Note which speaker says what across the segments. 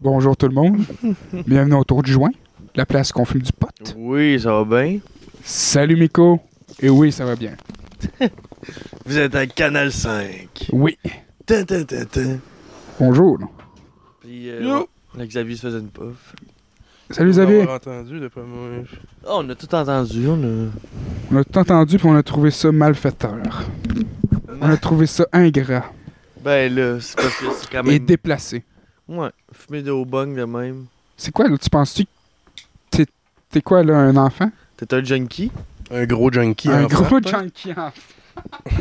Speaker 1: bonjour tout le monde. Bienvenue autour du joint, la place qu'on fume du pot.
Speaker 2: Oui, ça va bien.
Speaker 1: Salut Miko. Et oui, ça va bien.
Speaker 2: Vous êtes à Canal 5.
Speaker 1: Oui.
Speaker 2: Tin, tin, tin, tin.
Speaker 1: Bonjour.
Speaker 2: Puis, euh,
Speaker 3: Yo!
Speaker 2: ouais, là, Xavier se faisait une puff.
Speaker 1: Salut Xavier.
Speaker 3: On entendu, d'après moi.
Speaker 2: Oh, on a tout entendu, on
Speaker 1: On a tout entendu puis on a trouvé ça malfaiteur. On a trouvé ça ingrat
Speaker 2: a... Ben là, c'est parce que c'est quand
Speaker 1: et
Speaker 2: même...
Speaker 1: déplacé.
Speaker 2: Ouais, fumer de haut bong de même.
Speaker 1: C'est quoi là? Tu penses-tu que t'es- t'es quoi là, un enfant?
Speaker 2: T'es un junkie?
Speaker 3: Un gros junkie.
Speaker 1: un
Speaker 3: en
Speaker 1: gros
Speaker 3: fait.
Speaker 1: junkie enfant.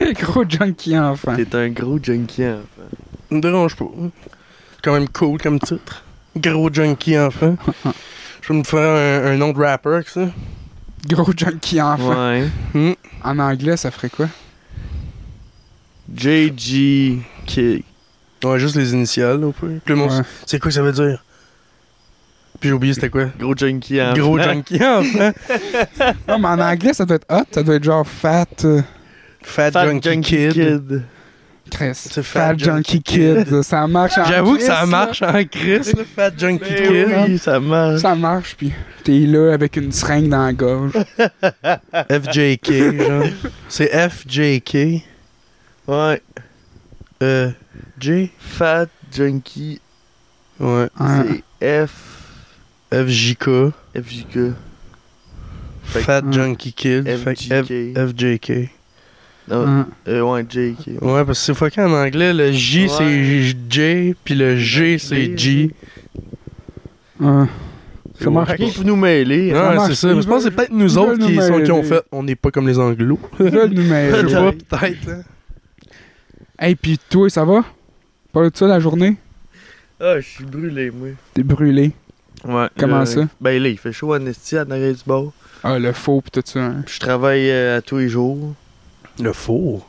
Speaker 1: un gros junkie enfant.
Speaker 2: T'es un gros junkie, hein.
Speaker 3: Me dérange pas. Quand même cool comme titre. Gros junkie enfant. Je vais me faire un, un nom de rapper avec ça.
Speaker 1: Gros junkie enfant.
Speaker 2: Ouais.
Speaker 3: Hmm.
Speaker 1: En anglais, ça ferait quoi?
Speaker 2: JG Kick.
Speaker 3: Ouais, juste les initiales, là, au pire. Puis le monde,
Speaker 1: Ouais.
Speaker 3: c'est quoi que ça veut dire? Puis j'ai oublié c'était quoi?
Speaker 2: Gros junkie, hein.
Speaker 3: Gros junkie enfant.
Speaker 1: Non, mais en anglais, ça doit être hot. Ça doit être genre fat. euh,
Speaker 3: Fat,
Speaker 2: Fat
Speaker 3: junkie, kid.
Speaker 1: Chris.
Speaker 3: C'est
Speaker 1: Fat,
Speaker 3: Fat
Speaker 1: junkie,
Speaker 3: Junkie
Speaker 1: kid. Ça marche en
Speaker 3: J'avoue que
Speaker 1: Chris,
Speaker 3: ça
Speaker 1: là.
Speaker 3: marche en Chris, le Fat junkie kid.
Speaker 2: Ben oui, ça marche.
Speaker 1: Ça marche, puis t'es là avec une seringue dans la gorge.
Speaker 3: FJK, genre. C'est FJK.
Speaker 2: Ouais.
Speaker 3: Euh, J?
Speaker 2: Fat junkie,
Speaker 3: Ouais.
Speaker 1: Hein.
Speaker 2: c'est F...
Speaker 3: FJK.
Speaker 2: FJK. Fait que-
Speaker 3: Fat
Speaker 1: Hmm.
Speaker 3: Junkie Kid. Fait que
Speaker 2: FJK.
Speaker 3: F- FJK.
Speaker 2: Non,
Speaker 1: Hein.
Speaker 2: euh, ouais, JK.
Speaker 3: Ouais, parce que c'est fucké en anglais. Le J,
Speaker 2: Ouais.
Speaker 3: c'est J, puis le G, c'est G.
Speaker 1: Hein.
Speaker 3: C'est
Speaker 1: Ça marche.
Speaker 2: Qui peut nous mêler?
Speaker 1: Ça
Speaker 3: Ouais,
Speaker 1: marche.
Speaker 3: c'est ça. Mais
Speaker 1: Ils
Speaker 3: je pense que c'est
Speaker 1: veulent-
Speaker 3: peut-être
Speaker 1: ils
Speaker 3: nous
Speaker 1: veulent
Speaker 3: autres qui,
Speaker 1: nous
Speaker 3: sont- qui ont
Speaker 1: mêler.
Speaker 3: fait. On n'est pas comme les anglos.
Speaker 1: Ils veulent nous mêler.
Speaker 3: Je sais pas,
Speaker 2: Peut-être.
Speaker 3: peut-être. hein.
Speaker 1: Hey, puis toi, ça va? Pas de ça la journée?
Speaker 2: Ah, je suis brûlé, moi.
Speaker 1: T'es brûlé.
Speaker 2: Ouais.
Speaker 1: Comment
Speaker 2: là,
Speaker 1: ça?
Speaker 2: Ben là, il fait chaud en esti à l'arrière du bord.
Speaker 1: Ah, le faux, puis tout ça. hein.
Speaker 2: Puis Je travaille euh, à tous les jours.
Speaker 3: Le four.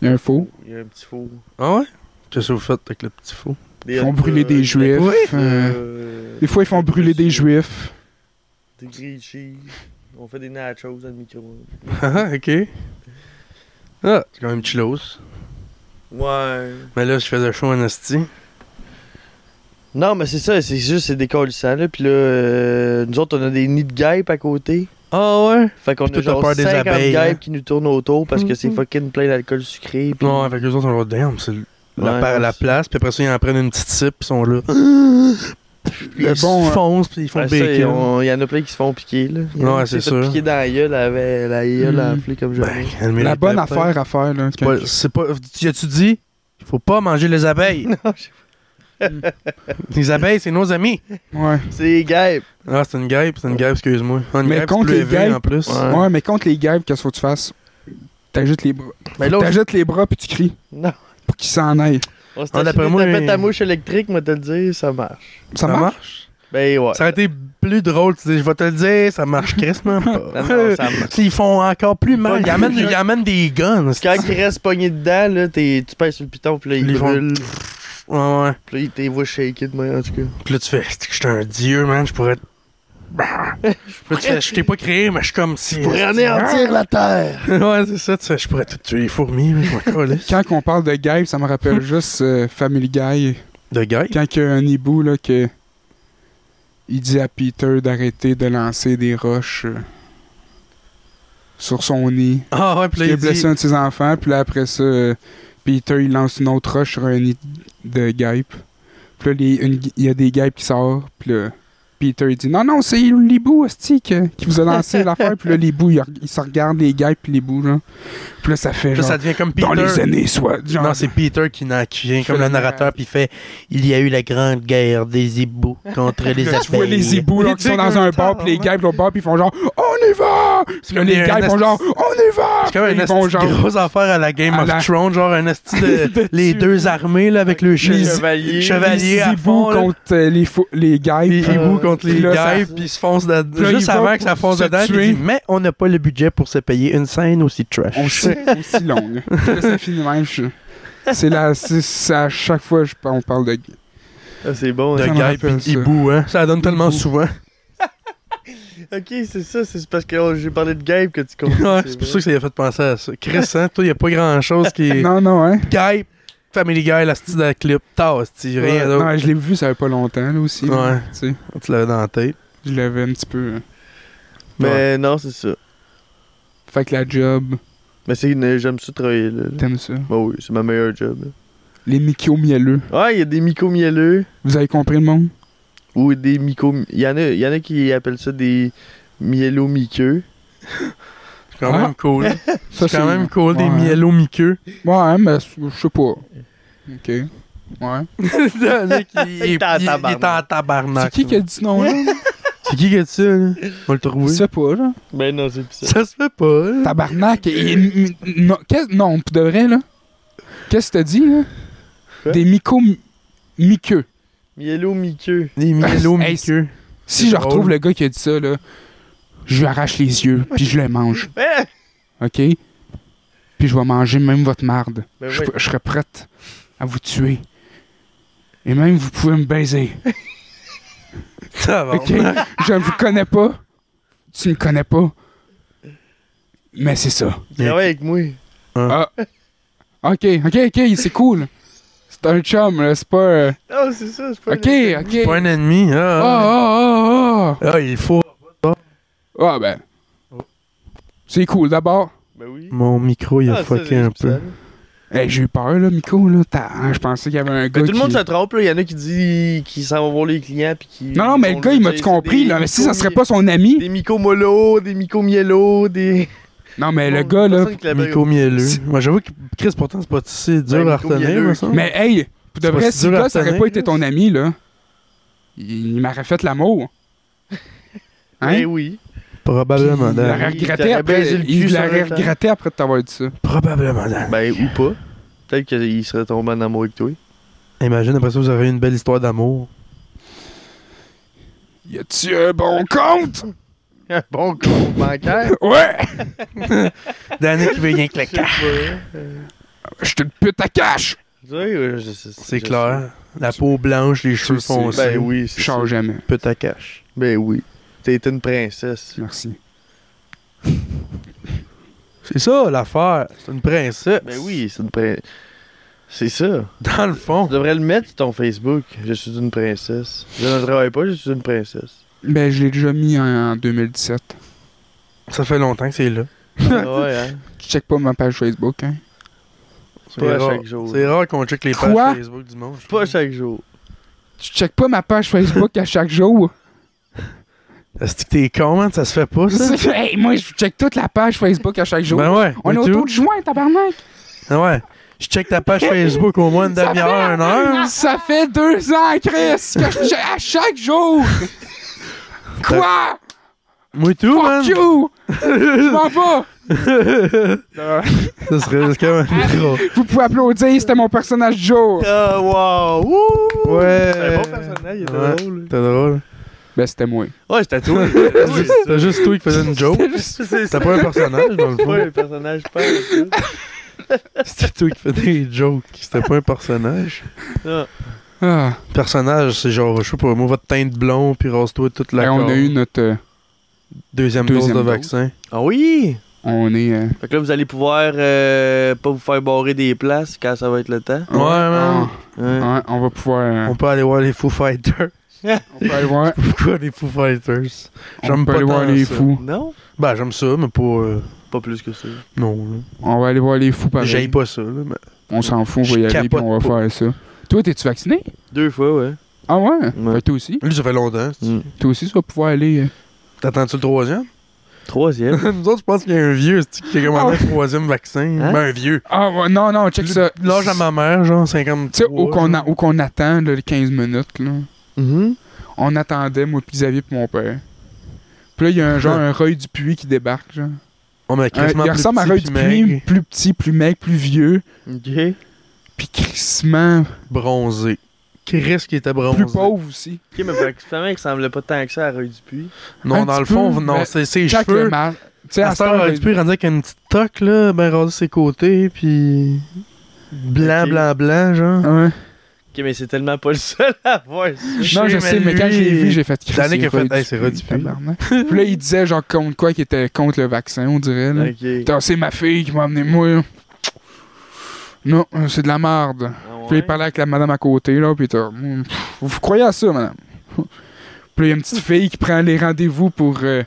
Speaker 1: Il y a un faux.
Speaker 2: Il y a un petit four.
Speaker 3: Ah ouais? Qu'est-ce que vous faites avec le petit four?
Speaker 2: Des
Speaker 1: Ils font
Speaker 2: hot
Speaker 1: brûler
Speaker 2: dogs,
Speaker 1: des juifs.
Speaker 3: Oui.
Speaker 1: euh,
Speaker 2: euh,
Speaker 1: Des fois, ils font brûler des juifs.
Speaker 2: Des grilled cheese. On fait des nachos dans le micro.
Speaker 3: Ah, ok. Ah, c'est quand même chillos.
Speaker 2: Ouais.
Speaker 3: Mais là, je faisais chaud en esti.
Speaker 2: Non, mais c'est ça, c'est juste, c'est décollissant, là. Puis là, euh, nous autres, on a des nids de guêpes à côté.
Speaker 3: Ah ouais?
Speaker 2: Fait qu'on
Speaker 3: Puis
Speaker 2: a
Speaker 3: toi, t'as
Speaker 2: genre
Speaker 3: peur des
Speaker 2: 50
Speaker 3: abeilles, hein?
Speaker 2: guêpes qui nous tournent autour parce que
Speaker 1: Mhm.
Speaker 2: c'est fucking plein d'alcool sucré. Puis...
Speaker 3: Non, avec eux autres, on leur dit, damn, c'est le- la,
Speaker 2: Ouais,
Speaker 3: par- la
Speaker 2: c'est-
Speaker 3: place, puis après ça, ils en prennent une petite sip, puis ils sont là. Puis
Speaker 1: Le
Speaker 3: ils
Speaker 1: bon, hein.
Speaker 3: se foncent, puis ils font
Speaker 2: Ah, ça,
Speaker 3: bacon.
Speaker 2: y on- Il y en a plein qui se font piquer, là. Il y en a
Speaker 3: Ouais,
Speaker 2: qui s'est
Speaker 3: c'est
Speaker 2: fait
Speaker 3: sûr.
Speaker 2: piquer dans la gueule, avec la gueule
Speaker 1: Mm.
Speaker 2: enflée comme jamais.
Speaker 3: Ben, calmez
Speaker 1: La
Speaker 3: les
Speaker 1: bonne
Speaker 3: pépins.
Speaker 1: affaire à faire, là.
Speaker 3: C'est pas- C'est pas. Tu as-tu dit? Il faut pas manger les abeilles.
Speaker 2: Non, je-
Speaker 3: les abeilles, c'est nos amis.
Speaker 1: Ouais.
Speaker 2: c'est des guêpes.
Speaker 3: Ah, c'est une guêpe, c'est une guêpe, excuse-moi. Ah, une
Speaker 1: Mais
Speaker 3: guêpe, c'est
Speaker 1: contre
Speaker 3: plus
Speaker 1: les
Speaker 3: élevé,
Speaker 1: guêpes-
Speaker 3: en plus.
Speaker 2: Ouais.
Speaker 1: Ouais, mais contre les guêpes, qu'est-ce qu'il faut que tu fasses? T'ajoutes les bras.
Speaker 2: Mais là, on-
Speaker 1: T'ajoutes les bras, puis tu cries
Speaker 2: non.
Speaker 1: pour qu'ils s'en aillent.
Speaker 2: On s'est
Speaker 3: Ah,
Speaker 2: acheté
Speaker 3: d'après
Speaker 2: des
Speaker 3: moi,
Speaker 2: tapettes
Speaker 3: il-
Speaker 2: à mouche électrique, moi te le dire, ça marche.
Speaker 1: Ça
Speaker 3: Ça
Speaker 1: marche?
Speaker 2: Ben ouais.
Speaker 3: Ça aurait été plus drôle, tu dis, je vais te le dire, ça marche crissement pas.
Speaker 2: Non, non, ça marche.
Speaker 3: Ils font encore plus mal.
Speaker 2: Pas
Speaker 3: Ils amènent,
Speaker 2: de-
Speaker 3: ils amènent des guns.
Speaker 2: Quand il reste pogné dedans, là, t'es- tu pèses sur le piton, puis là, il
Speaker 3: Ils font-
Speaker 2: brûle.
Speaker 3: Ouais, ouais.
Speaker 2: Puis là, il t'es voit shaker de moi, en tout cas.
Speaker 3: Puis là, tu fais, c'est que j'étais un dieu, man, je pourrais. Bah. Puis là, tu fais, je t'ai pas créé, mais je suis comme si.
Speaker 2: anéantir la terre!
Speaker 3: Ouais, c'est ça, tu fais, je pourrais tout tuer les fourmis, mais je m'en calais.
Speaker 1: Quand on parle de guêpes, ça me rappelle juste euh, Family Guy.
Speaker 3: De guêpe?
Speaker 1: Quand il y a un hibou, là, que. Il dit à Peter d'arrêter de lancer des roches euh, sur son nid.
Speaker 3: Ah ouais,
Speaker 1: Puis
Speaker 3: puis là,
Speaker 1: il a
Speaker 3: il
Speaker 1: blessé
Speaker 3: dit.
Speaker 1: un de ses enfants, puis là, après ça, euh, Peter, il lance une autre roche sur un nid de guêpe. Puis là, les- une gu- il y a des guêpes qui sortent, puis là, Peter, il dit Non, non, c'est l'hibou, hostie, que- qui vous a lancé l'affaire. Puis là, l'hibou, il, re- il se regarde les guêpes, puis l'hibou, là. Puis là, ça fait.
Speaker 3: Puis là,
Speaker 1: Genre,
Speaker 3: ça devient comme
Speaker 1: dans
Speaker 3: Peter.
Speaker 1: les années, soit. genre-
Speaker 3: Non, c'est Peter qui, na- qui vient
Speaker 1: Qui
Speaker 3: comme
Speaker 1: fait
Speaker 3: le
Speaker 1: le
Speaker 3: narrateur, puis il fait Il y a eu la grande guerre des hiboux contre les abeilles.
Speaker 1: Tu vois les hiboux là, qui sont dans un bar, puis les gars, l'autre bar, puis ils font genre On y va Puis là, les
Speaker 3: C'est
Speaker 1: gars, ils font
Speaker 3: un
Speaker 1: genre On y va
Speaker 3: C'est comme
Speaker 1: Puis
Speaker 3: un
Speaker 1: ils font
Speaker 3: esti de
Speaker 1: genre
Speaker 3: grosse affaire à la Game
Speaker 1: à
Speaker 3: of
Speaker 1: la-
Speaker 3: Thrones, genre un esti de,
Speaker 1: De
Speaker 3: les
Speaker 1: tuer.
Speaker 3: deux armées là, avec le
Speaker 1: Les-
Speaker 3: chevalier,
Speaker 2: Chevalier.
Speaker 3: chevalier
Speaker 1: les
Speaker 3: à
Speaker 1: hiboux
Speaker 3: fond, là.
Speaker 1: contre euh, les, fou- les gars.
Speaker 3: les hiboux contre les
Speaker 1: Puis là,
Speaker 3: gars,
Speaker 1: ça-
Speaker 3: puis ils se foncent dedans.
Speaker 1: Puis là,
Speaker 3: Juste
Speaker 1: ils vont
Speaker 3: avant que ça
Speaker 1: pour
Speaker 3: fonce
Speaker 1: se
Speaker 3: dedans, puis
Speaker 1: tuer.
Speaker 3: il dit, mais on n'a pas le budget pour se payer une scène aussi trash.
Speaker 1: aussi, aussi longue. Puis là, ça finit même. je- C'est la, c'est, c'est à chaque fois je, on parle de.
Speaker 2: Ah, c'est bon,
Speaker 3: de
Speaker 1: Ça
Speaker 2: hein.
Speaker 1: me
Speaker 3: gars
Speaker 1: rappelle
Speaker 3: puis
Speaker 1: ça.
Speaker 3: hibou, hein. Ça donne tellement
Speaker 1: Hibou.
Speaker 3: souvent.
Speaker 2: Ok, c'est ça, c'est parce que oh, j'ai parlé de game que tu comprends.
Speaker 3: Ouais, c'est pour ça que ça y a fait penser à ça. Chris, hein, toi, il n'y a pas grand chose qui est.
Speaker 1: Non, non, hein.
Speaker 3: Guy, Family Guy, la style de clip, tard, c'est rien
Speaker 1: Ouais,
Speaker 3: d'autre.
Speaker 1: non, je l'ai vu, ça avait pas longtemps, là aussi. là,
Speaker 3: Ouais.
Speaker 1: tu sais.
Speaker 3: Tu l'avais dans la tête.
Speaker 1: je l'avais un petit peu. euh.
Speaker 2: Mais
Speaker 3: Ouais.
Speaker 2: non, c'est ça.
Speaker 1: Fait que la job,
Speaker 2: Mais c'est une- j'aime ça travailler là.
Speaker 1: t'aimes ça.
Speaker 2: Bah oui, c'est ma meilleure job. là.
Speaker 1: Les micros mielleux.
Speaker 2: Ah, il y a des micos mielleux
Speaker 1: Vous avez compris le monde?
Speaker 2: ou des micos. Il y, en a- il y en a qui appellent ça des miello miqueux.
Speaker 3: C'est quand
Speaker 1: Ah.
Speaker 3: même cool.
Speaker 1: Ça,
Speaker 3: C'est quand même cool, des
Speaker 1: Ouais.
Speaker 3: miellos miqueux.
Speaker 1: Ouais, hein, mais je sais pas. Ok. Ouais.
Speaker 3: Le mec, il,
Speaker 2: Il est en
Speaker 3: il- il
Speaker 2: tabarnak.
Speaker 3: est en tabarnak.
Speaker 1: C'est qui qui a dit ce nom-là?
Speaker 3: C'est qui qui a dit ça, là? On
Speaker 1: Je
Speaker 3: va le trouver.
Speaker 1: sais pas, là.
Speaker 2: Ben non, c'est plus ça.
Speaker 3: Ça se fait pas, hein? là.
Speaker 1: Tabarnak. et- et- non, qu'est- non, pour de vrai, là. Qu'est-ce que t'as dit, là?
Speaker 2: Quoi?
Speaker 1: Des micos mi- miqueux.
Speaker 2: Miello miqueux.
Speaker 3: Des miellos
Speaker 1: Hey,
Speaker 3: miqueux.
Speaker 1: Si
Speaker 3: C'est
Speaker 1: je
Speaker 3: drôle.
Speaker 1: retrouve le gars qui a dit ça, là, je lui arrache les yeux, puis je le mange.
Speaker 2: Ah!
Speaker 1: OK? Puis je vais manger même votre marde.
Speaker 2: Ben
Speaker 1: je,
Speaker 2: ouais.
Speaker 1: je serai prête à vous tuer. Et même, vous pouvez me baiser. OK?
Speaker 3: Tabarnak.
Speaker 1: je ne vous connais pas. Tu ne me connais pas. Mais c'est ça.
Speaker 2: Il travaille avec moi.
Speaker 1: OK, OK, OK, c'est cool. C'est un chum, là, c'est pas... euh,
Speaker 2: Non, c'est ça, c'est pas
Speaker 1: OK,
Speaker 2: une-
Speaker 1: OK.
Speaker 3: Pas un ennemi.
Speaker 1: Ah,
Speaker 3: Ah,
Speaker 1: ah, ah, ah.
Speaker 3: ah. Ah, il faut.
Speaker 1: Ah, ben... C'est cool, d'abord.
Speaker 2: Ben oui.
Speaker 3: Mon micro, il a
Speaker 2: Ah, ça, c'est
Speaker 3: fucké un peu.
Speaker 2: spécial.
Speaker 1: Hey, j'ai eu peur, là, Miko, là. T'as- Je pensais qu'il y avait un gars
Speaker 2: Mais Ben, tout le monde
Speaker 1: qui-
Speaker 2: se trompe, là. Il y en a qui dit qu'ils s'en vont voir les clients. Puis qui,
Speaker 1: Non, non, mais le gars, il m'a tout compris, là. Mais si ça serait pas son ami...
Speaker 2: Des micos mollo, des micos miello, des.
Speaker 1: Non, mais Eh, le gars, là...
Speaker 2: Personne qui l'appelle-
Speaker 3: Micro mielleux.
Speaker 1: C'est-
Speaker 3: Moi, j'avoue que Chris, pourtant, c'est pas si dur
Speaker 2: Ouais,
Speaker 3: à
Speaker 2: Ben, micro
Speaker 3: retenir,
Speaker 2: mielleux.
Speaker 3: me semble.
Speaker 1: Mais hey, pour de
Speaker 3: C'est pas
Speaker 1: vrai,
Speaker 3: si
Speaker 1: si
Speaker 3: dur
Speaker 1: le
Speaker 3: à
Speaker 1: gars, ça aurait
Speaker 3: retenir,
Speaker 1: pas été
Speaker 3: là.
Speaker 1: ton ami, là, il, il m'aurait fait l'amour. Hein?
Speaker 2: Ben oui.
Speaker 3: Probablement,
Speaker 1: Il
Speaker 2: Puis-
Speaker 3: Dan.
Speaker 1: l'aurait
Speaker 2: Il
Speaker 1: regretté
Speaker 2: t'aurait
Speaker 1: après.
Speaker 2: baisé le cul
Speaker 1: Il
Speaker 2: sur
Speaker 1: l'aurait
Speaker 2: le temps.
Speaker 1: regretté après de t'avoir dit ça.
Speaker 3: Probablement, Dan.
Speaker 2: Ben, ou pas. Peut-être qu'il serait tombé en amour avec toi.
Speaker 3: Imagine, après ça, vous aurez une belle histoire d'amour.
Speaker 1: Y a-tu un bon compte?
Speaker 2: Un bon compte bancaire.
Speaker 1: Ouais!
Speaker 3: Danny qui veut rien que le
Speaker 2: Je sais pas.
Speaker 1: Je te le pute à cash!
Speaker 2: Oui, oui, je sais-
Speaker 3: C'est
Speaker 2: je
Speaker 3: clair. La peau blanche, les cheveux
Speaker 1: Tu sais.
Speaker 2: sais.
Speaker 3: foncés.
Speaker 2: Ben oui,
Speaker 1: Je
Speaker 2: c'est ça.
Speaker 1: change jamais.
Speaker 3: Peu ta cache.
Speaker 2: Ben oui. T'es une princesse.
Speaker 1: Merci.
Speaker 3: C'est ça, l'affaire. C'est une princesse.
Speaker 2: Ben oui, c'est une princesse. C'est ça.
Speaker 3: Dans le fond.
Speaker 2: Tu devrais le mettre sur ton Facebook. Je suis une princesse. Je ne travaille pas, je suis une princesse.
Speaker 1: Ben, je l'ai déjà mis en, en 2017.
Speaker 3: Ça fait longtemps que c'est là.
Speaker 2: Ah ouais, hein?
Speaker 1: Tu check pas ma page Facebook, hein?
Speaker 2: C'est pas à chaque jour.
Speaker 3: C'est rare qu'on check les pages
Speaker 1: Quoi?
Speaker 3: Facebook du monde. je
Speaker 2: Pas à
Speaker 3: trouve.
Speaker 2: chaque jour.
Speaker 1: Tu check pas ma page Facebook à chaque jour?
Speaker 3: Est-ce que t'es con, hein? Ça se fait pas, ça?
Speaker 1: hey, moi, je check toute la page Facebook à chaque jour.
Speaker 3: Ben ouais.
Speaker 1: On est
Speaker 3: moi, tu
Speaker 1: autour
Speaker 3: vois.
Speaker 1: de juin, tabarnak!
Speaker 3: Ah ouais. Je check ta page Facebook au moins une
Speaker 1: Ça
Speaker 3: demi-heure,
Speaker 1: fait-
Speaker 3: une heure.
Speaker 1: Ça fait deux ans, Chris, que je check à chaque jour. Quoi?
Speaker 3: Moi, tout, man.
Speaker 1: Fuck you! Je m'en vais!
Speaker 3: Ça serait quand même
Speaker 1: Ah.
Speaker 3: trop.
Speaker 1: Vous pouvez applaudir, c'était mon personnage du jour.
Speaker 2: Ah, wow! Wouh!
Speaker 3: Ouais.
Speaker 2: C'est un bon personnage, il était
Speaker 3: Ouais.
Speaker 2: drôle.
Speaker 3: T'es drôle.
Speaker 1: Ben, c'était moi.
Speaker 2: Ouais, c'était toi.
Speaker 3: T'as juste- T'as juste toi qui faisais une joke.
Speaker 1: C'était juste-
Speaker 3: T'as pas un personnage, dans le
Speaker 2: C'est pas
Speaker 3: fond.
Speaker 2: un personnage pas. ça.
Speaker 3: C'était toi qui faisais des jokes. C'était pas un personnage.
Speaker 2: Non.
Speaker 1: Ah.
Speaker 3: Personnage, c'est genre, je sais pas, moi, va te teindre blond, puis rase-toi toute la
Speaker 1: Ben, on
Speaker 3: corne.
Speaker 1: a eu notre. euh,
Speaker 3: Deuxième,
Speaker 1: Deuxième
Speaker 3: dose de
Speaker 1: dose.
Speaker 3: vaccin.
Speaker 2: Ah oui!
Speaker 1: on est. euh,
Speaker 2: Fait que là, vous allez pouvoir euh, pas vous faire barrer des places quand ça va être le temps. Hein?
Speaker 3: Ouais, man.
Speaker 1: ah,
Speaker 2: Ouais.
Speaker 1: ouais, on va pouvoir. euh,
Speaker 3: On peut aller voir les Foo Fighters.
Speaker 1: on peut aller voir.
Speaker 3: Pourquoi les Foo Fighters?
Speaker 1: On
Speaker 3: J'aime
Speaker 1: peut
Speaker 3: pas
Speaker 1: aller voir
Speaker 3: tant
Speaker 1: les
Speaker 3: ça.
Speaker 1: fous.
Speaker 2: Non?
Speaker 3: Ben, j'aime ça, mais pas. euh,
Speaker 2: Pas plus que ça.
Speaker 3: non,
Speaker 1: On va aller voir les fous
Speaker 3: là. J'aime
Speaker 1: pareil.
Speaker 3: pas ça, là. Mais...
Speaker 1: On s'en fout, on
Speaker 3: Je
Speaker 1: va y aller puis
Speaker 3: capote
Speaker 1: on va
Speaker 3: pas.
Speaker 1: faire ça. Toi, t'es-tu vacciné?
Speaker 2: Deux fois, ouais.
Speaker 1: Ah ouais?
Speaker 2: Ouais.
Speaker 1: Fait que toi aussi?
Speaker 3: Lui, ça fait longtemps. c'est-
Speaker 2: Mm.
Speaker 1: Toi aussi, tu vas pouvoir aller. euh,
Speaker 3: T'attends-tu le troisième?
Speaker 2: Troisième.
Speaker 3: Nous autres, je pense qu'il y a un vieux c'est-tu, qui a commandé le troisième vaccin.
Speaker 2: Hein?
Speaker 3: Ben, un vieux.
Speaker 1: Ah ouais, non, non, check ça.
Speaker 3: L'âge à ma mère, genre 50.
Speaker 1: Tu sais, où qu'on a- où qu'on attend, là, les 15 minutes, là.
Speaker 2: Mhm.
Speaker 1: On attendait, moi, puis Xavier, puis mon père. Puis là, il y a un genre, un Roy Dupuis qui débarque, genre.
Speaker 3: On m'a
Speaker 1: Un- Euh, il ressemble à Roy Dupuis, plus petit, plus mec, plus vieux,
Speaker 2: Ok.
Speaker 1: puis crissement,
Speaker 3: Bronzé. Chris qui était bronzé.
Speaker 1: plus pauvre aussi.
Speaker 2: Ok, mais fait que finalement, il ressemblait pas tant que ça à Rue Dupuis.
Speaker 1: Un
Speaker 3: Non, dans le
Speaker 1: petit
Speaker 3: fond,
Speaker 1: peu,
Speaker 3: non,
Speaker 1: mais
Speaker 3: c'est ses
Speaker 1: Jack le
Speaker 3: cheveux.
Speaker 1: mal. Tu sais, à
Speaker 3: À cette heure,
Speaker 1: Roy
Speaker 3: Roy Dupuis rendu avec une petite toque, là, ben rasé ses côtés, puis. Blanc,
Speaker 2: Ok.
Speaker 3: blanc, blanc, genre.
Speaker 1: Ouais.
Speaker 2: Ok, mais c'est tellement pas le seul à voir ça.
Speaker 1: Non, je
Speaker 3: mais
Speaker 1: sais, mais
Speaker 3: lui-
Speaker 1: quand je l'ai vu, j'ai fait
Speaker 3: C'est l'année
Speaker 1: Chris,
Speaker 3: qu'il a
Speaker 1: Roy
Speaker 3: fait, Hey, c'est Roy Dupuis.
Speaker 1: tabarnak. Puis là, il disait, genre, contre quoi, qu'il était contre le vaccin, on dirait, là.
Speaker 2: Ok. Ah
Speaker 1: Putain, euh, C'est ma fille qui m'a amené, moi. Non, c'est de la merde. Puis il parlait avec la madame à côté, là, puis t'as, Hum, pff, Vous croyez à ça, madame? Puis là, il y a une petite fille qui prend les rendez-vous pour euh,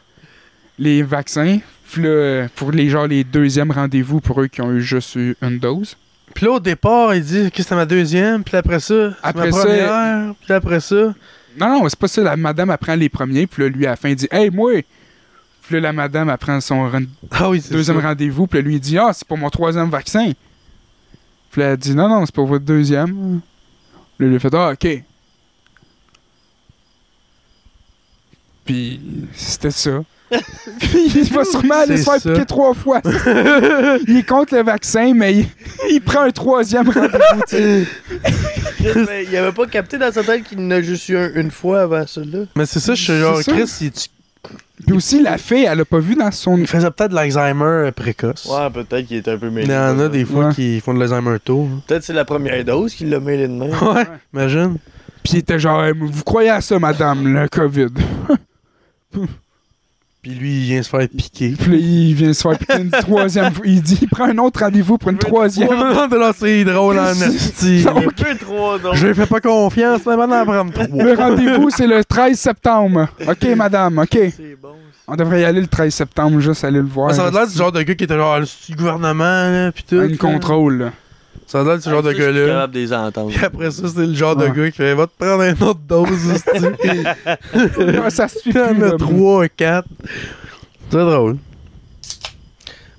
Speaker 1: les vaccins. Puis là, euh, pour les genre les deuxièmes rendez-vous pour eux qui ont eu juste eu une dose.
Speaker 3: Puis là, au départ, il dit que c'était ma deuxième, puis après ça, c'est
Speaker 1: Après
Speaker 3: ma
Speaker 1: ça,
Speaker 3: première, puis après ça.
Speaker 1: Non, non, c'est pas ça. La madame apprend les premiers, puis là, lui, à la fin, il dit Hey, moi! Puis là, la madame apprend son ren-
Speaker 3: Ah oui, c'est
Speaker 1: deuxième
Speaker 3: ça.
Speaker 1: rendez-vous, puis là, lui, il dit Ah, c'est pour mon troisième vaccin. Puis là, elle dit Non, non, c'est pour votre
Speaker 3: Mm.
Speaker 1: deuxième. Là, il a fait Ah, ok. Puis, c'était ça. puis, il va sûrement aller se
Speaker 3: C'est
Speaker 1: faire
Speaker 3: ça.
Speaker 1: piquer trois fois. il est contre le vaccin, mais il, il prend un troisième rendez-vous. tu sais.
Speaker 2: Mais il avait pas capté dans sa tête qu'il en a juste eu un une fois avant celui-là.
Speaker 3: Mais c'est ça, je suis
Speaker 1: C'est
Speaker 3: genre,
Speaker 1: ça.
Speaker 3: Chris, il, tu-
Speaker 1: Puis aussi, la fille, elle a pas vu dans son.
Speaker 3: il faisait peut-être de l'Alzheimer euh, précoce.
Speaker 2: Ouais, peut-être qu'il était un peu
Speaker 3: Il
Speaker 2: mêlé.
Speaker 3: y en a des fois
Speaker 1: Ouais.
Speaker 3: qui font de l'Alzheimer tôt. hein.
Speaker 2: Peut-être que c'est la première dose qui l'a mêlé de même.
Speaker 3: Ouais, imagine.
Speaker 1: Puis il était genre, Hey, vous croyez à ça, madame, le COVID?
Speaker 3: Puis lui, il vient se faire piquer.
Speaker 1: Puis là, il vient se faire piquer une troisième fois. Il dit, il prend un autre rendez-vous pour une troisième.
Speaker 3: Oh, de là, c'est drôle en
Speaker 1: Si.
Speaker 3: esti.
Speaker 2: Il y a peu trois doses.
Speaker 3: Je lui fais pas confiance, mais maintenant, elle prend trois.
Speaker 1: Le rendez-vous, c'est le 13 septembre. OK, madame, OK.
Speaker 2: C'est bon. ça.
Speaker 1: On devrait y aller le 13 septembre, juste aller le voir.
Speaker 3: Ça a l'air du genre hein. de gars qui était genre, ah, le petit gouvernement, là, pis tout.
Speaker 1: Ah, Une
Speaker 3: là.
Speaker 1: contrôle, là.
Speaker 3: Ça a l'air du genre de
Speaker 2: Ah, Ça, je suis
Speaker 3: gars-là.
Speaker 2: capable de les entendre.
Speaker 3: Puis après ça, c'est le genre
Speaker 1: Ouais.
Speaker 3: de gars qui fait Va te prendre une autre dose, hostie.
Speaker 1: Ah, ça se suit
Speaker 3: Il y en
Speaker 1: plus,
Speaker 3: a
Speaker 1: là.
Speaker 3: 3 4. Très drôle.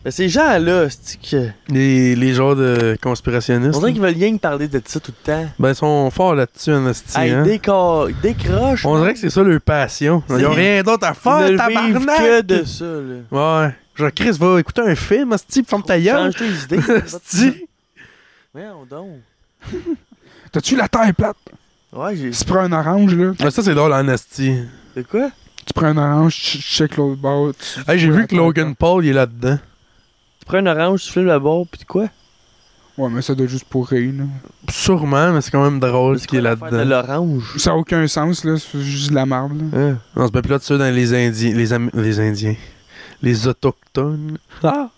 Speaker 2: Mais ces gens-là, c'est que.
Speaker 3: Les, les genres de conspirationnistes.
Speaker 2: On dirait qu'ils veulent rien que parler de ça tout le temps.
Speaker 3: Ben, ils sont forts là-dessus, en esti,
Speaker 2: Hey,
Speaker 3: hein.
Speaker 2: décor... décroche.
Speaker 3: On dirait que c'est ça leur passion. Ils ont
Speaker 2: C'est-
Speaker 3: rien d'autre à
Speaker 2: Ils
Speaker 3: faire,
Speaker 2: ne vivent que
Speaker 3: tabarnak.
Speaker 2: de ça, là.
Speaker 3: Ouais. Genre, Chris va écouter un film, hostie, pis ferme ta gueule.
Speaker 2: Change tes idées.
Speaker 3: Hostie.
Speaker 2: Voyons donc.
Speaker 1: T'as-tu la taille plate?
Speaker 2: Ouais, j'ai.
Speaker 1: Tu prends un orange, là.
Speaker 3: Ouais, ça, c'est drôle, en esti.
Speaker 2: De quoi?
Speaker 1: Tu prends un orange, tu check l'autre bord. tu-
Speaker 3: Hey, j'ai
Speaker 1: tu
Speaker 3: vu
Speaker 1: la
Speaker 3: que
Speaker 1: taille
Speaker 3: Logan Paul, il est là-dedans.
Speaker 2: Tu prends une orange, tu flippes la barre, pis de quoi?
Speaker 1: plate. Ouais, mais ça doit juste pour rire, là.
Speaker 3: Sûrement, mais c'est quand même drôle ce
Speaker 2: C'est
Speaker 3: qu'il est
Speaker 2: quoi l'affaire
Speaker 3: là-dedans.
Speaker 2: De l'orange.
Speaker 1: Ça n'a aucun sens, là. C'est juste de la marde, là.
Speaker 2: Hein?
Speaker 3: On se bat plus là dessus dans les Indiens. Les, Am- les Indiens. Les Autochtones.
Speaker 2: Ah!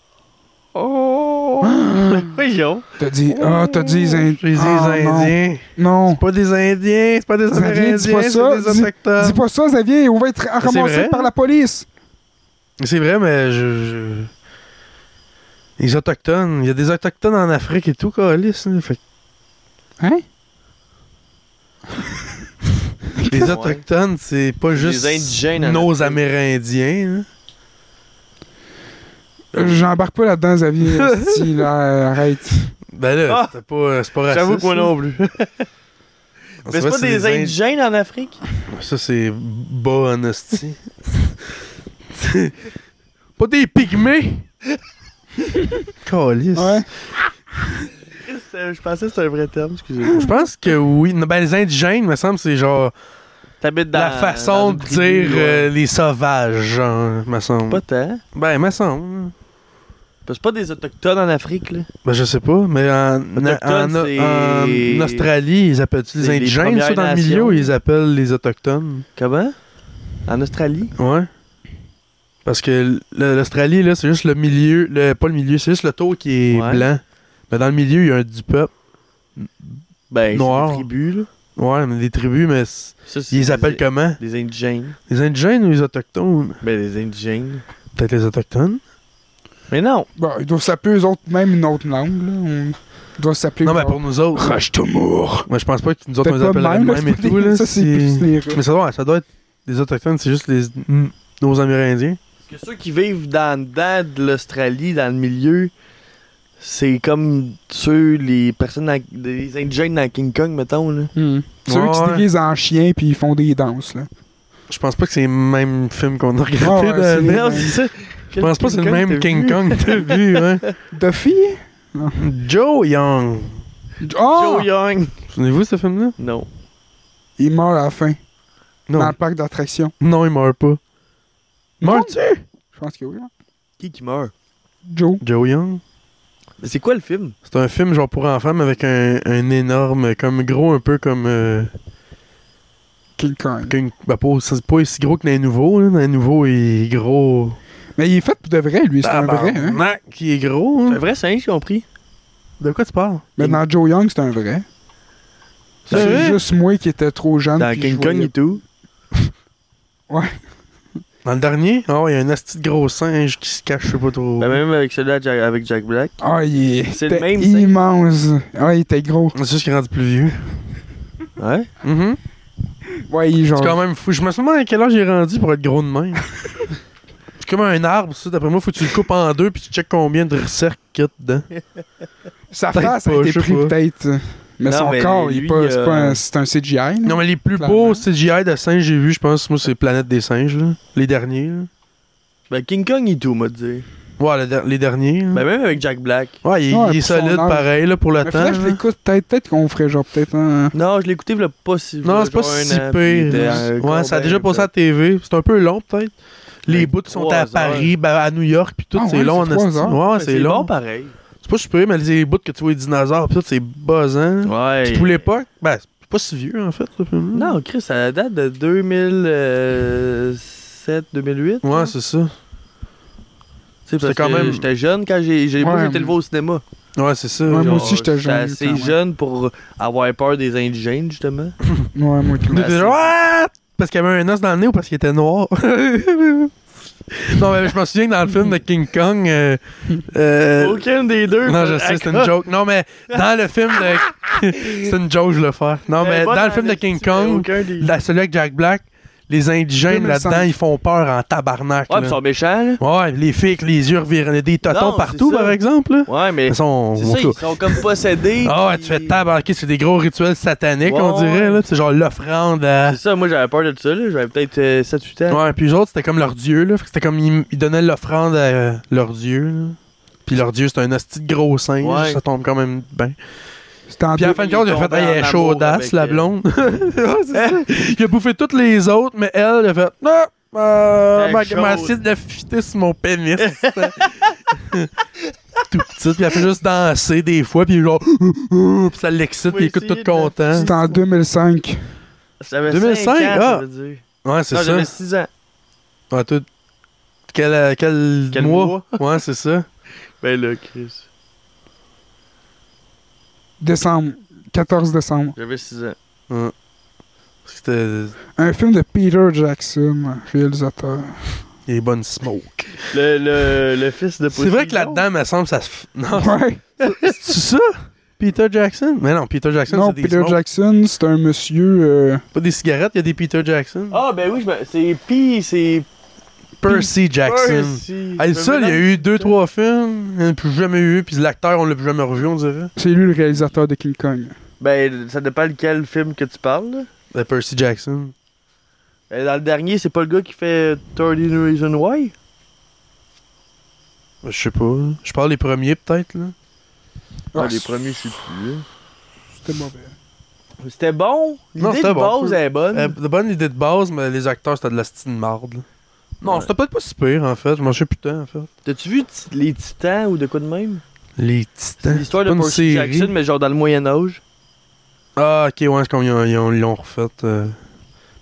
Speaker 2: Oh! Voyons!
Speaker 1: T'as dit, ah, t'as dit les Indiens.
Speaker 3: Oh, J'ai dit les Indiens.
Speaker 1: Non.
Speaker 3: C'est pas des Indiens, c'est pas des
Speaker 1: Les Indiens,
Speaker 3: Amérindiens,
Speaker 1: dis pas
Speaker 3: c'est
Speaker 1: ça,
Speaker 3: des Autochtones.
Speaker 1: Dis pas ça, Xavier, on va être
Speaker 3: Euh. c'est
Speaker 1: ramassé
Speaker 3: vrai.
Speaker 1: par la police.
Speaker 3: C'est vrai, mais je, je- Les Autochtones. Il y a des Autochtones en Afrique et tout, Calis. hein, Fait que
Speaker 1: Hein?
Speaker 3: les
Speaker 2: Ouais.
Speaker 3: Autochtones, c'est pas juste
Speaker 2: indigènes en
Speaker 3: nos
Speaker 2: Afrique.
Speaker 3: Amérindiens. hein.
Speaker 1: Euh, J'embarque pas là-dedans, Xavier. si, là, euh, arrête.
Speaker 3: Ben là,
Speaker 2: Ah!
Speaker 3: c'est pas, c'est pas raciste.
Speaker 2: J'avoue que moi
Speaker 3: là.
Speaker 2: non plus.
Speaker 3: On
Speaker 2: Mais c'est
Speaker 3: sait pas
Speaker 2: pas
Speaker 3: si
Speaker 2: des
Speaker 3: Ind-
Speaker 2: indigènes en Afrique?
Speaker 3: Ça, c'est bas en hostie. pas des pygmées! Calis.
Speaker 1: Ouais.
Speaker 2: Euh, Je pensais que c'était un vrai terme, excusez-moi.
Speaker 3: Je pense que oui. Non, Ben, les indigènes, me semble, c'est genre
Speaker 2: T'habites dans
Speaker 3: la
Speaker 2: dans
Speaker 3: façon
Speaker 2: une
Speaker 3: de
Speaker 2: tribu,
Speaker 3: dire
Speaker 2: ouais.
Speaker 3: euh, les sauvages, genre, me semble.
Speaker 2: Pas tant.
Speaker 3: Ben, me semble.
Speaker 2: Parce que c'est pas des autochtones en Afrique, là.
Speaker 3: Ben, je sais pas, mais en,
Speaker 2: Autochtones,
Speaker 3: en- en-
Speaker 2: c'est-
Speaker 3: en Australie, ils appellent-tu les
Speaker 2: C'est les
Speaker 3: indigènes?
Speaker 2: Premières
Speaker 3: Ça, dans le
Speaker 2: Nations.
Speaker 3: milieu, ils appellent les autochtones.
Speaker 2: Comment? En Australie?
Speaker 3: Ouais. Parce que l- l'Australie, là, c'est juste le milieu, le, pas le milieu, c'est juste le tour qui est
Speaker 2: Ouais.
Speaker 3: blanc. Mais dans le milieu, il y a un du peuple.
Speaker 2: Ben, c'est
Speaker 3: Noir.
Speaker 2: des tribus, là.
Speaker 3: Ouais, mais des tribus, mais c-
Speaker 2: Ça, c'est
Speaker 3: ils les
Speaker 2: des-
Speaker 3: appellent comment?
Speaker 2: Des indigènes.
Speaker 3: Les indigènes ou les autochtones?
Speaker 2: Ben, des indigènes.
Speaker 3: Peut-être les autochtones?
Speaker 2: Mais non!
Speaker 1: Bon, ils doivent s'appeler eux autres même une autre langue, là. On ils doivent s'appeler.
Speaker 3: Non, mais
Speaker 1: genre-
Speaker 3: pour nous autres.
Speaker 1: Rajtamour.
Speaker 3: Moi, je pense pas que nous autres, on
Speaker 1: Peut-être
Speaker 3: les
Speaker 1: pas
Speaker 3: appellerait
Speaker 1: même,
Speaker 3: même,
Speaker 1: là, c'est
Speaker 3: et
Speaker 1: pas
Speaker 3: tout,
Speaker 1: des- Hmm.
Speaker 3: là.
Speaker 1: Ça, c'est
Speaker 3: c'est-
Speaker 1: plus les Russes.
Speaker 3: Mais ça doit, ça doit être les autochtones, c'est juste les mm, nos Amérindiens.
Speaker 2: que ceux qui vivent dans le dedans de l'Australie, dans le milieu, c'est comme ceux, les personnes, dans- les indigènes dans King Kong, mettons, là.
Speaker 1: Hmm. C'est eux
Speaker 3: Ouais,
Speaker 1: qui se
Speaker 3: ouais.
Speaker 1: déguisent en chien puis ils font des danses, là.
Speaker 3: Je pense pas que c'est le même film qu'on a
Speaker 1: Ah
Speaker 3: regardé.
Speaker 1: ouais,
Speaker 3: dans-
Speaker 1: c'est-
Speaker 3: Mais
Speaker 1: Non,
Speaker 2: ça.
Speaker 3: Je pense pas que c'est le même King Kong que t'as vu, hein.
Speaker 1: Duffy?
Speaker 3: Joe Young.
Speaker 1: Oh!
Speaker 2: Joe Young.
Speaker 3: Souvenez-vous de ce film-là?
Speaker 2: Non.
Speaker 1: Il meurt à la fin,
Speaker 3: Non.
Speaker 1: dans le parc d'attractions.
Speaker 3: Non, il meurt pas. Meurt-tu?
Speaker 1: Je pense que oui. hein.
Speaker 2: Qui qui meurt?
Speaker 1: Joe.
Speaker 3: Joe Young.
Speaker 2: Mais c'est quoi le film?
Speaker 3: C'est un film genre pour enfants, mais avec un, un énorme, comme gros, un peu comme. euh,
Speaker 1: King Kong.
Speaker 3: King- ben, pas, c'est pas aussi gros que dans les nouveaux, là. Dans les nouveaux, il est gros.
Speaker 1: Mais il est fait pour de vrai, lui. C'est un vrai, hein.
Speaker 3: Tabarnak, il est gros,
Speaker 2: C'est un
Speaker 3: hein.
Speaker 2: vrai singe, j'ai compris.
Speaker 3: De quoi tu parles?
Speaker 1: Mais dans Joe Young, c'est un vrai.
Speaker 2: C'est
Speaker 1: C'est
Speaker 2: vrai?
Speaker 1: juste moi qui était trop jeune.
Speaker 2: Dans
Speaker 1: puis je
Speaker 2: King Kong
Speaker 1: voyais-
Speaker 2: et tout.
Speaker 3: Dans le dernier, oh, il y a un asti de gros singe qui se cache, je sais pas trop.
Speaker 2: Ben, même avec celui-là, Jack- avec Jack Black.
Speaker 1: Ah, il est-
Speaker 2: C'est le
Speaker 1: était
Speaker 2: même, c'est-
Speaker 1: immense. Ah, il était gros.
Speaker 3: C'est juste qu'il est rendu plus vieux.
Speaker 2: Ouais.
Speaker 1: Ouais, il est
Speaker 3: C'est
Speaker 1: genre.
Speaker 3: quand même fou. Je me suis demandé à quel âge il est rendu pour être gros de même. C'est comme un arbre, ça. D'après moi, faut que tu le coupes en deux puis tu checkes combien de cercles qu'il y a dedans.
Speaker 1: Sa
Speaker 3: peut-être
Speaker 1: face a
Speaker 3: pas,
Speaker 1: été
Speaker 3: je sais
Speaker 1: pris
Speaker 3: pas.
Speaker 1: peut-être. Mais
Speaker 2: Non,
Speaker 1: son
Speaker 2: mais
Speaker 1: corps, il
Speaker 2: lui,
Speaker 1: est pas. C'est
Speaker 2: euh,
Speaker 1: pas un- c'est un CGI. là.
Speaker 3: Non, mais les plus
Speaker 1: Clairement.
Speaker 3: beaux CGI de singes que j'ai vu, je pense, moi, c'est Planète des singes, là. Les derniers, là.
Speaker 2: Ben, King Kong et tout, m'a dit.
Speaker 3: Ouais, le der- les derniers. là.
Speaker 2: Ben, même avec Jack Black.
Speaker 3: ouais, il,
Speaker 1: Ouais,
Speaker 3: il est
Speaker 1: pour son
Speaker 3: solide,
Speaker 1: âge.
Speaker 3: pareil, là, pour le
Speaker 1: Mais
Speaker 3: temps.
Speaker 1: faudrait que je
Speaker 3: là.
Speaker 1: l'écoute peut-être. Peut-être qu'on ferait genre peut-être un.
Speaker 2: Non, je l'ai écouté, il pas si.
Speaker 3: Non, c'est pas
Speaker 2: genre un
Speaker 3: si
Speaker 2: an,
Speaker 3: pire.
Speaker 2: puis il était
Speaker 3: Ouais,
Speaker 2: encore
Speaker 3: ça a
Speaker 2: bien,
Speaker 3: déjà passé à la
Speaker 2: peut-être.
Speaker 3: TV. C'est un peu long, peut-être. Les
Speaker 2: Avec
Speaker 3: bouts sont
Speaker 2: trois
Speaker 3: à
Speaker 2: heures.
Speaker 3: Paris, ben, à New York, puis tout,
Speaker 1: Ah
Speaker 3: c'est
Speaker 1: ouais,
Speaker 3: long.
Speaker 1: c'est
Speaker 3: en
Speaker 1: trois
Speaker 3: esti.
Speaker 1: heures.
Speaker 3: Ouais,
Speaker 2: Mais
Speaker 3: c'est
Speaker 2: Ben, bon,
Speaker 3: long.
Speaker 2: pareil.
Speaker 3: C'est pas super, mais les bouts que tu vois les dinosaures, pis tout, c'est buzzant.
Speaker 2: Ouais.
Speaker 3: Puis pour l'époque, ben, c'est pas si vieux, en fait. le film.
Speaker 2: Non, Chris, ça date de 2007, 2008.
Speaker 3: Ouais, c'est ça.
Speaker 2: C'était
Speaker 3: c'était quand même-
Speaker 2: J'étais jeune quand j'ai. j'ai moi,
Speaker 1: Ouais,
Speaker 2: j'ai été
Speaker 1: mais-
Speaker 2: le voir au cinéma.
Speaker 3: Ouais, c'est ça.
Speaker 1: Ouais, moi
Speaker 2: Genre,
Speaker 1: aussi, j'étais jeune,
Speaker 2: assez
Speaker 1: quand même.
Speaker 2: jeune pour avoir peur des indigènes, justement.
Speaker 1: Ouais, moi,
Speaker 3: On
Speaker 1: tout.
Speaker 2: Ben,
Speaker 3: était
Speaker 2: c'est-
Speaker 3: genre, What? Parce qu'il y avait un os dans le nez ou parce qu'il était noir? non, mais je me souviens que dans le film de King Kong. euh, euh,
Speaker 2: Aucun des deux.
Speaker 3: non, je sais, c'est
Speaker 2: Ah.
Speaker 3: une joke. Non, mais dans le film de. c'est une joke, je le fais. Non, mais dans le film de King Kong,
Speaker 2: Aucun des
Speaker 3: la- celui avec Jack Black, les indigènes
Speaker 1: 2005.
Speaker 3: là-dedans, ils font peur en tabarnak.
Speaker 2: Ouais,
Speaker 3: là.
Speaker 2: pis ils sont méchants, là.
Speaker 3: Ouais, les filles avec les yeux revirés, des
Speaker 2: Non,
Speaker 3: totons
Speaker 2: c'est
Speaker 3: partout,
Speaker 2: ça.
Speaker 3: par exemple. là.
Speaker 2: Ouais, mais.
Speaker 3: Elles sont.
Speaker 2: C'est
Speaker 3: en
Speaker 2: ça,
Speaker 3: tout
Speaker 2: ils sont comme possédés.
Speaker 3: cas. Ah ouais,
Speaker 2: puis-
Speaker 3: tu fais tabarnak, c'est des gros rituels sataniques,
Speaker 2: Ouais,
Speaker 3: on dirait.
Speaker 2: ouais.
Speaker 3: là. C'est genre l'offrande à.
Speaker 2: C'est ça, moi j'avais peur de ça, là. J'avais peut-être 7-8 ans.
Speaker 3: Ouais, puis les autres, c'était comme leur dieu, là. Fait que C'était comme, ils, ils donnaient l'offrande à euh, leur dieu, là. Puis leur dieu, c'était un hostie de gros singe,
Speaker 2: Ouais.
Speaker 3: ça tombe quand même bien.
Speaker 1: C'était en
Speaker 3: Puis à la fin de compte, il a
Speaker 2: Ah, il est
Speaker 3: fait,
Speaker 2: tombé
Speaker 3: hey, elle est
Speaker 2: en amour avec,
Speaker 3: chaudasse, la
Speaker 2: euh,
Speaker 3: blonde. Ouais, c'est ça. Il a bouffé toutes les autres, mais elle, il a fait, non, euh,
Speaker 2: Elle
Speaker 3: ma,
Speaker 2: est
Speaker 3: ma
Speaker 2: chaude.
Speaker 3: cible de fitter sur mon pénis. tout petit, puis elle fait juste danser des fois, puis genre, puis ça l'excite,
Speaker 2: Faut
Speaker 3: puis il écoute
Speaker 2: essayer
Speaker 3: tout
Speaker 2: de-
Speaker 3: content.
Speaker 1: C'était en 2005.
Speaker 2: J'avais
Speaker 3: 2005,
Speaker 2: 5 ans,
Speaker 3: ah.
Speaker 2: ça veut dire.
Speaker 3: Ouais, c'est
Speaker 2: Non,
Speaker 3: ça.
Speaker 2: j'avais 6 ans.
Speaker 3: Ouais, tout- Quel, euh, quel,
Speaker 2: Quel
Speaker 3: mois? Ouais, c'est ça.
Speaker 2: Ben là, Chris.
Speaker 1: Décembre. 14 décembre.
Speaker 2: J'avais 6 ans.
Speaker 3: C'était
Speaker 1: Un film de Peter Jackson, réalisateur.
Speaker 3: des bonnes smokes.
Speaker 2: Le, le, le fils de
Speaker 3: C'est vrai que
Speaker 2: Poséidon.
Speaker 3: là-dedans, me semble, Ah, ça se. f- Non,
Speaker 1: Ouais.
Speaker 3: c'est ça? Peter Jackson? Mais non, Peter Jackson,
Speaker 1: Non,
Speaker 3: c'est des
Speaker 1: Peter
Speaker 3: smokes.
Speaker 1: Jackson, c'est un monsieur. euh,
Speaker 3: Pas des cigarettes, il y a des Peter Jackson.
Speaker 2: Ah, ben oui, je me- c'est P, c'est
Speaker 3: Percy Jackson.
Speaker 2: Percy. Je me
Speaker 3: Hey, ça, il y a
Speaker 2: mélange.
Speaker 3: eu deux, trois films, il n'y en a plus jamais eu, puis l'acteur, on l'a plus jamais revu, on dirait.
Speaker 1: C'est lui le réalisateur de King Kong.
Speaker 2: Ben, ça dépend lequel film que tu parles. là.
Speaker 3: Le Percy Jackson.
Speaker 2: Ben, Dans le dernier, c'est pas le gars qui fait 30 Reasons Why?
Speaker 3: Ben, Je sais pas. Je parle des premiers, peut-être, là.
Speaker 2: Ah,
Speaker 1: Ah,
Speaker 2: les premiers, je sais plus. hein. là.
Speaker 1: C'était mauvais.
Speaker 2: C'était bon. L'idée
Speaker 3: Non, c'était
Speaker 2: de
Speaker 3: bon.
Speaker 2: base, elle est bonne.
Speaker 3: Euh, de bonne idée de base, mais les acteurs, c'était de la stine marde, là. Non,
Speaker 2: Ouais.
Speaker 3: c'était peut-être pas si pire, en fait. Je m'en sais putain, en fait.
Speaker 2: T'as-tu vu Ti- Les Titans ou de quoi de même?
Speaker 3: Les Titans.
Speaker 2: L'histoire
Speaker 3: pas
Speaker 2: de
Speaker 3: une
Speaker 2: Percy
Speaker 3: série.
Speaker 2: Jackson, mais genre dans le Moyen-Âge.
Speaker 3: Ah, ok, ouais, c'est comme ils ont- ils ont- ils l'ont refait euh,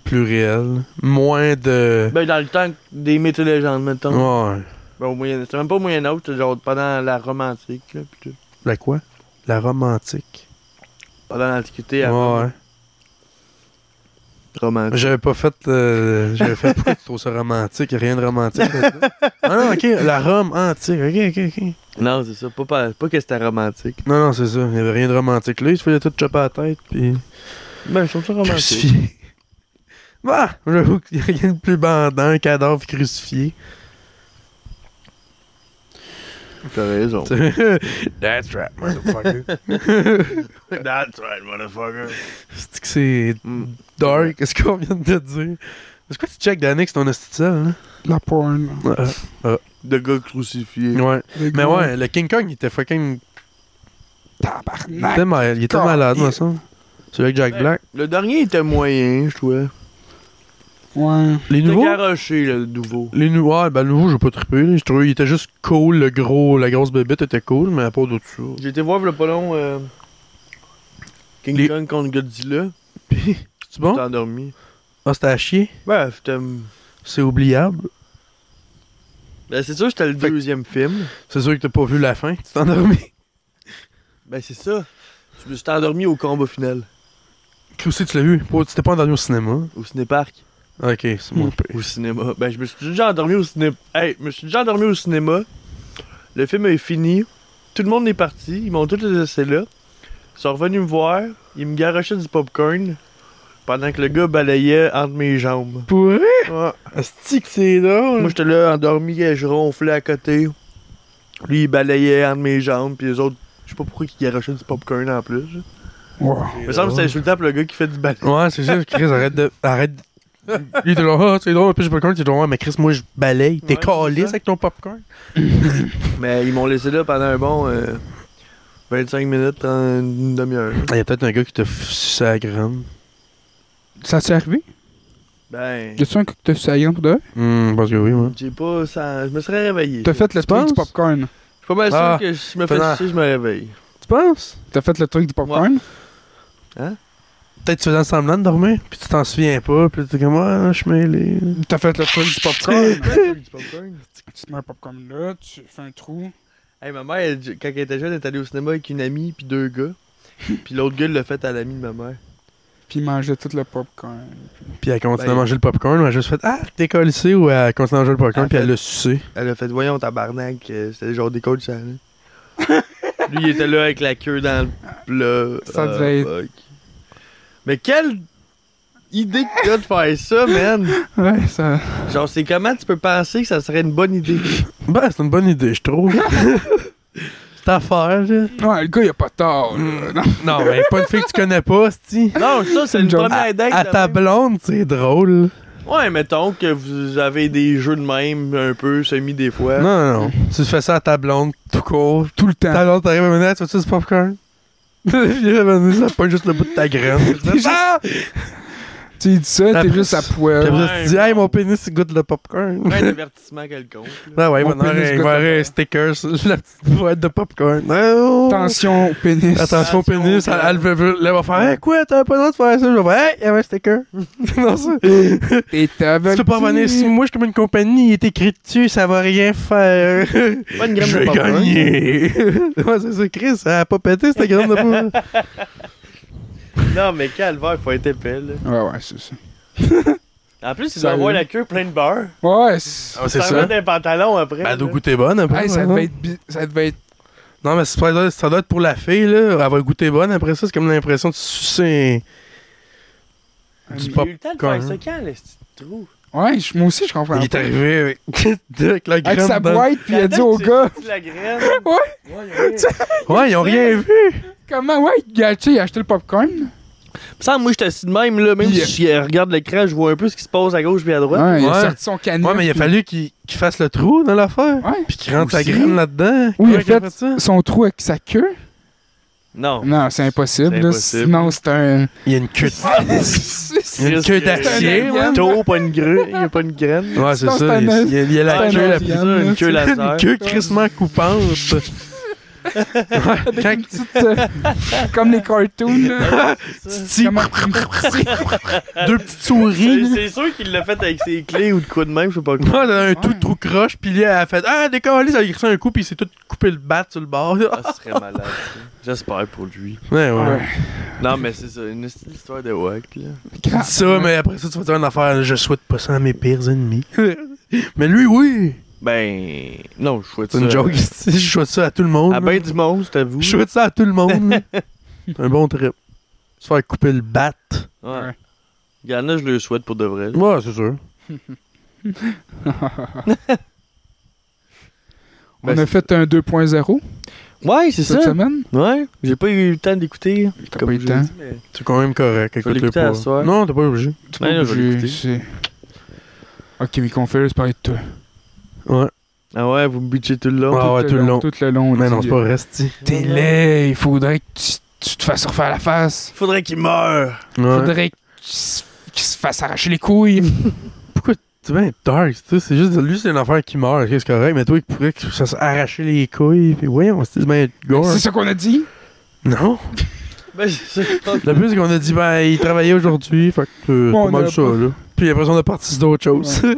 Speaker 3: plus réel. Moins de.
Speaker 2: Ben, dans le temps des mythes et légendes, mettons.
Speaker 3: Ouais.
Speaker 2: Ben, au moyen... C'était même pas au Moyen-Âge, c'était genre pendant la romantique, là, pis tout.
Speaker 3: La quoi La romantique.
Speaker 2: Pendant l'Antiquité,
Speaker 3: Ouais,
Speaker 2: avant
Speaker 3: ouais.
Speaker 2: romantique.
Speaker 3: J'avais pas fait. euh, J'avais fait. Pourquoi tu trouves ça romantique Rien de romantique là-dedans. Ah non, ok, la Rome antique. Ok, ok, ok.
Speaker 2: Non, c'est ça, pas, pas, pas que c'était romantique.
Speaker 3: Non, non, c'est ça. Il y avait rien de romantique. Là, il se faisait tout choper à la tête, puis.
Speaker 2: Ben, je trouve ça romantique.
Speaker 3: Crucifié. Bah, j'avoue qu'il y a rien de plus bandant qu'un cadavre crucifié.
Speaker 2: T'as raison.
Speaker 3: That's right, motherfucker.
Speaker 2: That's right, motherfucker.
Speaker 3: C'est que c'est
Speaker 2: Mm.
Speaker 3: dark, est-ce qu'on vient de dire? Est-ce que tu check Danny que c'est ton hostile,
Speaker 1: La porn.
Speaker 3: là?
Speaker 2: De gars crucifié.
Speaker 3: Ouais.
Speaker 1: Les
Speaker 3: Mais
Speaker 1: gros
Speaker 3: ouais, le King Kong, il était fucking. Il
Speaker 1: Tabarnak.
Speaker 3: était, mal- il était
Speaker 1: D'accord.
Speaker 3: malade, me semble. Celui avec Jack
Speaker 2: Ouais.
Speaker 3: Black.
Speaker 2: Le dernier était moyen, je trouvais.
Speaker 1: Ouais.
Speaker 2: Il
Speaker 3: Les
Speaker 2: était
Speaker 3: nouveaux.
Speaker 2: garoché, là, le nouveau.
Speaker 3: Les nouveaux, ouais, ben, le nouveau, j'ai pas trippé. là. Je trouvais qu'il était juste cool, le gros, la grosse bébête était cool, mais à part d'autres choses.
Speaker 2: J'ai été voir le pas long euh, King
Speaker 3: Les-
Speaker 2: Kong contre Godzilla.
Speaker 3: Puis, c'est
Speaker 2: J'étais
Speaker 3: bon?
Speaker 2: endormi. Ben,
Speaker 3: Ah, c'était à chier.
Speaker 2: Ouais, c'était.
Speaker 3: C'est oubliable.
Speaker 2: Ben, c'est sûr, c'était le
Speaker 3: Fait que-
Speaker 2: deuxième film.
Speaker 3: C'est sûr que t'as pas vu la fin. Tu t'es endormi.
Speaker 2: Ben, c'est ça. Je me suis endormi au combat final.
Speaker 3: Aussi, tu l'as vu? Pas- Tu t'es pas endormi au cinéma?
Speaker 2: Au cinéparc.
Speaker 3: Ok, c'est moins pire.
Speaker 2: Au cinéma. Ben, je me suis déjà endormi au cinéma. Hey, je me suis déjà endormi au cinéma. Le film est fini. Tout le monde est parti. Ils m'ont tous laissé là. Ils sont revenus me voir. Ils me garochaient du popcorn. Pendant que le gars balayait entre mes jambes.
Speaker 3: Pour vrai?
Speaker 2: Ouais.
Speaker 3: Asti que c'est drôle.
Speaker 2: Moi, j'étais là, endormi, et je ronflais à côté. Lui, il balayait entre mes jambes, puis les autres, je sais pas pourquoi ils garochaient du popcorn en plus.
Speaker 1: Wow.
Speaker 2: Il me semble que c'est insultant pour le gars qui fait du balai.
Speaker 3: Ouais, c'est ça, Chris, arrête de. Arrête. de- Lui, t'es là, ah, c'est drôle, puis j'ai popcorn, t'es là, ouais, mais Chris, moi, je balaye. T'es
Speaker 2: Ouais,
Speaker 3: calé
Speaker 2: c'est ça.
Speaker 3: avec ton popcorn.
Speaker 2: Mais ils m'ont laissé là pendant un bon euh, 25 minutes, 30, une demi-heure.
Speaker 3: Il y a peut-être un gars qui t'a f- sucé la graine.
Speaker 1: Ça t'est arrivé?
Speaker 2: Ben,
Speaker 1: Y a-tu un coup que t'as sucé la graine pour de vrai?
Speaker 3: Hum, parce que oui, moi.
Speaker 2: j'ai pas. ça- je me serais réveillé.
Speaker 1: T'as
Speaker 2: Je
Speaker 1: fait le truc du
Speaker 3: penses?
Speaker 1: popcorn.
Speaker 2: suis pas mal sûr
Speaker 3: Ah,
Speaker 2: que je me fais
Speaker 3: faisant-
Speaker 2: sucer, je me réveille.
Speaker 3: Tu penses?
Speaker 1: T'as fait le truc du popcorn?
Speaker 3: Peut-être que tu faisais semblant de dormir, puis tu t'en souviens pas, puis t'es comme, ah, je suis mêlé.
Speaker 1: T'as fait le truc du popcorn.
Speaker 2: du popcorn?
Speaker 1: tu te mets un popcorn là, tu fais un trou.
Speaker 2: Hey, ma mère, elle- quand elle était jeune, elle est allée au cinéma avec une amie, puis deux gars. Puis l'autre gars, il l'a fait à l'ami de ma mère.
Speaker 1: Puis manger tout le popcorn.
Speaker 3: Puis elle continue
Speaker 2: Ben,
Speaker 3: à manger le popcorn, ou elle a juste fait, ah, t'es collé ici, ou elle continue à manger le popcorn,
Speaker 2: Elle
Speaker 3: puis elle
Speaker 2: fait-
Speaker 3: l'a sucé.
Speaker 2: Elle a fait voyons tabarnak, euh, c'était genre des coachs ça. là. Lui il était là avec la queue dans le plat.
Speaker 1: Ça
Speaker 2: Ah,
Speaker 1: devait être-
Speaker 2: fuck. Mais quelle idée que t'as de faire ça, man!
Speaker 1: Ouais, ça.
Speaker 2: Genre c'est comment tu peux penser que ça serait une bonne idée?
Speaker 3: Ben, c'est une bonne idée, je trouve. Cette affaire, là.
Speaker 1: Ouais, le gars, il a pas tort. là. Non.
Speaker 3: Non, mais pas une fille que tu connais pas, Sti.
Speaker 2: Non, ça c'est une
Speaker 1: Joke.
Speaker 2: première idée.
Speaker 3: À ta blonde, c'est drôle.
Speaker 2: Ouais, mettons que vous avez des jeux de même un peu semi des fois.
Speaker 3: Non, non, non. Euh, Tu fais ça à ta blonde, tout court.
Speaker 1: Tout le temps.
Speaker 3: Ta blonde t'arrive à mener, tu veux-tu du popcorn? Viens mener, ça pas juste le bout de ta graine.
Speaker 1: T'es juste-
Speaker 3: Ah!
Speaker 1: Tu dis ça, t'es
Speaker 3: Après-
Speaker 1: juste à
Speaker 3: Puis
Speaker 1: poil.
Speaker 3: après, ça, tu dis, hey, mon pénis, il goûte le popcorn.
Speaker 2: Un avertissement quelconque. là.
Speaker 3: Ah ouais,
Speaker 1: Mon
Speaker 3: mon
Speaker 1: pénis
Speaker 3: il
Speaker 1: goûte
Speaker 3: va
Speaker 1: le
Speaker 3: avoir un sticker sur la petite boîte de popcorn. Non!
Speaker 1: Attention au pénis.
Speaker 3: Attention au pénis, elle, elle, veut- elle va faire hey, quoi, t'avais pas le droit de faire ça? Je vais faire Hey, il y avait un sticker. non, ça. tu
Speaker 1: Et t'avais.
Speaker 3: peux pas revenir. Si moi, je suis comme une compagnie, il est écrit dessus, ça va rien faire.
Speaker 2: Pas une graine
Speaker 3: Je
Speaker 2: de
Speaker 3: vais
Speaker 2: popcorn.
Speaker 3: gagner. ouais, c'est ça, Chris. Elle a pas pété cette graine de popcorn.
Speaker 2: Non, mais calvaire, faut être épais, là.
Speaker 1: Ouais, ouais, c'est ça.
Speaker 2: En plus, il
Speaker 1: Ça
Speaker 2: doit avoir
Speaker 1: va.
Speaker 2: la queue pleine de beurre.
Speaker 1: Ouais, c'est.
Speaker 3: Ah, c'est
Speaker 2: Ça remet dans les pantalons après.
Speaker 3: Ben,
Speaker 2: là.
Speaker 3: d'où goûter bonne après.
Speaker 1: Hey, ça
Speaker 3: ouais, non?
Speaker 1: devait être. bi- Ça devait être.
Speaker 3: Non, mais c'est pas- ça doit être pour la fille, là. Elle va goûter bonne après ça. C'est comme l'impression de sucer.
Speaker 1: un
Speaker 3: Du
Speaker 1: mi-
Speaker 2: Il a eu le temps de faire
Speaker 3: popcorn.
Speaker 2: ça quand, le petit trou?
Speaker 1: Ouais, je- moi aussi, je comprends.
Speaker 3: Il est
Speaker 1: pas.
Speaker 3: arrivé avec, avec la graine.
Speaker 1: Avec sa
Speaker 3: dans-
Speaker 1: boîte, puis il a
Speaker 2: Pendant
Speaker 1: dit au
Speaker 2: que
Speaker 1: gars.
Speaker 2: j'ai sorti la graine.
Speaker 1: Ouais.
Speaker 2: Ouais,
Speaker 3: Ouais, ils ont rien vu.
Speaker 1: Comment, ouais, il a tu sais, il a acheté le popcorn.
Speaker 2: Sans moi, j'étais assis de même, là. Même
Speaker 1: Puis,
Speaker 2: si je regarde l'écran, je vois un peu ce qui se passe à gauche puis à droite.
Speaker 1: Ouais, il a
Speaker 3: Ouais.
Speaker 1: sorti son canon.
Speaker 3: Ouais, mais il a fallu qu'il qu'il fasse le trou dans l'affaire.
Speaker 1: Ouais.
Speaker 3: Puis qu'il rentre sa
Speaker 1: Aussi.
Speaker 3: graine là-dedans.
Speaker 1: Oui, il a
Speaker 3: Comment
Speaker 1: fait-
Speaker 3: qu'il ça?
Speaker 1: Son trou avec sa queue.
Speaker 2: Non.
Speaker 1: Non, c'est impossible.
Speaker 2: C'est
Speaker 1: là,
Speaker 2: impossible.
Speaker 1: Sinon, c'est un.
Speaker 3: Il y a une queue de... Il y a une
Speaker 2: Chris,
Speaker 3: queue
Speaker 2: c'est-
Speaker 1: c'est
Speaker 3: d'acier,
Speaker 1: un
Speaker 3: ouais.
Speaker 1: alien.
Speaker 2: Tôt, pas une grue. Il n'y a pas une graine.
Speaker 3: Ouais, c'est
Speaker 1: Non, c'est
Speaker 3: ça.
Speaker 1: un
Speaker 3: Il,
Speaker 1: os.
Speaker 3: il y a- il y a
Speaker 2: Ah,
Speaker 3: la
Speaker 2: non,
Speaker 3: queue la
Speaker 2: c'est
Speaker 1: plus-
Speaker 2: ça, une queue laser.
Speaker 3: Une queue crissement coupante. Ouais, quand
Speaker 1: Une petite, euh, comme les cartoons, là.
Speaker 3: petit-
Speaker 1: Comment- une petite-
Speaker 3: deux petites
Speaker 2: C'est
Speaker 3: souris.
Speaker 2: c'est sûr qu'il l'a fait avec ses clés ou de quoi de même, je sais pas quoi.
Speaker 3: Moi, elle a un tout
Speaker 1: Ouais.
Speaker 3: trou croche, puis elle a fait Ah, décollé, ça a écrit un coup, puis il s'est tout coupé le bat sur le bord.
Speaker 2: Ah, ce serait malade, ça. J'espère pour lui.
Speaker 3: Ouais, ouais.
Speaker 1: Ouais.
Speaker 2: Non, mais c'est ça, une histoire de wack, là.
Speaker 3: Dis ça, mais après ça, tu vas dire une affaire Je souhaite pas ça à mes pires ennemis. mais lui, oui.
Speaker 2: Ben. Non, je souhaite
Speaker 3: C'est
Speaker 2: ça.
Speaker 3: une joke. Je souhaite ça à tout le monde.
Speaker 2: À
Speaker 3: là.
Speaker 2: ben du monde, c'est à vous.
Speaker 3: Je souhaite ça à tout le monde. là. C'est un bon trip. Se faire couper le bat.
Speaker 2: Ouais.
Speaker 1: Ouais.
Speaker 2: Il y en a, je le souhaite pour de vrai. là.
Speaker 3: Ouais, c'est sûr.
Speaker 1: On
Speaker 3: Ben,
Speaker 1: a fait un 2.0
Speaker 2: Ouais, c'est
Speaker 1: cette
Speaker 2: ça.
Speaker 1: semaine.
Speaker 2: Ouais, j'ai pas eu le temps d'écouter.
Speaker 1: T'as
Speaker 2: comme
Speaker 1: pas eu le
Speaker 2: je l'ai
Speaker 1: temps.
Speaker 2: dit, mais-
Speaker 3: C'est quand même correct.
Speaker 2: vais
Speaker 3: Écoute-le
Speaker 2: l'écouter à
Speaker 3: pas.
Speaker 2: soir.
Speaker 3: Non, t'es pas obligé.
Speaker 1: Tu
Speaker 2: Ouais, je vais l'écouter.
Speaker 1: Ok, mais qu'on fait là, c'est parler de toi.
Speaker 3: Ouais.
Speaker 2: Ah ouais, vous me bitchez tout le long.
Speaker 3: Ah ouais, tout le long.
Speaker 1: Tout le long. on
Speaker 3: Mais non,
Speaker 1: dit,
Speaker 3: c'est pas vrai, c'ti.
Speaker 1: Oh, T'es laid, il faudrait que tu, tu te fasses refaire la face.
Speaker 2: Faudrait qu'il meure.
Speaker 3: Ouais.
Speaker 1: Faudrait qu'il se, qu'il se fasse arracher les couilles.
Speaker 3: C'est bien dark, tu sais, c'est juste lui c'est une affaire qui meurt, ok, c'est correct, mais toi il pourrait que ça s'arracher les couilles, puis voyons, c'est bien gore.
Speaker 1: C'est ça qu'on a dit.
Speaker 3: Non.
Speaker 2: Ben, c'est ça.
Speaker 3: Le plus c'est qu'on a dit ben il travaillait aujourd'hui, fait que euh,
Speaker 1: Bon,
Speaker 3: pas
Speaker 1: on a
Speaker 3: mal ça
Speaker 1: pas-
Speaker 3: là. Puis après on a parti sur d'autres choses. Ouais,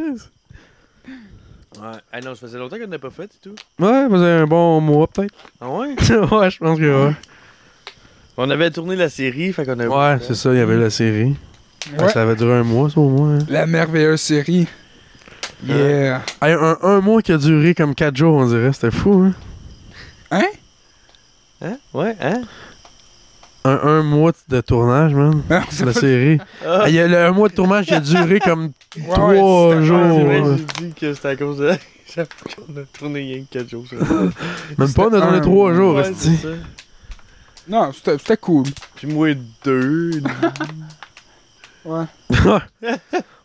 Speaker 2: Ouais. Ah non, ça faisait longtemps qu'on n'a pas fait et tout.
Speaker 3: faisait un bon mois peut-être.
Speaker 2: Ah ouais?
Speaker 3: ouais, je pense que ouais.
Speaker 2: On avait tourné la série, fait qu'on a.
Speaker 3: Ouais, c'est ça, il y avait la série.
Speaker 1: Ouais.
Speaker 3: Ça avait duré un mois, ça, au moins. hein.
Speaker 1: La merveilleuse série. Yeah.
Speaker 3: Hey, un, un mois qui a duré comme 4 jours, on dirait. C'était fou, hein?
Speaker 1: Hein?
Speaker 2: Hein? Ouais, hein?
Speaker 3: Un, un mois de tournage, man.
Speaker 1: Ah,
Speaker 3: C'est la série.
Speaker 2: Ah,
Speaker 3: Hey, il y a le- un mois de tournage qui a duré comme
Speaker 1: ouais,
Speaker 3: 3
Speaker 1: c'était-
Speaker 2: c'est
Speaker 3: jours.
Speaker 2: vrai,
Speaker 3: là.
Speaker 2: j'ai dit que c'était à cause de. On a tourné rien que 4 jours. ça.
Speaker 3: Même pas, on a
Speaker 1: C'était
Speaker 3: tourné
Speaker 1: un
Speaker 3: 3 jours,
Speaker 2: Ouais,
Speaker 3: esti.
Speaker 2: c'est ça.
Speaker 1: Non, c'était c'était cool.
Speaker 2: Puis moi, deux.
Speaker 1: Ouais.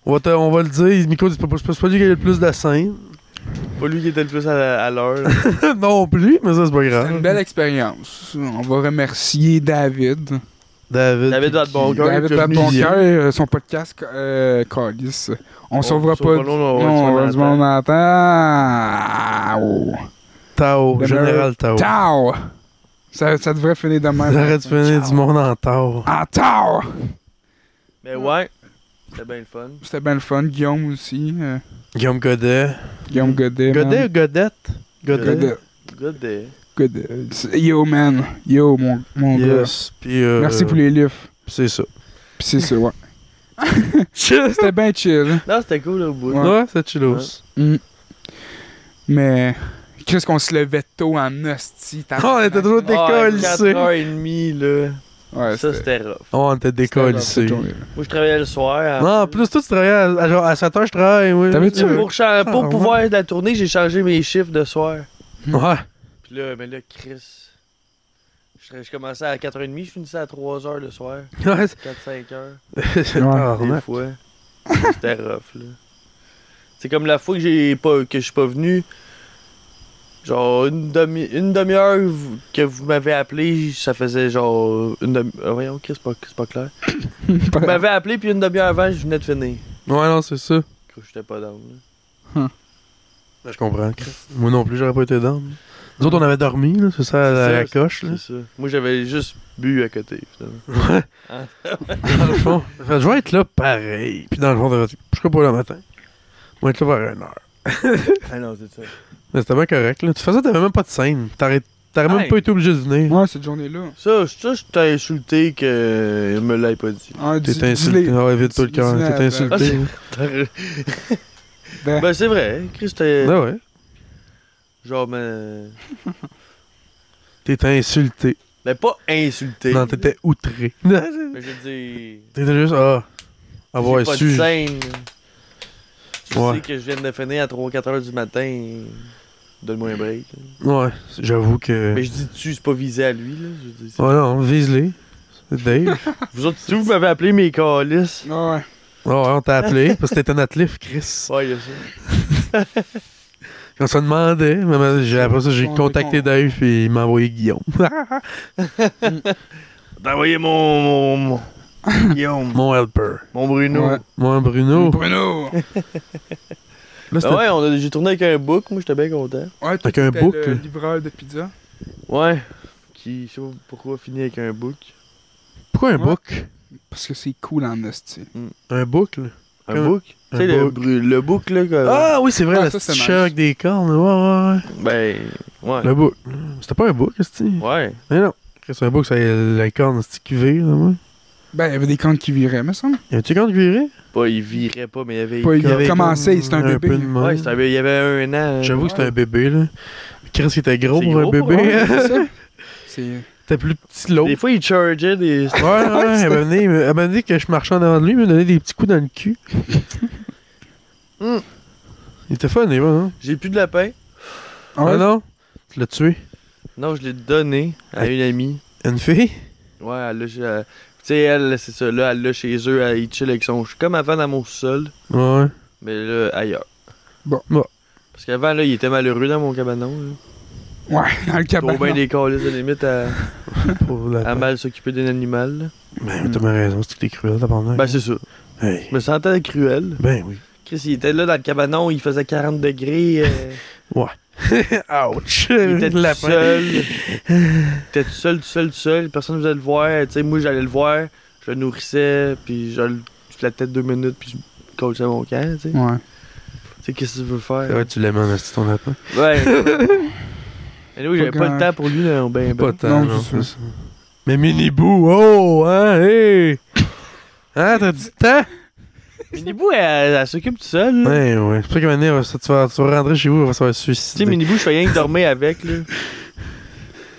Speaker 3: On va, te- on va le dire, Miko, c'est pas, c'est pas- c'est pas lui qui a eu le plus de la scène.
Speaker 2: pas lui qui était le plus à, la- à l'heure.
Speaker 3: non plus, mais ça, c'est pas
Speaker 1: C'est une
Speaker 3: grave.
Speaker 1: belle expérience. On va remercier David.
Speaker 3: David.
Speaker 2: David Vadeboncoeur.
Speaker 1: David
Speaker 3: qui est venu
Speaker 1: Badboncoeur,
Speaker 3: hier.
Speaker 1: euh, son podcast euh, Callis. Oh, On sauvera pas
Speaker 2: Non,
Speaker 1: du-
Speaker 2: on
Speaker 1: Non,
Speaker 2: va
Speaker 1: du
Speaker 2: se voir
Speaker 1: monde
Speaker 2: dans
Speaker 1: en temps. Wow.
Speaker 3: Tao,
Speaker 1: Demeure-
Speaker 3: général Tao.
Speaker 1: Tao! Ça, Oh. ça devrait finir de même.
Speaker 3: Arrête de finir
Speaker 1: Ciao.
Speaker 3: du monde en Tao.
Speaker 1: Ah, Tao!
Speaker 2: Mais ouais, c'était bien le fun.
Speaker 1: C'était bien le fun. Guillaume aussi. euh,
Speaker 3: Guillaume Godet.
Speaker 1: Guillaume Mm. Godet. man.
Speaker 3: Godet ou Godette?
Speaker 1: Godet.
Speaker 2: Godet.
Speaker 1: Godet. C'est- Yo, man. Yo, mon, mon
Speaker 3: Yes. Puis,
Speaker 1: gars.
Speaker 3: euh,
Speaker 1: Merci pour les livres.
Speaker 3: C'est ça.
Speaker 1: Pis c'est ça, ouais. C'était bien chill.
Speaker 2: Non, c'était cool là, au bout.
Speaker 1: Ouais.
Speaker 3: Ouais, c'est chillos.
Speaker 1: Mm. Mais. Qu'est-ce qu'on se levait tôt en hostie. t'as-
Speaker 3: Oh, on était trop
Speaker 2: Ah,
Speaker 3: décollés.
Speaker 2: quatre heures et demie, là.
Speaker 1: Ah, Ouais,
Speaker 2: ça, c'était rough.
Speaker 3: Oh, on était décollés.
Speaker 1: c'était-
Speaker 2: Moi, je travaillais le soir.
Speaker 3: Non, en plus, toi, tu travaillais à, à genre, à 7 heures, je travaille. Oui.
Speaker 1: T'avais-tu-
Speaker 2: Pour, cha- pour
Speaker 3: Ah,
Speaker 2: pouvoir être la tournée, j'ai changé mes chiffres de soir.
Speaker 3: Ouais.
Speaker 2: Puis là, mais là, Chris. Je, je commençais à 4h30, je finissais à 3h le soir.
Speaker 3: Ouais.
Speaker 2: 4-5h.
Speaker 3: c'est-
Speaker 1: Ouais.
Speaker 2: Des
Speaker 3: Tabarnak.
Speaker 2: fois. C'était rough, là. C'est comme la fois que j'ai pas que je suis pas venu. Genre une demi une demi-heure vous- que vous m'avez appelé, ça faisait genre une demi ah, voyons, Chris, c'est pas, c'est pas clair. Vous m'avez appelé puis une demi-heure avant, je venais de finir.
Speaker 3: Ouais, non, c'est ça.
Speaker 2: Gros, J'étais pas down. là.
Speaker 3: Là, je comprends. Moi non plus, j'aurais pas été dedans. Nous autres, on avait dormi, là, c'est ça, à la,
Speaker 2: C'est ça,
Speaker 3: la coche, là.
Speaker 2: C'est ça. Moi j'avais juste bu à côté finalement.
Speaker 3: Ouais. dans le fond. Fait que Je vais être là pareil. Puis dans le fond, je serai pas là le matin. Je vais être là vers une heure.
Speaker 2: Ah non, c'est ça.
Speaker 3: Mais c'était bien correct, là. De toute façon, t'avais même pas de scène. T'aurais t'aurais même
Speaker 2: Hey.
Speaker 3: pas été obligé de venir.
Speaker 1: Ouais, cette journée-là.
Speaker 2: Ça, ça je t'ai insulté que il me l'ait pas dit.
Speaker 1: Ah, dis-
Speaker 3: T'es
Speaker 1: dis-les.
Speaker 3: insulté. Ouais, vite tout le cœur.
Speaker 1: Dis-le
Speaker 3: T'es
Speaker 1: après.
Speaker 2: Ah,
Speaker 3: insulté.
Speaker 1: Ben,
Speaker 2: ben c'est vrai, Chris t'es
Speaker 3: Ah Ouais, ouais.
Speaker 2: genre ben, mais
Speaker 3: T'es insulté.
Speaker 2: mais pas insulté.
Speaker 3: Non, t'étais outré.
Speaker 2: Mais je veux dire.
Speaker 3: T'étais juste, ah,
Speaker 2: j'ai
Speaker 3: avoir
Speaker 2: pas
Speaker 3: su.
Speaker 2: de scène. Tu
Speaker 3: Ouais.
Speaker 2: sais que je viens de finir à 3-4 heures du matin. Donne-moi un break.
Speaker 3: Ouais, j'avoue que. Ah
Speaker 2: Mais je dis tu, c'est pas visé à lui. Là. Je dis,
Speaker 3: Ouais, non, vise-les. C'est Dave.
Speaker 2: Vous autres, tu vous m'avez appelé mes calices.
Speaker 1: ouais.
Speaker 3: Ouais, Ah ouais, on t'a appelé parce que t'étais notre livre, Chris.
Speaker 2: Ouais, il y a ça.
Speaker 3: On se demandait. mais moi, j'ai- Après ça, j'ai
Speaker 1: On est
Speaker 3: contacté
Speaker 1: con.
Speaker 3: Dave et il m'a envoyé Guillaume.
Speaker 2: T'as envoyé mon. mon. mon, Guillaume,
Speaker 3: Mon helper.
Speaker 2: mon Bruno.
Speaker 1: Ouais.
Speaker 3: Moi, Bruno.
Speaker 1: Bruno!
Speaker 3: Là, c'était
Speaker 2: Ah ouais, on a- j'ai tourné avec un book, moi j'étais bien content.
Speaker 1: Ouais,
Speaker 3: Fait qu'un
Speaker 1: t'étais
Speaker 3: book,
Speaker 1: le
Speaker 3: là.
Speaker 1: livreur de pizza.
Speaker 2: Ouais. Qui, je sais pas pourquoi, finit avec un book.
Speaker 3: Pourquoi un
Speaker 1: Ouais.
Speaker 3: book
Speaker 1: Parce que c'est cool en hostie.
Speaker 3: Un book,
Speaker 2: Euh,
Speaker 3: là.
Speaker 2: Un
Speaker 3: Comme-
Speaker 2: book? Tu
Speaker 3: un
Speaker 2: sais, le,
Speaker 3: book.
Speaker 2: bru- le book là. que-
Speaker 3: Ah oui, c'est vrai,
Speaker 1: Ah,
Speaker 3: la
Speaker 1: ça, c'est
Speaker 3: petite
Speaker 1: nice.
Speaker 3: chat avec des cornes. Ouais, ouais, ouais.
Speaker 2: Ben. Ouais.
Speaker 3: Le book. C'était pas un book, cest
Speaker 2: Ouais.
Speaker 3: Mais non. Chris, un book, ça la corne, c'est cuvée, là, moi.
Speaker 1: Ben, il y avait des comptes qui viraient, me semble.
Speaker 3: Y avait-tu corne cuvée
Speaker 2: Pas, il virait pas, mais il avait.
Speaker 1: Pas- Il
Speaker 3: Y
Speaker 1: a
Speaker 3: avait
Speaker 1: commencé,
Speaker 3: comme
Speaker 1: c'était un bébé.
Speaker 3: peu de
Speaker 2: Ouais,
Speaker 3: monde.
Speaker 2: c'était un bé- il y avait un an. hein.
Speaker 3: J'avoue que c'était
Speaker 1: Ouais.
Speaker 3: un bébé, là. Chris, il était gros
Speaker 2: C'est
Speaker 3: pour un
Speaker 2: gros pour
Speaker 3: bébé.
Speaker 1: Ouais, c'est ça. C'est.
Speaker 3: T'es plus petit que l'autre.
Speaker 2: Des fois, il chargeait des.
Speaker 3: Ouais, ouais, elle m'a donné, elle m'a dit que je marchais en avant de lui, il m'a donné des petits coups dans le cul.
Speaker 2: Hmm.
Speaker 3: Il était fun, il va, hein?
Speaker 2: J'ai plus de lapin.
Speaker 1: Ah
Speaker 3: Ah
Speaker 1: ouais?
Speaker 3: non? Tu l'as tué?
Speaker 2: Non, je l'ai donné à une amie.
Speaker 3: Une fille?
Speaker 2: Ouais, elle l'a. chez- elle- Tu sais, elle, c'est ça. Là, elle l'a chez eux, elle il chill avec son. Je suis comme avant dans mon sol,
Speaker 3: Ouais.
Speaker 2: mais là, ailleurs.
Speaker 1: Bon.
Speaker 3: Bon.
Speaker 2: Parce qu'avant, là, il était malheureux dans mon cabanon. là.
Speaker 1: Ouais, dans le
Speaker 2: Trop bien
Speaker 1: cabanon.
Speaker 2: des calices de limite à,
Speaker 3: Pour la...
Speaker 2: à mal s'occuper d'un animal. là.
Speaker 3: Ben, t'as bien raison, c'est que t'es cruel, t'as pas
Speaker 2: Ben, c'est ça.
Speaker 3: hey.
Speaker 2: Je me sentais cruel.
Speaker 3: Ben oui.
Speaker 2: Chris, il était là dans le cabanon, il faisait 40 degrés. euh,
Speaker 3: Ouch!
Speaker 2: Il était
Speaker 3: Le
Speaker 2: tout
Speaker 3: lapin.
Speaker 2: seul. Il était tout seul, tout seul, tout seul. Personne ne voulait le voir. Tu sais, moi, j'allais le voir. Je le nourrissais, puis je le flattais deux minutes, puis je coachais mon camp. Tu sais,
Speaker 1: Ouais.
Speaker 2: Tu sais, qu'est-ce que tu veux faire?
Speaker 3: Ouais, tu l'aimes en esti, ton lapin.
Speaker 2: Ouais. Mais oui, j'avais
Speaker 1: Pas
Speaker 2: pas le
Speaker 1: grand-
Speaker 2: temps pour lui, là, ben,
Speaker 3: Pas
Speaker 2: ben.
Speaker 1: non,
Speaker 3: tant, non,
Speaker 1: c'est
Speaker 3: c'est ça. Mais Minibou, oh, hein, hey! Hein, t'as du temps?
Speaker 2: Minibou, elle, elle s'occupe toute seule. là.
Speaker 3: Ouais, ouais. C'est pour ça qu'à un moment donné, elle va se- tu vas, tu vas rentrer chez vous, elle va se faire
Speaker 2: Tu sais,
Speaker 3: suicider.
Speaker 2: Minibou, je fais rien que dormir avec, là.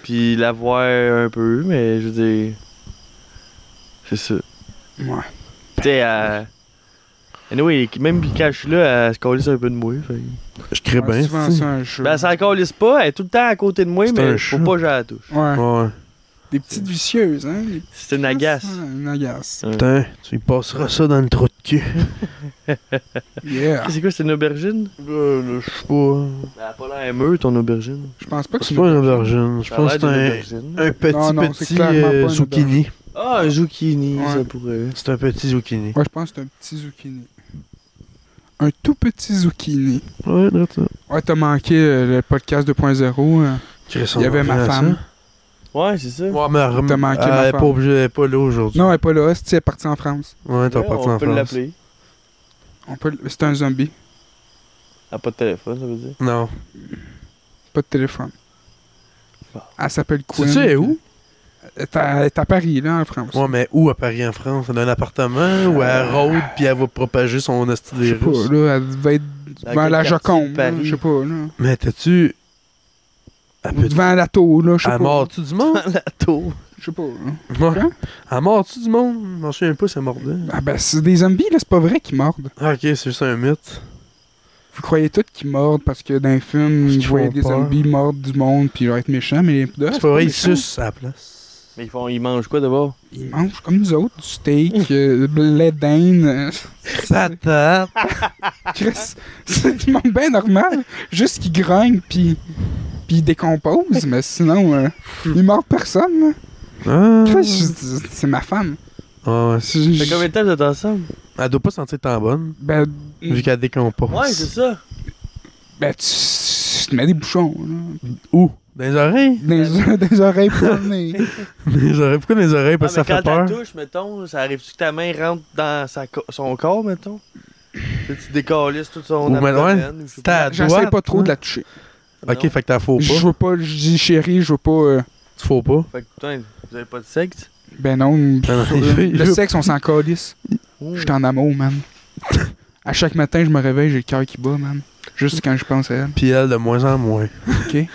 Speaker 2: Puis la voir un peu, mais je veux dire. C'est ça.
Speaker 1: Ouais.
Speaker 2: Tu sais, elle. Anyway, même quand je suis là, elle se calisse un peu de moi. Fait. que-
Speaker 3: Je crée
Speaker 1: Ouais,
Speaker 3: bien,
Speaker 1: Ah, souvent
Speaker 3: c'est-
Speaker 1: ça, un chat.
Speaker 2: Ben, elle s'en calisse pas, elle est tout le temps à côté de moi,
Speaker 3: C'est un
Speaker 2: mais
Speaker 3: chat.
Speaker 2: faut pas que je la touche.
Speaker 1: Ouais.
Speaker 3: Ouais.
Speaker 1: Des petites vicieuses, hein? des
Speaker 2: Ah, C'est une agace.
Speaker 1: Ouais, une agace.
Speaker 3: Putain, tu y passeras ça dans le trou de cul.
Speaker 1: Yeah.
Speaker 2: C'est quoi, c'est une aubergine? Ben,
Speaker 3: Euh, je sais pas.
Speaker 2: Elle a pas l'air émeu, ton aubergine.
Speaker 1: Je pense pas que
Speaker 3: C'est pas une aubergine. Je
Speaker 2: Ça a
Speaker 3: pense que
Speaker 2: l'air d'une
Speaker 3: c'est
Speaker 2: aubergine.
Speaker 3: un, un petit,
Speaker 1: Non, non, c'est
Speaker 3: petit
Speaker 1: clairement pas
Speaker 3: euh,
Speaker 1: une
Speaker 3: zucchini.
Speaker 2: Ah, un zucchini,
Speaker 1: Ouais.
Speaker 2: ça pourrait.
Speaker 3: C'est un petit zucchini.
Speaker 1: Ouais, je pense que c'est un petit zucchini. Un tout petit zucchini.
Speaker 3: Ouais, là, ça.
Speaker 1: Ouais, t'as manqué euh, le podcast 2.0. euh. Il y avait ma femme.
Speaker 2: Ouais, c'est ça.
Speaker 3: Ouais, mais elle,
Speaker 1: T'as manqué
Speaker 3: elle
Speaker 1: ma
Speaker 3: est
Speaker 1: femme.
Speaker 3: pas obligée, elle est pas là aujourd'hui.
Speaker 1: Non, elle est pas là. c'est- Elle est partie en France.
Speaker 3: Ouais, t'as
Speaker 2: Ouais,
Speaker 3: parti
Speaker 2: on
Speaker 3: en
Speaker 2: peut
Speaker 3: France.
Speaker 2: l'appeler.
Speaker 1: On peut... l- C'est un zombie.
Speaker 2: Elle a pas de téléphone, ça veut dire.
Speaker 3: Non.
Speaker 1: Pas de téléphone.
Speaker 2: Bah.
Speaker 1: Elle s'appelle Quinn.
Speaker 3: Sais-tu elle est où?
Speaker 1: Elle est à, elle est à Paris, là, en France.
Speaker 3: Ouais, mais où à Paris, en France? Elle a un appartement où
Speaker 2: Euh.
Speaker 3: elle rôde puis elle va propager son asti
Speaker 1: je sais
Speaker 3: virus.
Speaker 1: pas, là, elle devait être
Speaker 2: Dans
Speaker 1: devant
Speaker 2: quel
Speaker 1: la
Speaker 2: quartier de
Speaker 1: Joconde. là,
Speaker 2: Paris?
Speaker 1: Je sais pas, là.
Speaker 3: Mais t'as-tu. Elle
Speaker 1: Ou
Speaker 3: peut-
Speaker 1: devant la tour, là. Je sais
Speaker 3: Elle
Speaker 1: pas.
Speaker 3: mord-tu du monde?
Speaker 2: la tour.
Speaker 1: Je sais pas. là.
Speaker 3: Ouais.
Speaker 1: Hein?
Speaker 3: Elle mord-tu du monde? Je m'en souviens pas, ça mordait.
Speaker 1: Ah ben, c'est des zombies, là, c'est pas vrai qu'ils mordent.
Speaker 3: Ah, ok, c'est juste un mythe.
Speaker 1: Vous croyez tous qu'ils mordent parce que dans les films,
Speaker 3: Parce qu'ils
Speaker 1: ils voyaient
Speaker 3: font
Speaker 1: des
Speaker 3: peur.
Speaker 1: zombies mordre du monde puis ils vont être méchants, mais de-
Speaker 3: C'est pas vrai, il
Speaker 1: méchant.
Speaker 3: suce à la place.
Speaker 2: Mais ils font, ils mangent quoi d'abord?
Speaker 1: Ils mangent comme nous autres, du steak, euh, blé d'Inde. euh,
Speaker 3: Patate!
Speaker 1: Chris, c'est du monde bien normal. Juste qu'ils grognent puis puis ils décomposent, mais sinon, euh, ils mordent personne. là.
Speaker 3: Ah.
Speaker 1: Chris, c'est- c'est ma femme.
Speaker 3: Ah, ouais.
Speaker 1: Je-
Speaker 2: Fait combien de temps vous êtes ensemble?
Speaker 3: Elle doit pas sentir tant bonne,
Speaker 1: Ben,
Speaker 3: vu qu'elle décompose.
Speaker 2: Ouais, c'est ça.
Speaker 1: ben, tu, tu te mets des bouchons, là.
Speaker 3: Où? Dans les oreilles?
Speaker 1: Dans
Speaker 2: Ben,
Speaker 1: les- dans les oreilles pour le nez.
Speaker 3: Dans les oreilles. Pourquoi dans les oreilles? Parce que
Speaker 2: Ouais,
Speaker 3: Ben,
Speaker 2: Ah, mais
Speaker 3: ça fait
Speaker 2: quand
Speaker 3: peur.
Speaker 2: tu touches, mettons, ça arrive-tu que ta main rentre dans sa co- son corps, mettons? Tu sais, tu décalisses tout son
Speaker 3: Ou, mais
Speaker 2: abdomen. ou je sais
Speaker 3: C'était à
Speaker 1: J'essaie
Speaker 3: droite,
Speaker 1: pas trop
Speaker 3: hein?
Speaker 1: de la toucher.
Speaker 3: Ok,
Speaker 2: Non.
Speaker 3: fait que t'as faux
Speaker 1: Je
Speaker 3: pas.
Speaker 1: veux pas, je dis chérie, je veux pas. euh,
Speaker 3: Tu faux pas.
Speaker 2: Fait que putain, vous avez pas de sexe?
Speaker 1: Ben non.
Speaker 3: Ah non,
Speaker 1: sur-
Speaker 3: il fait-
Speaker 1: le
Speaker 3: il fait-
Speaker 1: sexe, on s'en calisse.
Speaker 2: Ouh.
Speaker 1: Je suis en amour, man. À chaque matin, je me réveille, j'ai le cœur qui bat, man. Juste quand je pense à elle.
Speaker 3: Puis elle, de moins en moins.
Speaker 1: OK?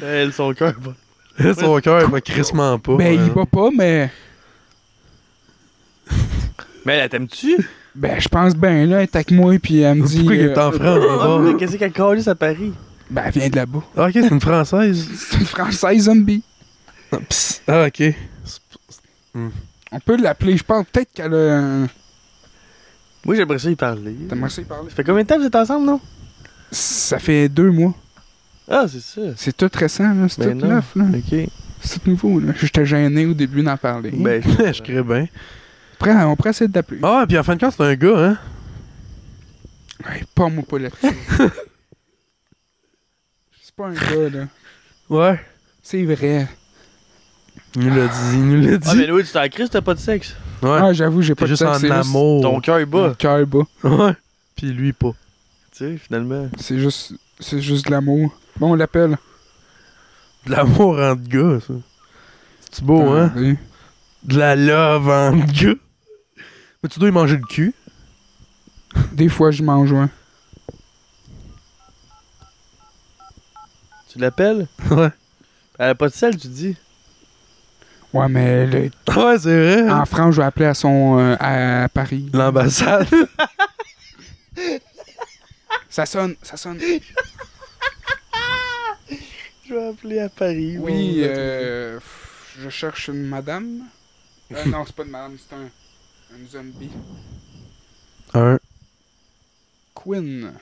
Speaker 2: Elle, son cœur, bah.
Speaker 3: Son cœur, il va crissement pas.
Speaker 1: ben, il
Speaker 3: hein.
Speaker 1: bat pas, mais.
Speaker 2: Mais elle, t'aimes-tu?
Speaker 1: Ben, je pense bien, là, elle est avec moi, puis elle me dit.
Speaker 3: Pourquoi il est
Speaker 1: euh,
Speaker 3: en France?
Speaker 2: Ah,
Speaker 3: il
Speaker 2: mais Qu'est-ce qu'elle calisse à Paris?
Speaker 1: Ben, elle vient de là-bas.
Speaker 3: va? Ok, c'est une française.
Speaker 1: C'est une Française zombie.
Speaker 3: Ah, pss. Ah, ok.
Speaker 1: On peut l'appeler, je pense. Peut-être qu'elle a. un-
Speaker 2: Moi, j'aimerais ça y parler.
Speaker 1: T'aimerais ça y parler?
Speaker 2: Ça fait combien de temps que vous êtes ensemble, non?
Speaker 1: Ça fait deux mois.
Speaker 2: Ah, c'est ça.
Speaker 1: C'est tout récent, là. C'est
Speaker 2: Ben
Speaker 1: tout
Speaker 2: non.
Speaker 1: neuf, là.
Speaker 2: Ok.
Speaker 1: C'est tout nouveau, là. J'étais gêné au début d'en parler.
Speaker 2: Ben,
Speaker 3: Je crée bien.
Speaker 1: Après, on pourrait essayer de l'appeler.
Speaker 3: Ah, puis en fin de compte, c'est un gars, hein?
Speaker 1: Ouais, pas moi, pas là C'est pas un gars, là.
Speaker 3: Ouais.
Speaker 1: C'est vrai.
Speaker 3: Il nous l'a dit, il nous l'a dit.
Speaker 2: Ah, mais Louis, tu t'en crises, t'as pas de sexe.
Speaker 3: Ouais.
Speaker 1: Ah, j'avoue, j'ai
Speaker 3: T'es
Speaker 1: pas de
Speaker 3: juste
Speaker 1: temps.
Speaker 3: en
Speaker 1: C'est juste
Speaker 3: amour.
Speaker 2: Ton cœur est bas,
Speaker 1: mon cœur bas.
Speaker 3: Ouais. Puis lui, pas.
Speaker 2: tu sais, finalement.
Speaker 1: C'est juste, c'est juste de l'amour. Bon, on l'appelle.
Speaker 3: De l'amour entre gars, ça. C'est beau, hein?
Speaker 1: Attendez.
Speaker 3: De la love entre gars. Mais tu dois y manger le cul.
Speaker 1: Des fois, je mange un.
Speaker 2: Tu l'appelles?
Speaker 3: Ouais.
Speaker 2: Elle a pas de sel, tu dis?
Speaker 1: Ouais, mais le-
Speaker 3: Ouais, c'est vrai. hein?
Speaker 1: en France, je vais appeler à son. euh, à Paris.
Speaker 3: L'ambassade.
Speaker 1: Ça sonne, ça sonne.
Speaker 2: Je vais appeler à Paris.
Speaker 3: Oh,
Speaker 1: Oui, euh, pff, je cherche une madame. Euh, non, c'est pas une madame, c'est un. un zombie.
Speaker 3: Un.
Speaker 1: Quinn.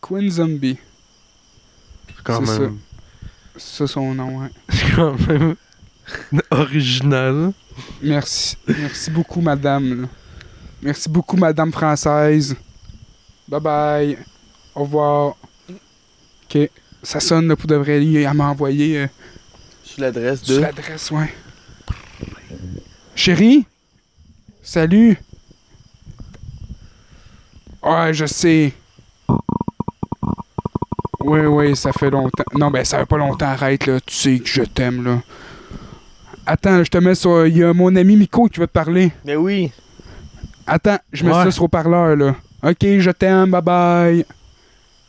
Speaker 1: Quinn Zombie.
Speaker 3: Quand
Speaker 1: C'est
Speaker 3: même.
Speaker 1: C'est son nom, hein.
Speaker 3: C'est quand même. Original.
Speaker 1: Merci. Merci beaucoup, madame. là. Merci beaucoup, madame française. Bye bye. Au revoir. Ok. Ça sonne, là, pour de vrai. Elle m'a envoyé euh,
Speaker 2: Sous l'adresse
Speaker 1: sur
Speaker 2: de.
Speaker 1: l'adresse, ouais. Chérie? Salut? Ouais, je sais. Oui, oui, ça fait longtemps. Non, ben, ça fait pas longtemps. Arrête, là. Tu sais que je t'aime, là. Attends, je te mets sur. Il y a mon ami Miko qui veut te parler.
Speaker 2: Mais oui.
Speaker 1: Attends, je mets
Speaker 3: Ouais.
Speaker 1: ça sur le parleur, là. Ok, je t'aime, bye bye.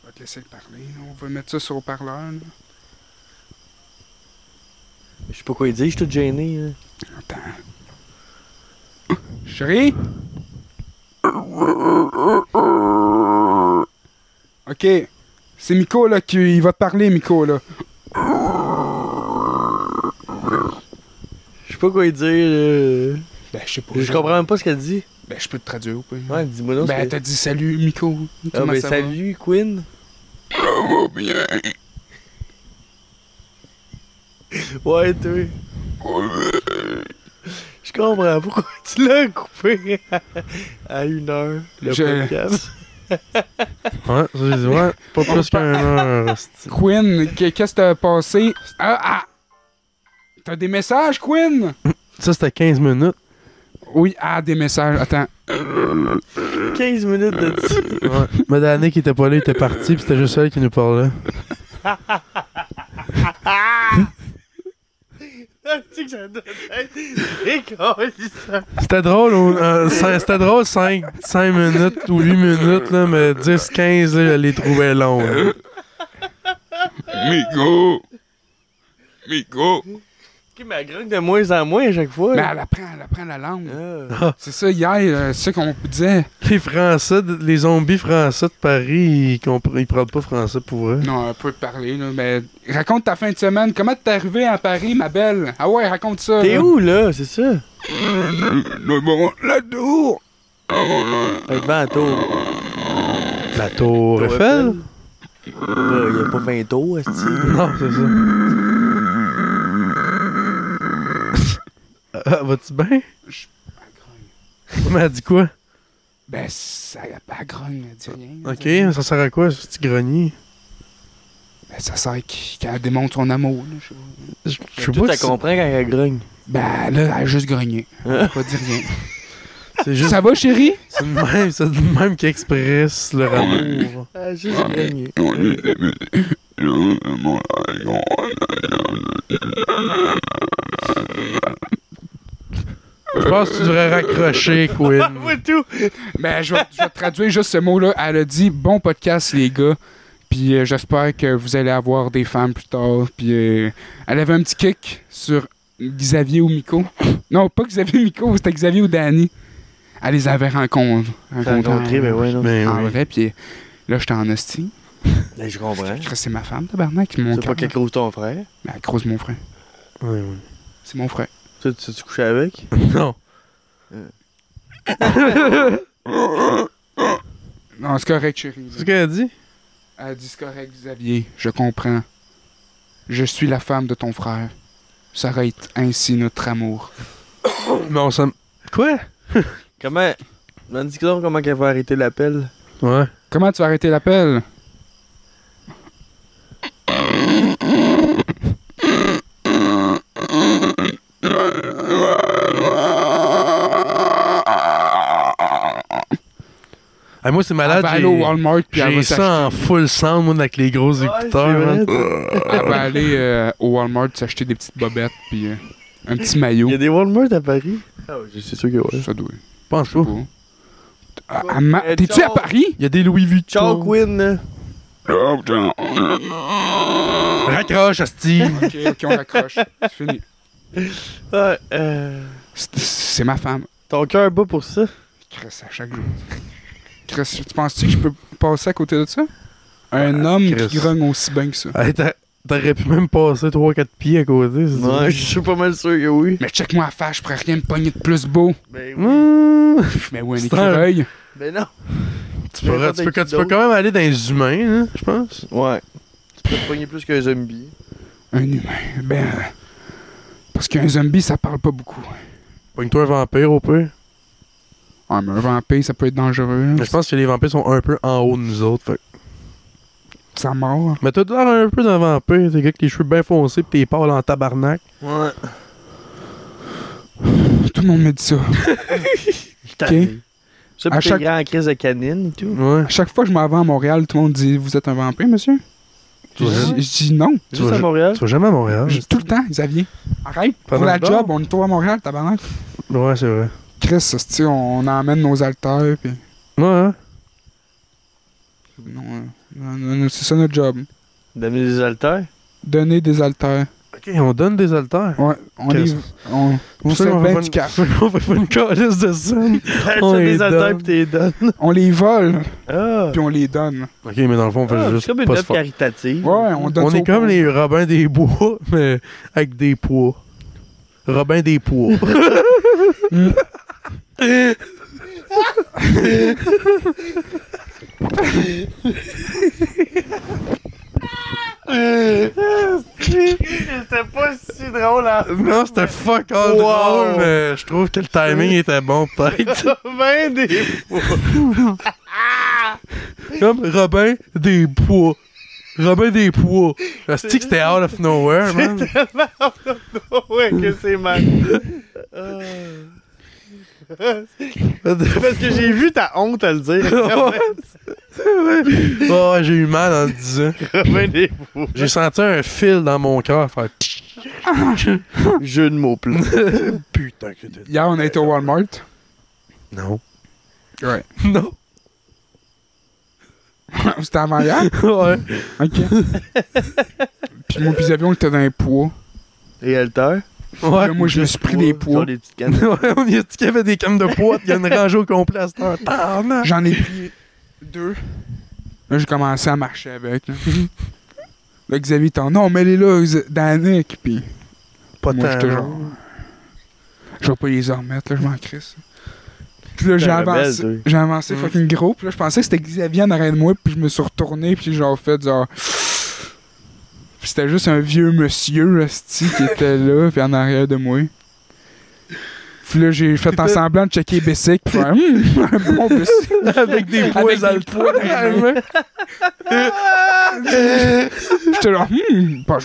Speaker 1: On va te laisser le parler, là. On va mettre ça sur le parleur, là.
Speaker 2: Je sais pas quoi dire, je suis tout gêné. là.
Speaker 1: Chérie? Ok. C'est Miko, là, qui il va te parler, Miko, là.
Speaker 2: Je sais pas quoi dire. euh,
Speaker 1: Ben, je sais pas.
Speaker 2: Je comprends même pas ce qu'elle dit.
Speaker 1: Ben, je peux te traduire ou pas?
Speaker 2: Ouais, dis-moi donc.
Speaker 1: ben,
Speaker 2: ce que-
Speaker 1: t'as dit salut, Miko.
Speaker 2: ah,
Speaker 1: Comment
Speaker 2: ben
Speaker 1: ça va?
Speaker 2: salut, Quinn. Ouais, toi. Je comprends pourquoi tu l'as coupé à- à une heure, le
Speaker 1: Je-
Speaker 2: podcast.
Speaker 3: Ouais, c'est- ouais, pas plus qu'un heure. hostie.
Speaker 1: Quinn, que- qu'est-ce que t'as passé? Ah, ah! T'as des messages, Quinn?
Speaker 3: Ça, c'était 15 minutes.
Speaker 1: Oui, ah, des messages. Attends.
Speaker 2: 15 minutes de dessus.
Speaker 3: Ouais. Mais Danick qui était pas là, il était parti, puis c'était juste elle qui nous parlait.
Speaker 2: Ah, tu que ça donne. Décolle
Speaker 3: C'était drôle, au- euh, cin- c'était drôle 5, minutes ou 8 minutes, là, mais 10, 15, là, je les trouvais longs. là.
Speaker 1: Miko! Miko!
Speaker 2: Ok, mais elle grogne de moins en moins à chaque fois.
Speaker 1: Mais
Speaker 2: là.
Speaker 1: Ben, elle apprend, elle apprend la langue.
Speaker 2: Ah.
Speaker 1: C'est ça, hier, euh, c'est ça qu'on disait.
Speaker 3: Les Français, de- les zombies français de Paris, ils, compre- ils parlent pas français pour eux.
Speaker 1: Non, elle peut te parler, là, mais raconte ta fin de semaine. Comment t'es arrivé à Paris, ma belle? Ah ouais, raconte ça.
Speaker 2: T'es
Speaker 1: là.
Speaker 2: où là, c'est ça?
Speaker 1: Le bon, la tour!
Speaker 2: Avec Banto.
Speaker 3: La Tour Eiffel?
Speaker 2: Il n'y a pas 20 tours, est-ce
Speaker 3: Non, c'est ça. ah, vas-tu bien? Mais elle dit quoi?
Speaker 1: Ben, ça, elle grogne, elle dit rien. elle
Speaker 3: Ok,
Speaker 1: dit rien.
Speaker 3: ça sert à quoi ce petit grenier?
Speaker 1: Ben, ça sert qu- qu'elle démontre son amour, là, je sais pas.
Speaker 3: Je je sais
Speaker 2: Tout
Speaker 3: pas.
Speaker 2: à
Speaker 3: si-
Speaker 2: comprendre quand elle grogne.
Speaker 1: Ben, là, elle a juste grogné. Elle a pas dit rien.
Speaker 3: C'est juste
Speaker 1: Ça va, chérie?
Speaker 3: c'est le même, c'est le même qui expresse leur amour.
Speaker 2: Ah, juste grogne.
Speaker 3: Je pense que tu devrais raccrocher,
Speaker 2: Ah, Moi
Speaker 3: Quinn.
Speaker 2: tout!
Speaker 1: Ben, je vais, je vais te traduire juste ce mot-là. Elle a dit bon podcast, les gars. Puis euh, j'espère que vous allez avoir des femmes plus tard. Puis euh, elle avait un petit kick sur Xavier ou Miko. Non, pas Xavier ou Miko, c'était Xavier ou Danny. Elle les avait rencon- rencontrés.
Speaker 2: Rencontré, ben ouais, non.
Speaker 3: Ben
Speaker 1: En
Speaker 3: oui.
Speaker 1: vrai, puis euh, là, j'étais en hostie.
Speaker 2: Ben, je comprends.
Speaker 1: Je crois que C'est ma femme, tabarnak, mon
Speaker 2: C'est pas
Speaker 1: cœur.
Speaker 2: qu'elle croise ton frère.
Speaker 1: Ben, Elle croise mon frère.
Speaker 3: Ouais, ouais.
Speaker 1: C'est mon frère.
Speaker 2: Tu tu tu couches avec?
Speaker 3: Non.
Speaker 1: Non, c'est correct, chérie.
Speaker 3: C'est ce qu'elle a dit?
Speaker 1: Elle dit c'est correct, Xavier. Je comprends. Je suis la femme de ton frère. S'arrête ainsi notre amour.
Speaker 3: Non, ça. m- Quoi?
Speaker 2: Comment? Ben, dis donc comment qu'elle va arrêter l'appel.
Speaker 3: Ouais.
Speaker 1: Comment tu vas arrêter l'appel?
Speaker 3: Ah, moi, c'est
Speaker 1: Elle
Speaker 3: malade.
Speaker 1: va
Speaker 3: j'ai-
Speaker 1: aller au Walmart puis elle
Speaker 3: J'ai
Speaker 1: va
Speaker 3: ça en full sound, moi, avec les gros écouteurs. hein.
Speaker 1: s'acheter- elle va aller euh, au Walmart s'acheter des petites bobettes puis euh, un petit maillot.
Speaker 2: Il y a des Walmart à Paris? Ah oui, c'est sûr que ouais.
Speaker 1: Ça doit. je
Speaker 3: Pense
Speaker 1: sais
Speaker 3: pas.
Speaker 1: pas. Ah, elle m'a-
Speaker 2: Euh,
Speaker 1: T'es-tu à
Speaker 2: ciao.
Speaker 1: Paris?
Speaker 3: Il y a des Louis Vuitton.
Speaker 2: Ciao, Quinn!
Speaker 3: Raccroche, Asti.
Speaker 1: Ok, ok, on accroche. C'est fini.
Speaker 2: Ah, euh,
Speaker 1: C'est- C'est ma femme.
Speaker 2: ton cœur bat pour ça?
Speaker 1: Chris, à chaque jour. Chris, tu penses-tu que je peux passer à côté de ça? Un homme
Speaker 3: Chris.
Speaker 1: qui grogne aussi bien que ça.
Speaker 3: Hey, t'a- T'aurais pu même passer 3-4 pieds à côté. c'est ça.
Speaker 2: Ouais, je suis pas mal sûr que oui.
Speaker 1: Mais check-moi la face, je pourrais rien me pogner de plus beau.
Speaker 2: Ben
Speaker 3: Mmh.
Speaker 1: Mais ouais, un
Speaker 3: C'est un-
Speaker 1: écureuil.
Speaker 2: Ben non!
Speaker 3: Tu, pourrais- tu peux,
Speaker 2: N'importe qui
Speaker 3: tu peux quand même aller dans les humains, hein, je pense.
Speaker 2: Ouais. Tu peux te pogner plus qu'un zombie.
Speaker 1: Un humain. Ben. euh, Parce qu'un zombie, ça parle pas beaucoup.
Speaker 3: Pogne-toi un vampire au peu.
Speaker 1: Ah, mais un vampire, ça peut être dangereux.
Speaker 3: Mais je pense que les vampires sont un peu en haut de nous autres. Fait.
Speaker 1: Ça mord.
Speaker 3: Mais t'as de l'air un peu d'un vampire. T'es gars avec les cheveux bien foncés pis t'es pâle en tabarnak.
Speaker 2: Ouais.
Speaker 1: Tout le monde me dit ça.
Speaker 2: Putain.
Speaker 1: À
Speaker 2: Ça, puis t'es
Speaker 1: chaque-
Speaker 2: grand en crise de canine et tout.
Speaker 3: Ouais.
Speaker 1: À chaque fois que je m'en vais à Montréal, tout le monde dit Vous êtes un vampire, monsieur
Speaker 3: Tu Ah, vas,
Speaker 1: Je
Speaker 3: jamais,
Speaker 2: Ouais.
Speaker 1: je dis non.
Speaker 3: tu
Speaker 2: Juste
Speaker 3: vas-
Speaker 2: à Montréal.
Speaker 3: tu vas jamais à Montréal.
Speaker 1: Je dis tout le temps, Xavier. Arrête. Pour
Speaker 3: Pendant
Speaker 1: la
Speaker 3: le bar.
Speaker 1: job, on est toi à Montréal, tabarnak.
Speaker 3: Ouais, c'est vrai.
Speaker 1: Chris, hostie, on, on emmène nos haltères, puis.
Speaker 3: Ouais, hein?
Speaker 1: Non, euh, non, non, non, c'est ça notre job.
Speaker 2: Donner des haltères.
Speaker 1: Donner des haltères.
Speaker 3: Ok, on donne des haltères.
Speaker 1: Ouais, on
Speaker 3: Chris.
Speaker 1: est. On, on se
Speaker 3: Pour ça,
Speaker 1: fait
Speaker 3: fait
Speaker 1: bien
Speaker 3: pas
Speaker 1: du
Speaker 3: une-
Speaker 1: cash.
Speaker 3: on fait pas une calisse de scène. On
Speaker 2: T'achètes
Speaker 3: les
Speaker 2: des haltères
Speaker 3: donne.
Speaker 2: pis t'es donne.
Speaker 1: On les vole,
Speaker 2: Ah!
Speaker 1: puis on les donne.
Speaker 3: Ok, mais dans le fond, on fait
Speaker 2: Ah,
Speaker 3: juste
Speaker 2: c'est comme une
Speaker 3: pas se
Speaker 2: œuvre
Speaker 3: faire.
Speaker 2: caritative.
Speaker 1: Ouais, on donne
Speaker 3: On
Speaker 1: ça
Speaker 3: est
Speaker 1: au
Speaker 3: comme
Speaker 1: pauvre.
Speaker 3: les Robins des Bois, mais avec des poids. Robin des poids.
Speaker 2: C'était pas si drôle hein. à
Speaker 3: non, c'était fuck all
Speaker 2: Wow.
Speaker 3: drôle, mais je trouve que le timing était bon, peut-être.
Speaker 2: ben des
Speaker 3: Comme Robin des Bois. Robin des Bois. Je sais que c'était out of nowhere, man.
Speaker 2: ouais que c'est mal. Ah. Parce que j'ai vu ta honte à le dire.
Speaker 3: oh, j'ai eu mal en le disant.
Speaker 2: Robin Ben des Bois.
Speaker 3: J'ai senti un fil dans mon cœur faire tch,
Speaker 2: Jeu de mots plein.
Speaker 3: putain que t'es.
Speaker 1: Hier, on a été au Walmart.
Speaker 3: Non.
Speaker 1: Ouais.
Speaker 3: Non.
Speaker 1: C'était avant hier.
Speaker 3: Ouais.
Speaker 1: OK. puis moi, puis Xavier, on était dans les poids.
Speaker 2: Et Alter.
Speaker 1: Puis
Speaker 3: Ouais.
Speaker 1: là, moi, je me suis pris des poids.
Speaker 2: Genre des petites cannes.
Speaker 3: Ouais, on y a dit qu'il y avait des cannes de poids, il y a une rangée au complet à cette heure. Tabarnak.
Speaker 1: J'en ai pris deux. Là, j'ai commencé à marcher avec. Là, Là, Xavier était en non, mais les là Xa- dans la nuque. Puis
Speaker 3: Pas
Speaker 1: moi,
Speaker 3: tant.
Speaker 1: j'étais genre.
Speaker 3: non.
Speaker 1: Je vais pas les en remettre, là, je m'en crisse. Puis là, j'ai
Speaker 2: T'es rebelle,
Speaker 1: avancé,
Speaker 2: toi.
Speaker 1: j'ai avancé
Speaker 3: Mm.
Speaker 1: fucking gros. Puis là, je pensais que c'était Xavier en arrière de moi. Puis je me suis retourné. Puis j'ai genre fait genre. Puis c'était juste un vieux monsieur, esti, qui était là. Puis en arrière de moi. Puis là, j'ai fait en
Speaker 3: T'étais-
Speaker 1: semblant de checker Bessic. Puis faire, Hum, un bon Bessic.
Speaker 3: Avec des poids
Speaker 1: Avec des
Speaker 3: dans le
Speaker 1: poids dans les mains. J'étais genre, hum, pas-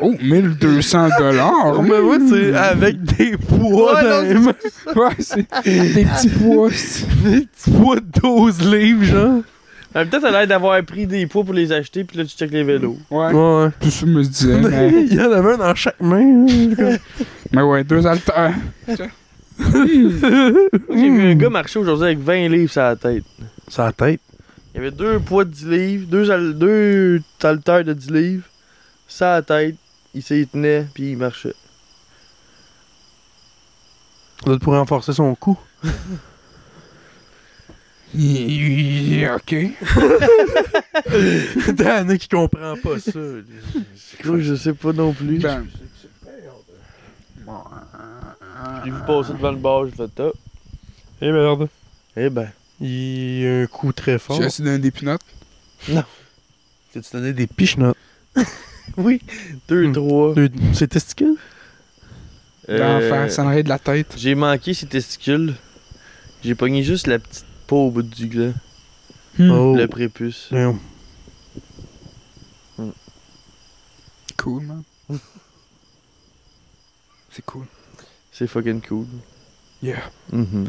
Speaker 1: oh, 1200 dollars.
Speaker 3: Mais moi, c'est avec des poids
Speaker 2: Ouais,
Speaker 3: dans
Speaker 2: non,
Speaker 3: les mains.
Speaker 1: Ouais, c'est des petits pois. c'est-
Speaker 3: Des petits poids de 12 livres, genre.
Speaker 2: En même temps, t'as l'air d'avoir pris des poids pour les acheter, puis là, tu checkes les
Speaker 3: Mm.
Speaker 2: vélos.
Speaker 1: Ouais.
Speaker 3: Ouais.
Speaker 1: Tout ça me se disait, mais,
Speaker 3: Il y en avait un dans chaque main. hein.
Speaker 1: mais ouais, deux haltères.
Speaker 2: J'ai vu un gars marcher aujourd'hui avec 20 livres sur la tête.
Speaker 3: Sur la tête.
Speaker 2: Il y avait deux poids de 10 livres, deux, al- deux haltères de 10 livres, sur la tête. Il s'y tenait, puis il marchait.
Speaker 3: L'autre pour renforcer son cou.
Speaker 1: Y- y- ok.
Speaker 3: T'en as qui comprend pas ça.
Speaker 2: Gros, je sais pas non plus.
Speaker 1: Ben,
Speaker 2: J'ai vu passer devant le bar, j'ai fait top.
Speaker 3: Eh merde.
Speaker 2: Eh ben,
Speaker 3: Il a un coup très fort.
Speaker 1: j'ai essayé de donner des pinottes.
Speaker 3: Tu te donnais des pichenottes.
Speaker 2: oui, deux,
Speaker 3: Hmm.
Speaker 2: trois.
Speaker 3: C'est testicule?
Speaker 1: D'en
Speaker 2: Euh,
Speaker 1: faire, ça en arrive de la tête.
Speaker 2: J'ai manqué ses testicules. J'ai pogné juste la petite peau au bout du gland,
Speaker 1: Hmm.
Speaker 3: Oh.
Speaker 2: le prépuce.
Speaker 3: Damn.
Speaker 1: Cool, man. C'est cool.
Speaker 2: C'est fucking cool.
Speaker 1: Yeah.
Speaker 3: Mm-hmm.
Speaker 2: Mhm.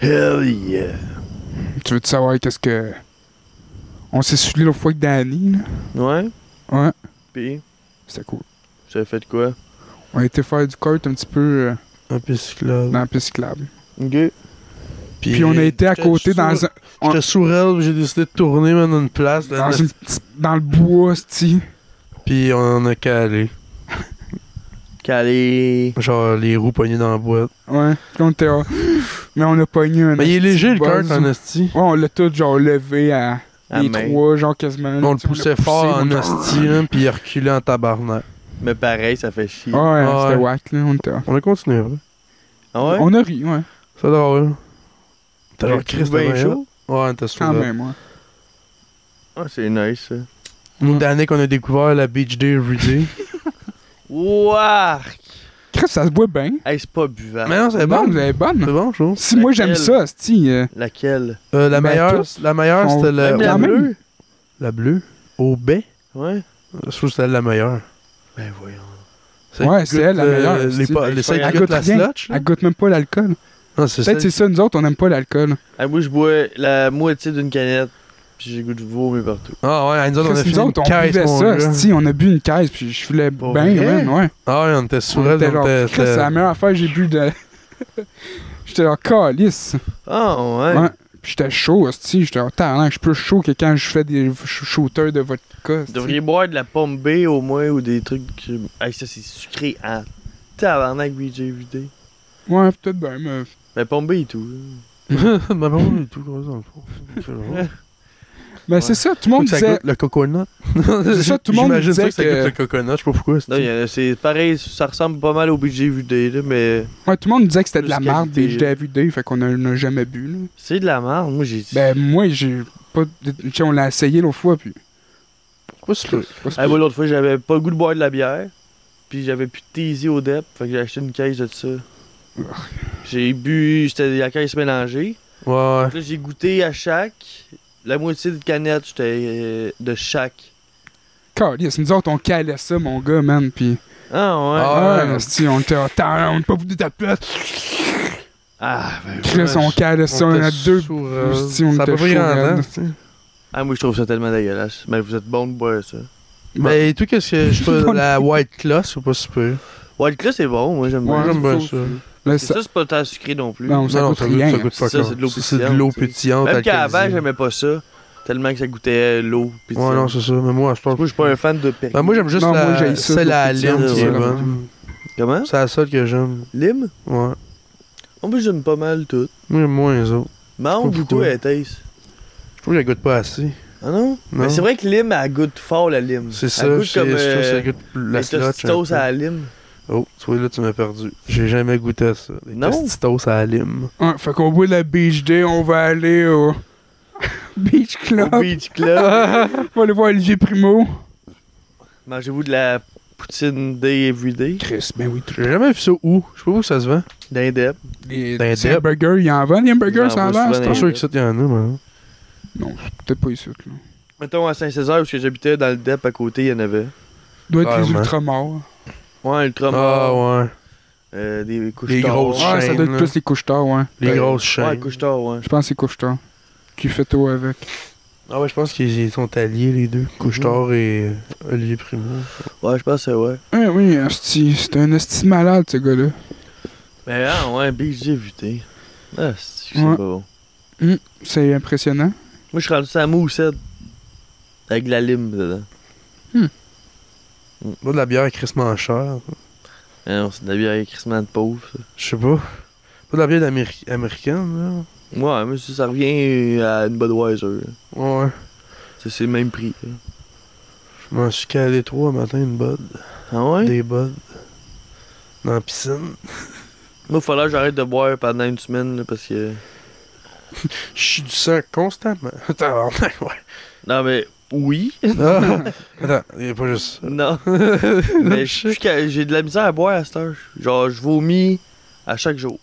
Speaker 2: Hell yeah.
Speaker 1: Tu veux-tu savoir qu'est-ce que. On s'est saoulé l'autre fois avec Danny, là?
Speaker 2: Ouais,
Speaker 1: Ouais,
Speaker 2: pis,
Speaker 1: c'était cool.
Speaker 2: ça a fait quoi?
Speaker 1: On a été faire du kart un petit peu euh,
Speaker 3: Un piste là.
Speaker 1: dans la piste cyclable.
Speaker 2: Ok.
Speaker 1: Puis on a été à
Speaker 3: j'étais
Speaker 1: côté dans,
Speaker 3: sous-
Speaker 1: un, on-
Speaker 3: J'étais sourd, elle, j'ai décidé de tourner man, dans une place.
Speaker 1: dans, une petite- dans le bois, c'ti.
Speaker 3: Puis on en a calé.
Speaker 2: Calé.
Speaker 3: Genre les roues pognées dans la boîte.
Speaker 1: Ouais, Puis on était. ah, Mais on a pogné un.
Speaker 3: Mais il est
Speaker 1: esti
Speaker 3: léger
Speaker 1: de
Speaker 3: le kart
Speaker 1: buzz.
Speaker 3: en esti.
Speaker 1: Ouais, on l'a tout genre levé à
Speaker 2: Ah,
Speaker 1: les
Speaker 2: mais-
Speaker 1: trois, genre quasiment.
Speaker 3: On le
Speaker 1: Tu sais,
Speaker 3: poussait
Speaker 1: l'a poussé,
Speaker 3: fort en
Speaker 1: on-
Speaker 3: esti, hein, puis il reculait en tabarnak.
Speaker 2: Mais pareil, ça fait chier.
Speaker 1: Ouais, hein, c'était
Speaker 3: ouais.
Speaker 1: whack, là, on était. ah.
Speaker 3: On a continué, vrai.
Speaker 2: Ah ouais?
Speaker 1: On a ri, ouais,
Speaker 3: C'est drôle. T'as genre
Speaker 2: J'ai
Speaker 3: Chris
Speaker 2: trouvé
Speaker 3: t'avais
Speaker 2: chaud.
Speaker 3: hâte. Ouais, t'as sourd.
Speaker 1: quand même, ouais.
Speaker 2: Ah, c'est nice, ça.
Speaker 3: Nous, d'année qu'on a découvert la Beach Day Everyday.
Speaker 2: Ouah!
Speaker 1: Chris, ça se boit bien.
Speaker 2: Hey, c'est pas buvable.
Speaker 3: Mais non, c'est
Speaker 1: Non,
Speaker 3: bon.
Speaker 1: vous avez
Speaker 3: C'est
Speaker 1: bonne.
Speaker 3: bon, je trouve.
Speaker 1: Si moi j'aime
Speaker 2: Laquelle?
Speaker 1: ça, c'ti. euh,
Speaker 2: Laquelle?
Speaker 3: Euh, la,
Speaker 1: Ben,
Speaker 3: meilleure,
Speaker 1: tous.
Speaker 3: la meilleure,
Speaker 1: On-
Speaker 3: c'était la,
Speaker 2: Même la
Speaker 1: on-
Speaker 2: bleue?
Speaker 3: la bleue. Au baie.
Speaker 2: Ouais.
Speaker 3: Je trouve que c'était la meilleure.
Speaker 2: Ben voyons.
Speaker 1: Ouais, c'est
Speaker 3: goûte,
Speaker 1: elle, la
Speaker 3: euh,
Speaker 1: meilleure,
Speaker 3: Les,
Speaker 1: c'est-
Speaker 3: pa- les cinq
Speaker 2: Elle
Speaker 3: gouttes
Speaker 1: goûte
Speaker 3: la
Speaker 1: rien.
Speaker 3: slotch. là.
Speaker 1: Elle goûte même pas l'alcool.
Speaker 3: Non, c'est ça.
Speaker 1: Peut-être c'est ça, nous autres, on aime pas l'alcool.
Speaker 2: Ah, moi, je bois la moitié d'une canette. Puis j'ai le goût de vomir partout.
Speaker 3: Ah ouais, nous autres, on a
Speaker 1: Chris,
Speaker 3: fini
Speaker 1: Nous
Speaker 3: une
Speaker 1: autres, on
Speaker 3: caisse,
Speaker 1: buvait
Speaker 3: mon
Speaker 1: ça,
Speaker 3: gars.
Speaker 1: si on a bu une caisse, puis je voulais bien,
Speaker 2: Pour vrai?
Speaker 1: man, ouais.
Speaker 3: Ah ouais, on était
Speaker 1: On
Speaker 3: sourds, on
Speaker 1: était genre,
Speaker 3: était...
Speaker 1: Chris, c'est la meilleure affaire que j'ai bu de... J'étais genre, calice.
Speaker 2: Ah ouais.
Speaker 1: Ouais. Puis j'étais chaud, hostie. J'étais en talent. Je suis plus chaud que quand je fais des sh- shooters de vodka.
Speaker 2: Vous
Speaker 1: hostie.
Speaker 2: devriez boire de la pomme B au moins ou des trucs. qui- Hey, ça c'est sucré en tabarnak, BJVD.
Speaker 1: Ouais, peut-être bien, mais.
Speaker 2: Mais pomme B et tout. là.
Speaker 3: Ma maman est tout grosse dans le fond.
Speaker 1: Mais c'est ça, tout le monde
Speaker 4: ça
Speaker 1: disait.
Speaker 4: goûte le coconut.
Speaker 1: C'est ça, tout le monde
Speaker 3: J'imagine
Speaker 1: disait
Speaker 3: ça que ça goûte
Speaker 1: que.
Speaker 3: le coconut, je sais pas pourquoi. c'est-
Speaker 2: Non, il y en a- c'est pareil, ça ressemble pas mal au BJVD, là, mais
Speaker 1: Ouais, tout le monde disait que c'était de la
Speaker 2: Plus
Speaker 1: merde
Speaker 2: qualité.
Speaker 1: des JVD, fait qu'on a- n'a jamais bu, là.
Speaker 2: c'est de la merde. Moi j'ai.
Speaker 1: Ben, moi, j'ai pas. de- Tu sais, on l'a essayé l'autre fois, puis.
Speaker 4: C'est pas si pire.
Speaker 1: c'est pas si
Speaker 2: Hey, moi, l'autre fois, j'avais pas le goût de boire de la bière. Puis j'avais plus de Teasy au DEP. Fait que j'ai acheté une caisse de ça. J'ai bu, c'était la caisse mélangée.
Speaker 3: Ouais, ouais.
Speaker 2: Fait que Là, j'ai goûté à chaque. La moitié de canette, j'étais euh, de chaque.
Speaker 1: Calice, nous autres, on calait ça, mon gars, man, puis.
Speaker 2: Ah ouais.
Speaker 3: Ah.
Speaker 1: Ah,
Speaker 3: ouais.
Speaker 1: hostie, on était en talent, on est pas voulu de ta pute.
Speaker 2: Ah, ben,
Speaker 1: Chris,
Speaker 3: ouais,
Speaker 1: on calait ça, on a deux. hostie, on
Speaker 3: Ça a
Speaker 1: était
Speaker 3: pas pris
Speaker 1: chaud,
Speaker 3: grand
Speaker 1: regarde.
Speaker 3: temps.
Speaker 2: ah, moi, je trouve ça tellement dégueulasse. Mais vous êtes bon de boire ça.
Speaker 3: Mais tout qu'est-ce que je fais, la White Claw, c'est pas super.
Speaker 2: White Claw, c'est bon. Moi, j'aime
Speaker 1: Ouais,
Speaker 2: bien.
Speaker 3: J'aime bien ça.
Speaker 1: Là,
Speaker 2: C'est
Speaker 1: ça.
Speaker 2: ça, c'est pas tant sucré non plus.
Speaker 1: Non, ça
Speaker 3: Non,
Speaker 1: coûte
Speaker 3: ça goûte-
Speaker 1: rien.
Speaker 3: ça goûte pas
Speaker 2: Ça, c'est de l'eau
Speaker 3: C'est de l'eau
Speaker 2: pétillante,
Speaker 3: pétillante.
Speaker 2: Même qu'avant,
Speaker 3: alcalisée.
Speaker 2: j'aimais pas ça. Tellement que ça goûtait euh, l'eau. puis
Speaker 3: Ouais,
Speaker 2: ça.
Speaker 3: non, c'est ça. Mais moi, je pense.
Speaker 2: Moi, je suis pas un fan de Perrier.
Speaker 3: Ben, moi, j'aime juste
Speaker 1: Non, moi,
Speaker 3: la.
Speaker 1: j'haïs ça,
Speaker 3: C'est
Speaker 1: l'eau
Speaker 3: la
Speaker 1: pétillante,
Speaker 3: lime qui est
Speaker 2: ouais.
Speaker 3: bonne.
Speaker 2: Comment
Speaker 3: C'est la seule que j'aime.
Speaker 2: Lime
Speaker 3: Ouais.
Speaker 2: En plus, j'aime pas mal tout.
Speaker 3: Moi, j'aime moins les autres.
Speaker 2: Mangue
Speaker 3: Je sais pas
Speaker 2: ou tout,
Speaker 3: pourquoi.
Speaker 2: elle taste.
Speaker 3: Je trouve qu'elle goûte pas assez.
Speaker 2: Ah non?
Speaker 3: Non.
Speaker 2: Mais c'est vrai que lime, elle goûte fort la lime.
Speaker 3: C'est
Speaker 2: Elle
Speaker 3: ça.
Speaker 2: goûte
Speaker 3: c'est-
Speaker 2: comme
Speaker 3: Je trouve que ça
Speaker 2: euh,
Speaker 3: goûte la
Speaker 2: les
Speaker 3: slotch.
Speaker 2: tostitos à
Speaker 3: un
Speaker 2: la lime.
Speaker 3: peu. Oh, tu vois, là, tu m'as perdu. J'ai jamais goûté à ça. Les
Speaker 2: Non?
Speaker 3: tostitos à la lime.
Speaker 1: Ouais, fait qu'au bout de la Beach Day, on va aller au Beach Club.
Speaker 2: Au Beach Club.
Speaker 1: On va aller voir Olivier Primo.
Speaker 2: Mangez-vous de la poutine day everyday.
Speaker 1: Chris, ben oui, tout
Speaker 3: J'ai jamais vu ça où. Je sais pas où ça se vend.
Speaker 2: D'un dep.
Speaker 1: les
Speaker 3: Dans les
Speaker 1: les
Speaker 3: dep.
Speaker 1: hamburgers, il en vend les hamburgers,
Speaker 2: Ils
Speaker 1: ça
Speaker 2: en
Speaker 1: en
Speaker 2: vendent
Speaker 1: vend.
Speaker 2: souvent
Speaker 1: c'est
Speaker 3: Je
Speaker 2: dans
Speaker 3: suis sûr que ça, il y en a, hein. man.
Speaker 1: Peut-être pas ici. Là.
Speaker 2: Mettons à Saint-Césaire, où j'habitais, dans le dep à côté, il y en avait.
Speaker 1: Doit être les
Speaker 3: Clairement.
Speaker 1: ultramorts.
Speaker 2: Ouais,
Speaker 3: Ah,
Speaker 2: ultramar.
Speaker 3: ouais.
Speaker 2: euh, des couches
Speaker 3: Des grosses
Speaker 1: Ah, ça
Speaker 3: chaînes,
Speaker 1: doit être
Speaker 3: là.
Speaker 1: plus les couches tard, ouais.
Speaker 3: Les
Speaker 2: Ouais.
Speaker 3: grosses
Speaker 2: Ouais,
Speaker 3: chaînes.
Speaker 2: couche tard, ouais.
Speaker 1: Je pense que c'est couches tard. Qui fait tout avec.
Speaker 3: Ah ouais, je pense qu'ils ils sont alliés les deux, Couchetard et euh, Olivier Primo.
Speaker 2: Ouais, je pense que ouais.
Speaker 1: Eh oui, esti, c'est un esti malade, ce gars-là.
Speaker 2: Mais ah, ouais, Beach j'ai vuté. Ah, c'est c'est
Speaker 1: Ouais.
Speaker 2: pas bon.
Speaker 1: C'est impressionnant.
Speaker 2: Moi, je suis rendu ça moussette. Avec de la lime dedans.
Speaker 3: Moi, de la bière est crissement chère.
Speaker 2: Ah non, c'est de la bière avec crissement de pauvre, ça.
Speaker 3: Je sais pas. Pas de la bière d'Amérique- américaine,
Speaker 2: Ouais, mais ça, ça revient euh, à une Budweiser. là.
Speaker 3: là. Ouais.
Speaker 2: Ça, C'est le même prix. là.
Speaker 3: Je m'en suis calé trois un matin, une bud.
Speaker 2: Ah ouais?
Speaker 3: Des buds. Dans la piscine.
Speaker 2: Moi, il falloir que j'arrête de boire pendant une semaine là, parce que.
Speaker 3: Je suis du sang constamment. Attends, ouais.
Speaker 2: Non, mais oui.
Speaker 3: Ah. Attends, il y a pas juste ça.
Speaker 2: non. mais je suis ca- j'ai de la misère à boire à cette heure. Genre, je vomis à chaque jour.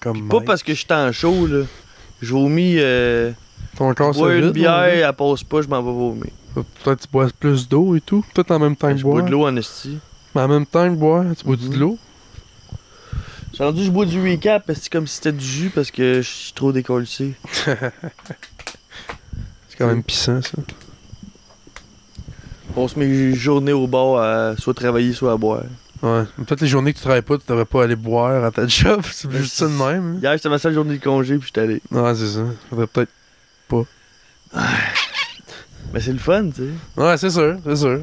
Speaker 3: Comme
Speaker 2: Pas
Speaker 3: Mike.
Speaker 2: parce que je suis en chaud, là. Je vomis. Euh,
Speaker 3: Ton corps se
Speaker 2: boire une
Speaker 3: vide, là.
Speaker 2: bière, elle passe pas, je m'en vais vomir.
Speaker 3: Peut-être que tu bois plus d'eau et tout. Peut-être en même temps que
Speaker 2: Ben, Je bois
Speaker 3: boire.
Speaker 2: de l'eau en esti.
Speaker 3: Mais en même temps que boire, tu bois du de l'eau.
Speaker 2: J'ai rendu, je bois du recap, parce que c'est comme si c'était du jus parce que je suis trop décollissé.
Speaker 3: C'est quand même pissant, ça.
Speaker 2: On se met journée au bord à soit travailler, soit à boire.
Speaker 3: Ouais. Mais Peut-être les journées que tu travailles pas, tu devrais pas aller boire à ta job. C'est juste ça de même. hein.
Speaker 2: Hier, c'était ma seule journée de congé, puis j'étais allé.
Speaker 3: Ouais, c'est ça. Faudrait peut-être.
Speaker 2: Mais c'est le fun, tu sais.
Speaker 3: Ouais, c'est sûr, c'est sûr.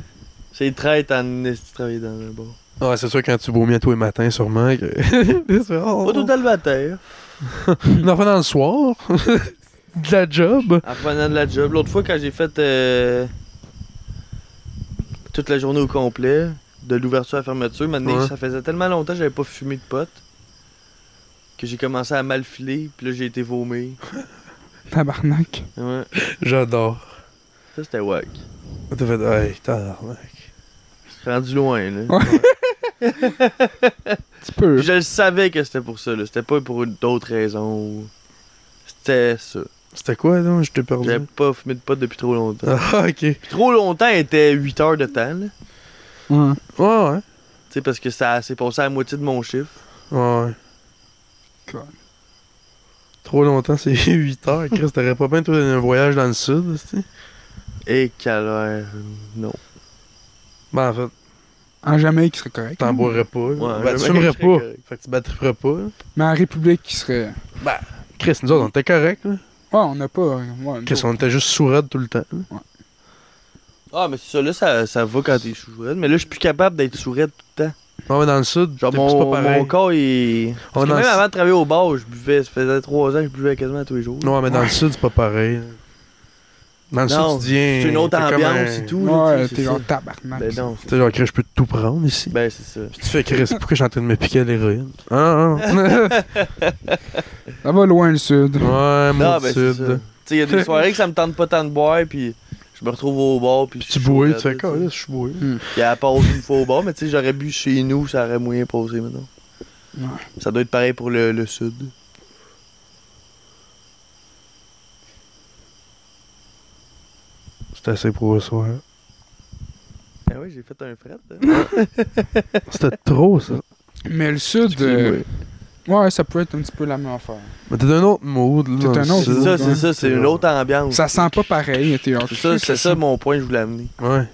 Speaker 2: C'est traite en esti de travailler dans un bar.
Speaker 3: Ouais, c'est sûr quand tu vomis à tous les matins, sûrement. Que... c'est sûr,
Speaker 2: Pas tout
Speaker 3: oh,
Speaker 2: d'albataire.
Speaker 3: on en fait dans le soir. de la job.
Speaker 2: En prenant de la job. L'autre fois, quand j'ai fait euh, toute la journée au complet, de l'ouverture à la fermeture, maintenant,
Speaker 3: Ouais.
Speaker 2: ça faisait tellement longtemps que j'avais pas fumé de pote que j'ai commencé à mal filer, puis là, j'ai été vomi.
Speaker 1: Tabarnak.
Speaker 2: Ouais.
Speaker 3: J'adore.
Speaker 2: Ça, c'était wack.
Speaker 3: T'as fait. Hey, tabarnak.
Speaker 2: C'est rendu loin, là.
Speaker 1: Ouais. Tu peux.
Speaker 2: Puis je le savais que c'était pour ça, là. C'était pas pour une- d'autres raisons. C'était ça.
Speaker 3: C'était quoi, là Je t'ai perdu.
Speaker 2: J'avais pas fumé de pote depuis trop longtemps.
Speaker 3: Ah, ok. Ouais,
Speaker 2: Puis trop longtemps était 8 heures de temps, là.
Speaker 1: Ouais.
Speaker 3: ouais.
Speaker 2: Tu sais, parce que ça s'est passé à la moitié de mon chiffre.
Speaker 3: Ouais. Trop longtemps, c'est 8 heures. Chris, t'aurais pas bien toi, un voyage dans le sud, tu
Speaker 2: Et euh, calvaire. Non.
Speaker 3: Ben, en fait,
Speaker 1: En Jamaïque, qui serait correct.
Speaker 3: t'en boirais pas.
Speaker 2: Hmm. Ouais,
Speaker 3: ben, tu
Speaker 2: jamais
Speaker 3: fumerais
Speaker 2: je serais
Speaker 3: pas.
Speaker 2: correct.
Speaker 3: Fait que tu battriferais pas. là.
Speaker 1: Mais en République, qui serait.
Speaker 3: Chris, nous autres, on était corrects, là.
Speaker 1: Ouais, on n'a pas. euh, ouais,
Speaker 3: Chris, on était juste sourds tout le temps. là.
Speaker 2: Ah, mais c'est ça, là, ça, ça va quand t'es sourette. Mais là, je suis plus capable d'être sourette tout le temps.
Speaker 3: Non, mais dans le sud,
Speaker 2: Genre,
Speaker 3: c'est pas
Speaker 2: mon,
Speaker 3: pareil.
Speaker 2: mon corps, il. Parce
Speaker 3: On
Speaker 2: que
Speaker 3: en-
Speaker 2: même avant de travailler au bar, je buvais. Ça faisait trois ans que je buvais quasiment tous les jours.
Speaker 3: Non, mais dans le sud, c'est pas pareil. Dans le
Speaker 2: Non,
Speaker 3: sud, tu viens.
Speaker 2: C'est une autre
Speaker 3: t'es comme
Speaker 2: ambiance
Speaker 3: un-
Speaker 2: et tout. là,
Speaker 1: Ouais,
Speaker 2: tu sais,
Speaker 1: t'es
Speaker 2: c'est
Speaker 1: genre
Speaker 2: ça.
Speaker 1: tabarnak.
Speaker 2: Ben non.
Speaker 3: Tu sais, genre, Chris, je peux tout prendre ici.
Speaker 2: Ben c'est ça.
Speaker 3: Puis tu fais, Chris, pourquoi je suis en train de me piquer à l'héroïne? Ah, ah.
Speaker 1: Ça va loin, le sud.
Speaker 3: ouais, mon
Speaker 2: Non, ben c'est ça.
Speaker 3: sud.
Speaker 2: Tu sais, il y a des soirées que ça me tente pas tant de boire, puis je me retrouve au bar, puis.
Speaker 3: Puis
Speaker 2: je
Speaker 3: tu
Speaker 2: suis
Speaker 3: bois,
Speaker 2: sourette,
Speaker 3: tu fais,
Speaker 2: là, sais.
Speaker 3: Chris, je suis bourré.
Speaker 2: Il y a la pause une fois au bar, mais tu sais, j'aurais bu chez nous, ça aurait moyen passer maintenant.
Speaker 1: Ouais.
Speaker 2: Ça doit être pareil pour le, le sud.
Speaker 3: C'était assez pour ce soir.
Speaker 2: Ah oui, j'ai fait un fret. hein.
Speaker 3: C'était trop, ça.
Speaker 1: Mais le sud. euh, Ouais, ça peut être un petit peu la même affaire.
Speaker 3: Mais t'es d'un autre mood, là.
Speaker 1: T'es
Speaker 3: dans
Speaker 1: un autre
Speaker 3: le
Speaker 1: hein.
Speaker 2: C'est
Speaker 3: sud.
Speaker 2: ça, c'est ça, c'est une autre
Speaker 3: Oh,
Speaker 2: ambiance.
Speaker 1: Ça sent pas pareil. T'es genre,
Speaker 2: C'est ça, c'est ça mon point que je voulais amener.
Speaker 3: Ouais.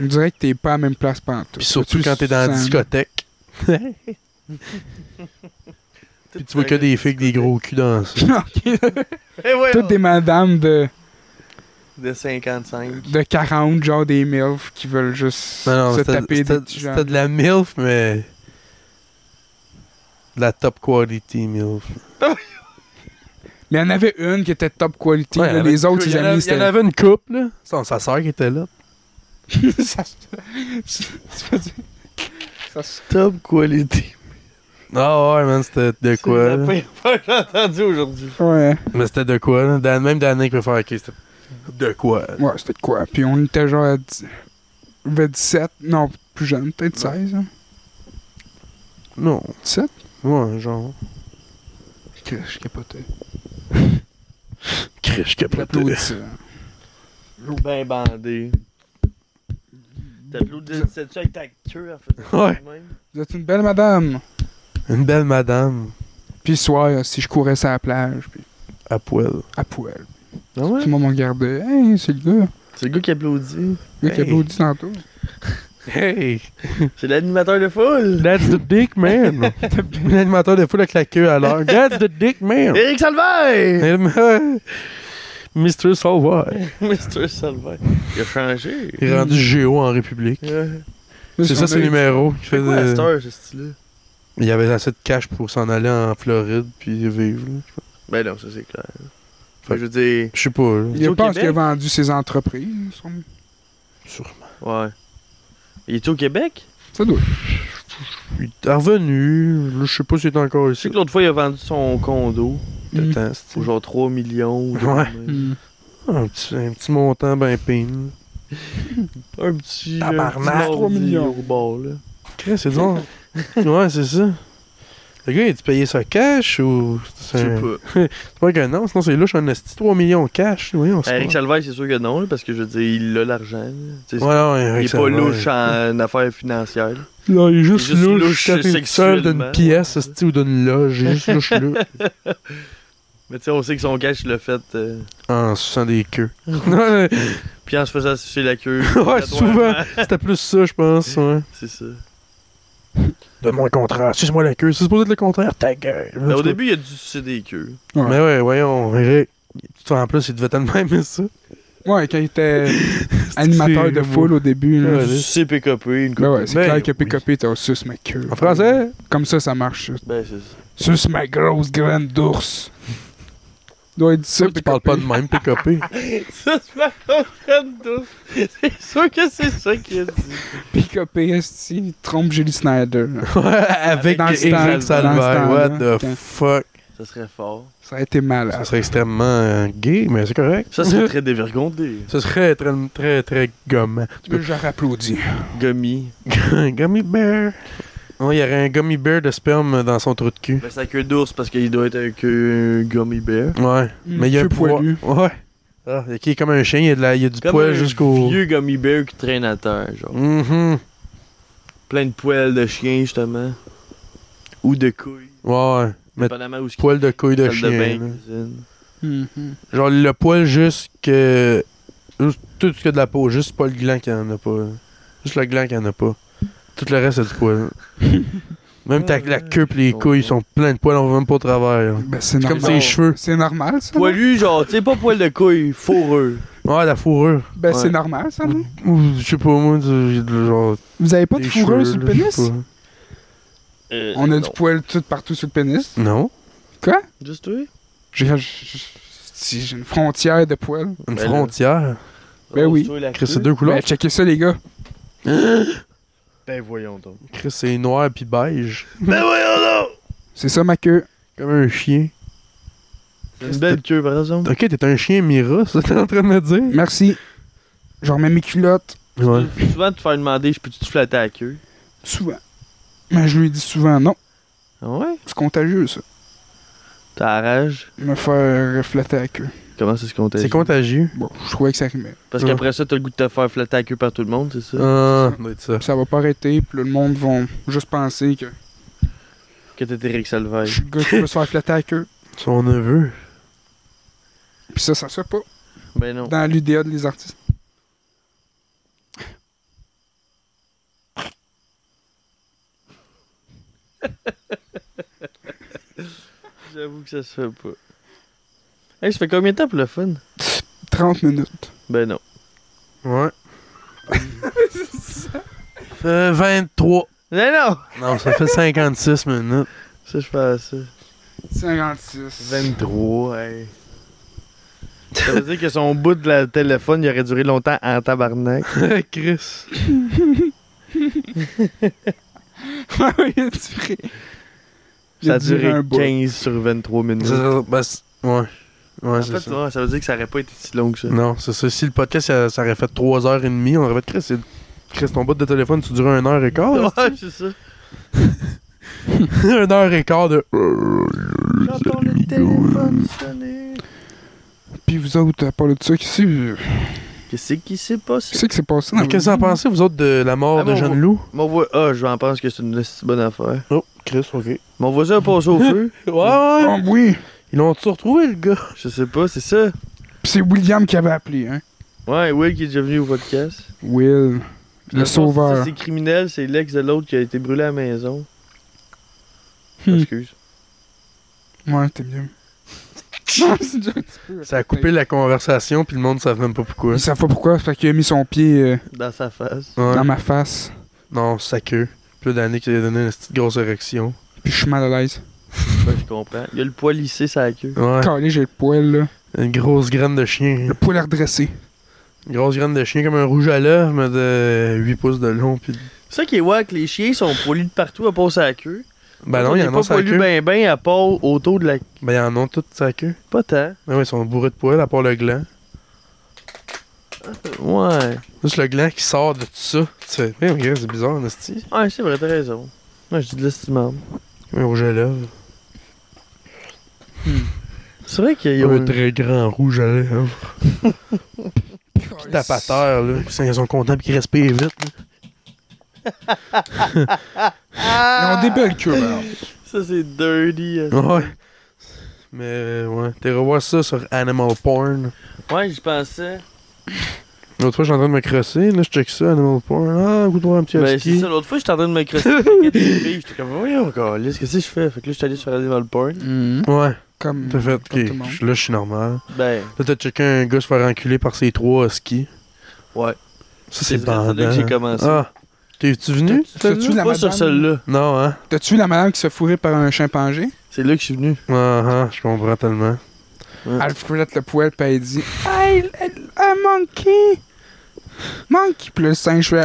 Speaker 1: On dirait que t'es pas à la même place pendant tout.
Speaker 3: Puis surtout quand t'es dans la discothèque. Puis tu vois que des filles avec des gros culs dans ça.
Speaker 2: Eh ouais,
Speaker 1: Toutes des madames de,
Speaker 2: De 55.
Speaker 1: de 40, genre des MILF, qui veulent juste
Speaker 3: Non, non,
Speaker 1: se
Speaker 3: c'était-
Speaker 1: taper des
Speaker 3: c'était
Speaker 1: petits gens.
Speaker 3: c'était de la MILF, mais. De la top quality MILF.
Speaker 1: Mais il y en avait une qui était top quality. là,
Speaker 3: Ouais, il y en avait-
Speaker 1: les autres,
Speaker 3: il
Speaker 1: ses
Speaker 3: y en a-
Speaker 1: amis,
Speaker 3: Il y en
Speaker 1: c'était.
Speaker 3: avait une couple, là. Son, sa sœur qui était là.
Speaker 1: ça, ça- ça- ça-
Speaker 2: Top quality.
Speaker 3: Ah ouais, man, c'était de quoi,
Speaker 2: C'est la
Speaker 3: là.
Speaker 2: pire fois que j'ai entendu aujourd'hui.
Speaker 1: ouais,
Speaker 3: Mais c'était de quoi, là. Dan- même Danick peut faire, ok, c'était de quoi.
Speaker 1: ouais c'était de quoi. Puis on était genre à 10 on avait 17, non, plus jeune, peut-être 16. hein.
Speaker 3: Non.
Speaker 1: 17?
Speaker 3: Ouais, genre.
Speaker 1: Chris, je capotais.
Speaker 3: Criche, capoté.
Speaker 1: J'applaudis.
Speaker 2: Ben bandé. T'applaudis-tu avec ta queue en fait?
Speaker 3: Ouais.
Speaker 1: Vous êtes une belle madame.
Speaker 3: Une belle madame
Speaker 1: Puis le soir, euh, si je courais sur la plage, puis
Speaker 3: à poil.
Speaker 1: à poil.
Speaker 2: Ah ouais?
Speaker 1: Tout le monde me regardait. Hey, c'est le gars.
Speaker 2: C'est le gars qui applaudit.
Speaker 1: Le gars qui
Speaker 3: Hey.
Speaker 1: applaudit tantôt.
Speaker 3: Hey!
Speaker 2: C'est l'animateur de foule.
Speaker 3: That's the dick man! L'animateur de foule avec la queue à l'heure. That's the dick man!
Speaker 2: Eric Salvaire!
Speaker 3: Mr. Salvat.
Speaker 2: Mr. Salvaire. Il a changé.
Speaker 3: Il est rendu Géo en République.
Speaker 2: Ouais.
Speaker 3: C'est ça, c'est le numéro. qui fait
Speaker 2: C'est quoi
Speaker 3: de-
Speaker 2: la star, ce style-là?
Speaker 3: Il avait assez de cash pour s'en aller en Floride puis vivre. là.
Speaker 2: Ben non, ça c'est clair. Fait que je veux dire.
Speaker 3: Je sais pas. là.
Speaker 1: Il
Speaker 2: au
Speaker 1: pense
Speaker 2: Québec?
Speaker 1: qu'il a vendu ses entreprises. sûrement.
Speaker 2: Ouais. Il était au Québec?
Speaker 1: Ça doit.
Speaker 3: Il est revenu. là, Je sais pas s'il est encore
Speaker 2: Tu sais
Speaker 3: ici.
Speaker 2: que l'autre fois, il a vendu son condo
Speaker 1: Mm.
Speaker 3: Attends, c'est-
Speaker 2: pour genre 3 millions. ou de
Speaker 3: Ouais.
Speaker 2: même.
Speaker 1: Mm.
Speaker 3: un petit, un petit montant ben pine.
Speaker 2: Un petit. euh,
Speaker 3: Tabarnak.
Speaker 2: petit mardi
Speaker 1: 3 millions.
Speaker 2: Au bord, là.
Speaker 3: Chris, c'est bon. ouais, c'est ça. Le gars, il a-tu payé ça cash ou.
Speaker 2: Je
Speaker 3: C'est
Speaker 2: sais
Speaker 3: c'est
Speaker 2: pas.
Speaker 3: pas que non, sinon c'est louche, un esti 3 millions cash. Oui, on
Speaker 2: Eric
Speaker 3: ouais,
Speaker 2: Salvaire, c'est sûr que non, là, parce que je veux dire, il a l'argent. là. Tu sais,
Speaker 3: non,
Speaker 2: Il
Speaker 3: Eric
Speaker 2: est pas louche en affaires financières. là.
Speaker 3: Non, il est juste,
Speaker 2: Il est juste louche
Speaker 3: louche quand il est seul
Speaker 2: sexuellement.
Speaker 3: d'une pièce esti, ou d'une loge. Il est juste louche là.
Speaker 2: Mais tu sais, on sait que son cash, il l'a fait. euh,
Speaker 3: En suçant des queues. ouais,
Speaker 2: Puis en se faisant sucer la queue.
Speaker 3: souvent. C'était plus ça, je pense. Ouais.
Speaker 2: C'est ça.
Speaker 3: Donne-moi le contraire. Suce-moi la queue. C'est supposé être le contraire. Ta gueule.
Speaker 2: Mais Ben, au début, il a dû sucer des queues.
Speaker 3: Mais ouais, voyons, Eric. Tout en plus, il devait tellement aimer ça.
Speaker 1: Ouais, quand il était animateur de
Speaker 3: C'est-
Speaker 1: foule au début. là.
Speaker 3: Ouais,
Speaker 2: Du
Speaker 3: ouais.
Speaker 2: sucer PKP, une coupe.
Speaker 1: Ben ouais, c'est
Speaker 3: Ben
Speaker 1: clair que
Speaker 3: oui.
Speaker 1: PKP t'as sus ma queue.
Speaker 3: En français?
Speaker 1: Comme ça, ça marche.
Speaker 2: Ben, c'est ça.
Speaker 1: Sus ma grosse graine d'ours. Doit être ça,
Speaker 3: Tu parles pas de même, PKP.
Speaker 2: Ça, c'est ma comprenne douce. C'est sûr que c'est ça qu'il a dit.
Speaker 1: PKP, esti, trompe Julie Snyder.
Speaker 3: avec
Speaker 1: Dans le
Speaker 3: Eric
Speaker 1: temps,
Speaker 3: Salvaire.
Speaker 1: dans le
Speaker 3: What
Speaker 1: temps,
Speaker 3: the
Speaker 1: là.
Speaker 3: fuck?
Speaker 2: Ça serait fort.
Speaker 1: Ça a été
Speaker 3: Ça
Speaker 1: malade.
Speaker 3: serait extrêmement euh, gay, mais c'est correct.
Speaker 2: Ça serait très dévergondé.
Speaker 3: Ce serait très, très, très gommant. Tu peux-
Speaker 1: J'aurais applaudi.
Speaker 2: Gummy.
Speaker 3: un gummy bear. Oh, il y aurait un gummy bear de sperme dans son trou de cul.
Speaker 2: Ben, sa queue d'ours parce qu'il doit être un queue gummy bear.
Speaker 3: Ouais. mais il y a un
Speaker 1: peu poilu.
Speaker 3: poil. Ouais. Ah, il est comme un chien, il y a, de la- il y a du
Speaker 2: Comme
Speaker 3: poil
Speaker 2: un
Speaker 3: jusqu'au.
Speaker 2: vieux gummy bear qui traîne à terre, genre.
Speaker 3: Mhm.
Speaker 2: Plein de poils de chien, justement. Ou de couilles.
Speaker 3: Ouais. Mais-
Speaker 2: Dépendamment où ce
Speaker 3: Poil de couille de
Speaker 2: qu'il
Speaker 3: chien.
Speaker 2: salle de bain,
Speaker 3: là.
Speaker 2: cuisine.
Speaker 1: Mhm.
Speaker 3: Genre le poil juste que. juste Tout ce qu'il y a de la peau, juste pas le gland qu'il y en a pas. Juste le gland qu'il y en a pas. Tout le reste, c'est du poil. même ta, la queue pis les couilles sont pleins de poils, on va même pas au travers. là.
Speaker 1: Ben, c'est
Speaker 3: C'est comme
Speaker 1: normal.
Speaker 3: ses cheveux.
Speaker 1: C'est normal, ça. non?
Speaker 2: Poilu, genre, tu sais, pas poil de couille, fourreux.
Speaker 3: Ouais, la fourrure.
Speaker 1: Ben, c'est
Speaker 2: Ouais.
Speaker 1: normal, ça, non?
Speaker 3: Ou, je sais pas, moi, du- du- genre.
Speaker 1: Vous avez pas de
Speaker 3: des
Speaker 1: fourrure
Speaker 3: cheveux,
Speaker 1: sur le
Speaker 3: là, je
Speaker 1: pénis?
Speaker 3: sais pas.
Speaker 2: Euh,
Speaker 1: On a
Speaker 2: non.
Speaker 1: du poil tout partout sur le pénis.
Speaker 3: Non.
Speaker 2: Juste toi?
Speaker 1: J'ai j'ai- j'ai- j'ai une frontière de poils.
Speaker 3: Une
Speaker 2: Ben là.
Speaker 3: frontière.
Speaker 1: Ben
Speaker 2: Rose,
Speaker 1: oui.
Speaker 2: toi, la
Speaker 3: Chris, c'est
Speaker 2: queue?
Speaker 3: deux couleurs.
Speaker 1: Ben, checkez ça, les gars.
Speaker 2: Ben voyons donc.
Speaker 3: Chris, c'est noir puis beige.
Speaker 2: Ben voyons donc!
Speaker 1: C'est ça, ma queue.
Speaker 3: Comme un chien.
Speaker 2: T'as Une belle queue, par exemple.
Speaker 3: Ok, t'es un chien Mira, ça t'es en train de me dire?
Speaker 1: Merci. Je remets mes culottes.
Speaker 3: Ouais.
Speaker 2: Tu- Souvent, tu te faire demander, je peux-tu te flatter la queue?
Speaker 1: Souvent. Mais je lui dis souvent non.
Speaker 2: Ah ouais?
Speaker 1: C'est contagieux, ça.
Speaker 2: T'as la rage?
Speaker 1: Me euh, faire flatter la queue.
Speaker 2: Comment ça se compte?
Speaker 3: C'est contagieux.
Speaker 1: Bon, je trouvais que ça rimait.
Speaker 2: Parce qu'après ça, t'as le goût de te faire flatter la queue par tout le monde, c'est ça?
Speaker 3: Ah, doit être ça.
Speaker 1: Ça va pas arrêter, puis là, le monde va juste penser que
Speaker 2: Que t'es Eric Salvaille.
Speaker 1: je suis le gars qui peut se faire flatter la queue.
Speaker 3: Ah. Son neveu.
Speaker 1: Puis ça, ça se fait pas
Speaker 2: Ben non.
Speaker 1: dans l'UDA des artistes.
Speaker 2: J'avoue que ça se fait pas. Hey, ça fait combien de temps pour le fun?
Speaker 1: 30 minutes.
Speaker 2: Ben non.
Speaker 3: Ouais. fait 23.
Speaker 2: Ben non!
Speaker 3: Non, ça fait 56 minutes.
Speaker 2: Ça, je fais ça.
Speaker 1: 56.
Speaker 2: 23, hey. Ça veut dire que son bout de la téléphone, il aurait duré longtemps en tabarnak.
Speaker 3: Chris.
Speaker 1: Ouais, il a duré. il
Speaker 2: Ça a
Speaker 1: duré
Speaker 2: duré
Speaker 1: un bout.
Speaker 2: 15 sur 23 minutes.
Speaker 3: Ça, ben, c'est- ouais. Ouais,
Speaker 2: En
Speaker 3: c'est
Speaker 2: fait,
Speaker 3: ça.
Speaker 2: ouais, ça veut dire que ça aurait pas été si long que ça.
Speaker 3: Non, c'est ça. Si le podcast, ça, ça aurait fait 3h30, on aurait fait Chris, c'est- Chris, ton bout de téléphone, tu durais 1h15.
Speaker 2: Ouais, c'est ça.
Speaker 3: 1h15 de.
Speaker 2: J'entends le téléphone sonner.
Speaker 1: Puis vous autres, euh, à part de ça, qu'est-ce que
Speaker 2: Qu'est-ce qui s'est passé?
Speaker 1: qu'est-ce qui s'est passé dans
Speaker 3: Mais Qu'est-ce que vous en pensez, vous autres, de la mort
Speaker 2: Ah,
Speaker 3: de
Speaker 2: bon,
Speaker 3: Jeanne
Speaker 2: bon.
Speaker 3: Loup
Speaker 2: Mon voisin. Ah, je en pense que c'est une si bonne affaire.
Speaker 3: Oh, Chris, ok. Ouais,
Speaker 2: Mon voisin a passé au feu.
Speaker 3: ouais.
Speaker 1: Ah oui!
Speaker 3: Ils l'ont-tu retrouvé, le gars
Speaker 2: Je sais pas, c'est ça.
Speaker 1: Puis c'est William qui avait appelé, hein?
Speaker 2: Ouais, Will qui est déjà venu au podcast.
Speaker 1: Will, le
Speaker 2: Dans fond, c'est ça,
Speaker 1: sauveur.
Speaker 2: C'est criminel, c'est l'ex de l'autre qui a été brûlé à la maison.
Speaker 1: Hmm.
Speaker 2: Excuse.
Speaker 1: Ouais, t'es mieux. Non, c'est une joke, tu peux.
Speaker 3: Ça a coupé la conversation, puis le monde ne savait même pas pourquoi.
Speaker 1: Ils savent pas pourquoi, c'est parce qu'il a mis son pied euh,
Speaker 2: Dans sa face.
Speaker 3: Ouais.
Speaker 1: dans ma face.
Speaker 3: Non, sa queue. Puis là, Danny qui lui a donné une petite grosse érection.
Speaker 1: Puis je suis mal à l'aise.
Speaker 2: Ouais, je comprends. Il a le poil lissé sur la queue.
Speaker 3: Ouais.
Speaker 1: Calé, j'ai le poil, là.
Speaker 3: Une grosse graine de chien.
Speaker 1: Le poil redressé.
Speaker 3: Une grosse graine de chien comme un rouge à lèvres, mais de 8 pouces de long. Puis...
Speaker 2: C'est ça qui est wack, les chiens sont poilus de partout à part sa queue.
Speaker 3: Ben non, il y en
Speaker 2: pas
Speaker 3: a sa
Speaker 2: poilus
Speaker 3: queue.
Speaker 2: ben ben à part autour de la...
Speaker 3: Ben, il y en a toute sa queue.
Speaker 2: Pas tant.
Speaker 3: Ben ouais, ils sont bourrés de poils à part le gland.
Speaker 2: Ouais.
Speaker 3: Juste le gland qui sort de tout ça. Tu sais, mais regarde, c'est bizarre, Nasty.
Speaker 2: Ouais, c'est vrai, t'as raison. Moi, je dis de l'estimable.
Speaker 3: Comme un rouge à lèvres.
Speaker 2: C'est vrai qu'il y a...
Speaker 3: un très grand rouge à lèvres. Qui tape à terre, là. Puis ils sont contents, puis qu'ils respirent vite. là.
Speaker 1: Ils ont
Speaker 2: Ah!
Speaker 1: des belles queues, alors.
Speaker 2: Ça, c'est dirty. euh.
Speaker 3: Ouais. Mais euh, ouais, t'es revoir ça sur Animal Porn.
Speaker 2: Ouais, je pensais...
Speaker 3: L'autre fois, j'étais en train de me crosser, là, je check ça, Animal Porn. Ah, goûte-moi un petit
Speaker 2: Ben, c'est
Speaker 3: husky.
Speaker 2: ça, l'autre fois, j'étais en train de me crosser avec des filles. J'étais comme, voyons, encore, qu'est-ce que je fais? Fait que là, j'étais allé sur Animal Porn.
Speaker 3: Ouais,
Speaker 1: Comme.
Speaker 3: t'as fait,
Speaker 1: Comme tout le monde.
Speaker 3: ok, je- là, je suis normal.
Speaker 2: Ben,
Speaker 3: Là, t'as checké un gars se faire enculer par ses trois skis.
Speaker 2: ouais.
Speaker 3: Ça, c'est
Speaker 2: vrai,
Speaker 3: bandant.
Speaker 2: là que j'ai commencé.
Speaker 3: Ah, t'es-tu venu?
Speaker 1: T'as-tu la
Speaker 2: pas sur
Speaker 1: madame?
Speaker 2: celle-là.
Speaker 3: Non, hein?
Speaker 1: T'as-tu vu la madame qui se fourrait par un chimpanzé?
Speaker 2: C'est là que je suis venu.
Speaker 3: Ah, ah, je comprends tellement.
Speaker 1: Elle frotte le poil, puis elle dit Hey, l- un monkey! Monkey! Puis le singe fait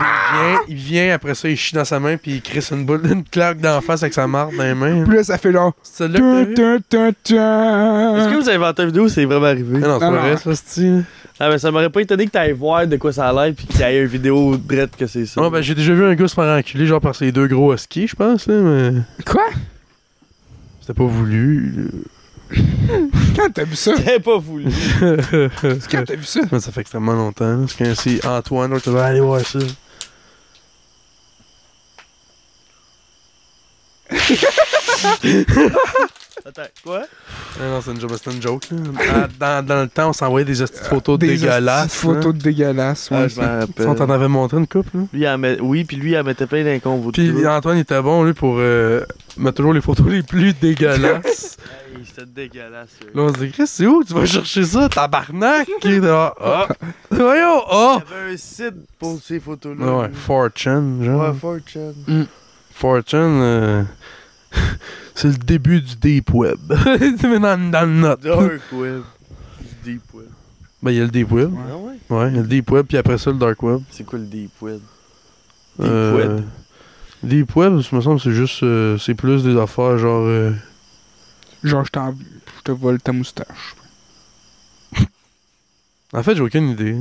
Speaker 3: Il vient, il vient, après ça, il chie dans sa main, puis il crisse une boule, une claque d'en face avec sa marde dans les mains.
Speaker 1: Puis là, ça fait là.
Speaker 3: C'est là
Speaker 1: Tun,
Speaker 3: que t'as vu?
Speaker 1: tun, tun, tun.
Speaker 2: Est-ce que vous avez inventé la vidéo c'est vraiment arrivé?
Speaker 3: Ah
Speaker 1: Non,
Speaker 3: Non, c'est pas
Speaker 1: non.
Speaker 3: vrai, ça, c'est-tu?
Speaker 2: Ah, ben ça m'aurait pas étonné que t'ailles voir de quoi ça a l'air pis qu'il y ait une vidéo drette que c'est ça.
Speaker 3: Ouais, ben, j'ai déjà vu un gars se faire enculer, genre, par ses deux gros skis, je pense, là, mais...
Speaker 1: Quoi?
Speaker 3: C'était pas voulu, là.
Speaker 1: Quand t'as vu ça?
Speaker 2: T'es pas voulu.
Speaker 1: Quand t'as vu ça?
Speaker 3: Mais ça fait extrêmement longtemps. là. C'est quand c'est Antoine, l'autre, va aller voir ça.
Speaker 2: Attends, quoi?
Speaker 3: Ah non, c'est une, jo- c'est une joke. Là. Ah, Dans, dans- dans le temps, on s'envoyait des hosties de photos
Speaker 1: Des
Speaker 3: dégueulasses.
Speaker 1: hosties de photos dégueulasses.
Speaker 2: Ah,
Speaker 1: ouais.
Speaker 2: je m'en
Speaker 3: là. Ça, on
Speaker 2: rappelle.
Speaker 3: t'en avait montré une coupe. Là.
Speaker 2: Lui, il en met- Oui, puis lui, il en mettait plein d'incombres.
Speaker 3: Puis Antoine était bon, lui, pour euh, mettre toujours les photos les plus dégueulasses.
Speaker 2: Hey, c'était dégueulasse.
Speaker 3: là, on se dit, Chris, c'est où Tu vas chercher ça, tabarnak Ah, ah. Voyons, ah
Speaker 2: Il y avait un site pour ces photos-là.
Speaker 3: Ouais, 4chan, genre.
Speaker 2: Ouais, 4chan.
Speaker 3: 4chan, euh, c'est le début du deep web. Mais dans, dans le note.
Speaker 2: Dark Web. Deep Web.
Speaker 3: Ben, il y a le deep web.
Speaker 1: Ouais.
Speaker 2: Ah ouais?
Speaker 3: Ouais, il y a le deep web, puis après ça, le dark web.
Speaker 2: C'est quoi le Deep Web? Deep
Speaker 3: Euh,
Speaker 2: Web.
Speaker 3: Deep web, ça me semble, c'est juste, euh, c'est plus des affaires genre. euh,
Speaker 1: Genre, je, t'en- je te vole ta moustache.
Speaker 3: En fait, j'ai aucune idée.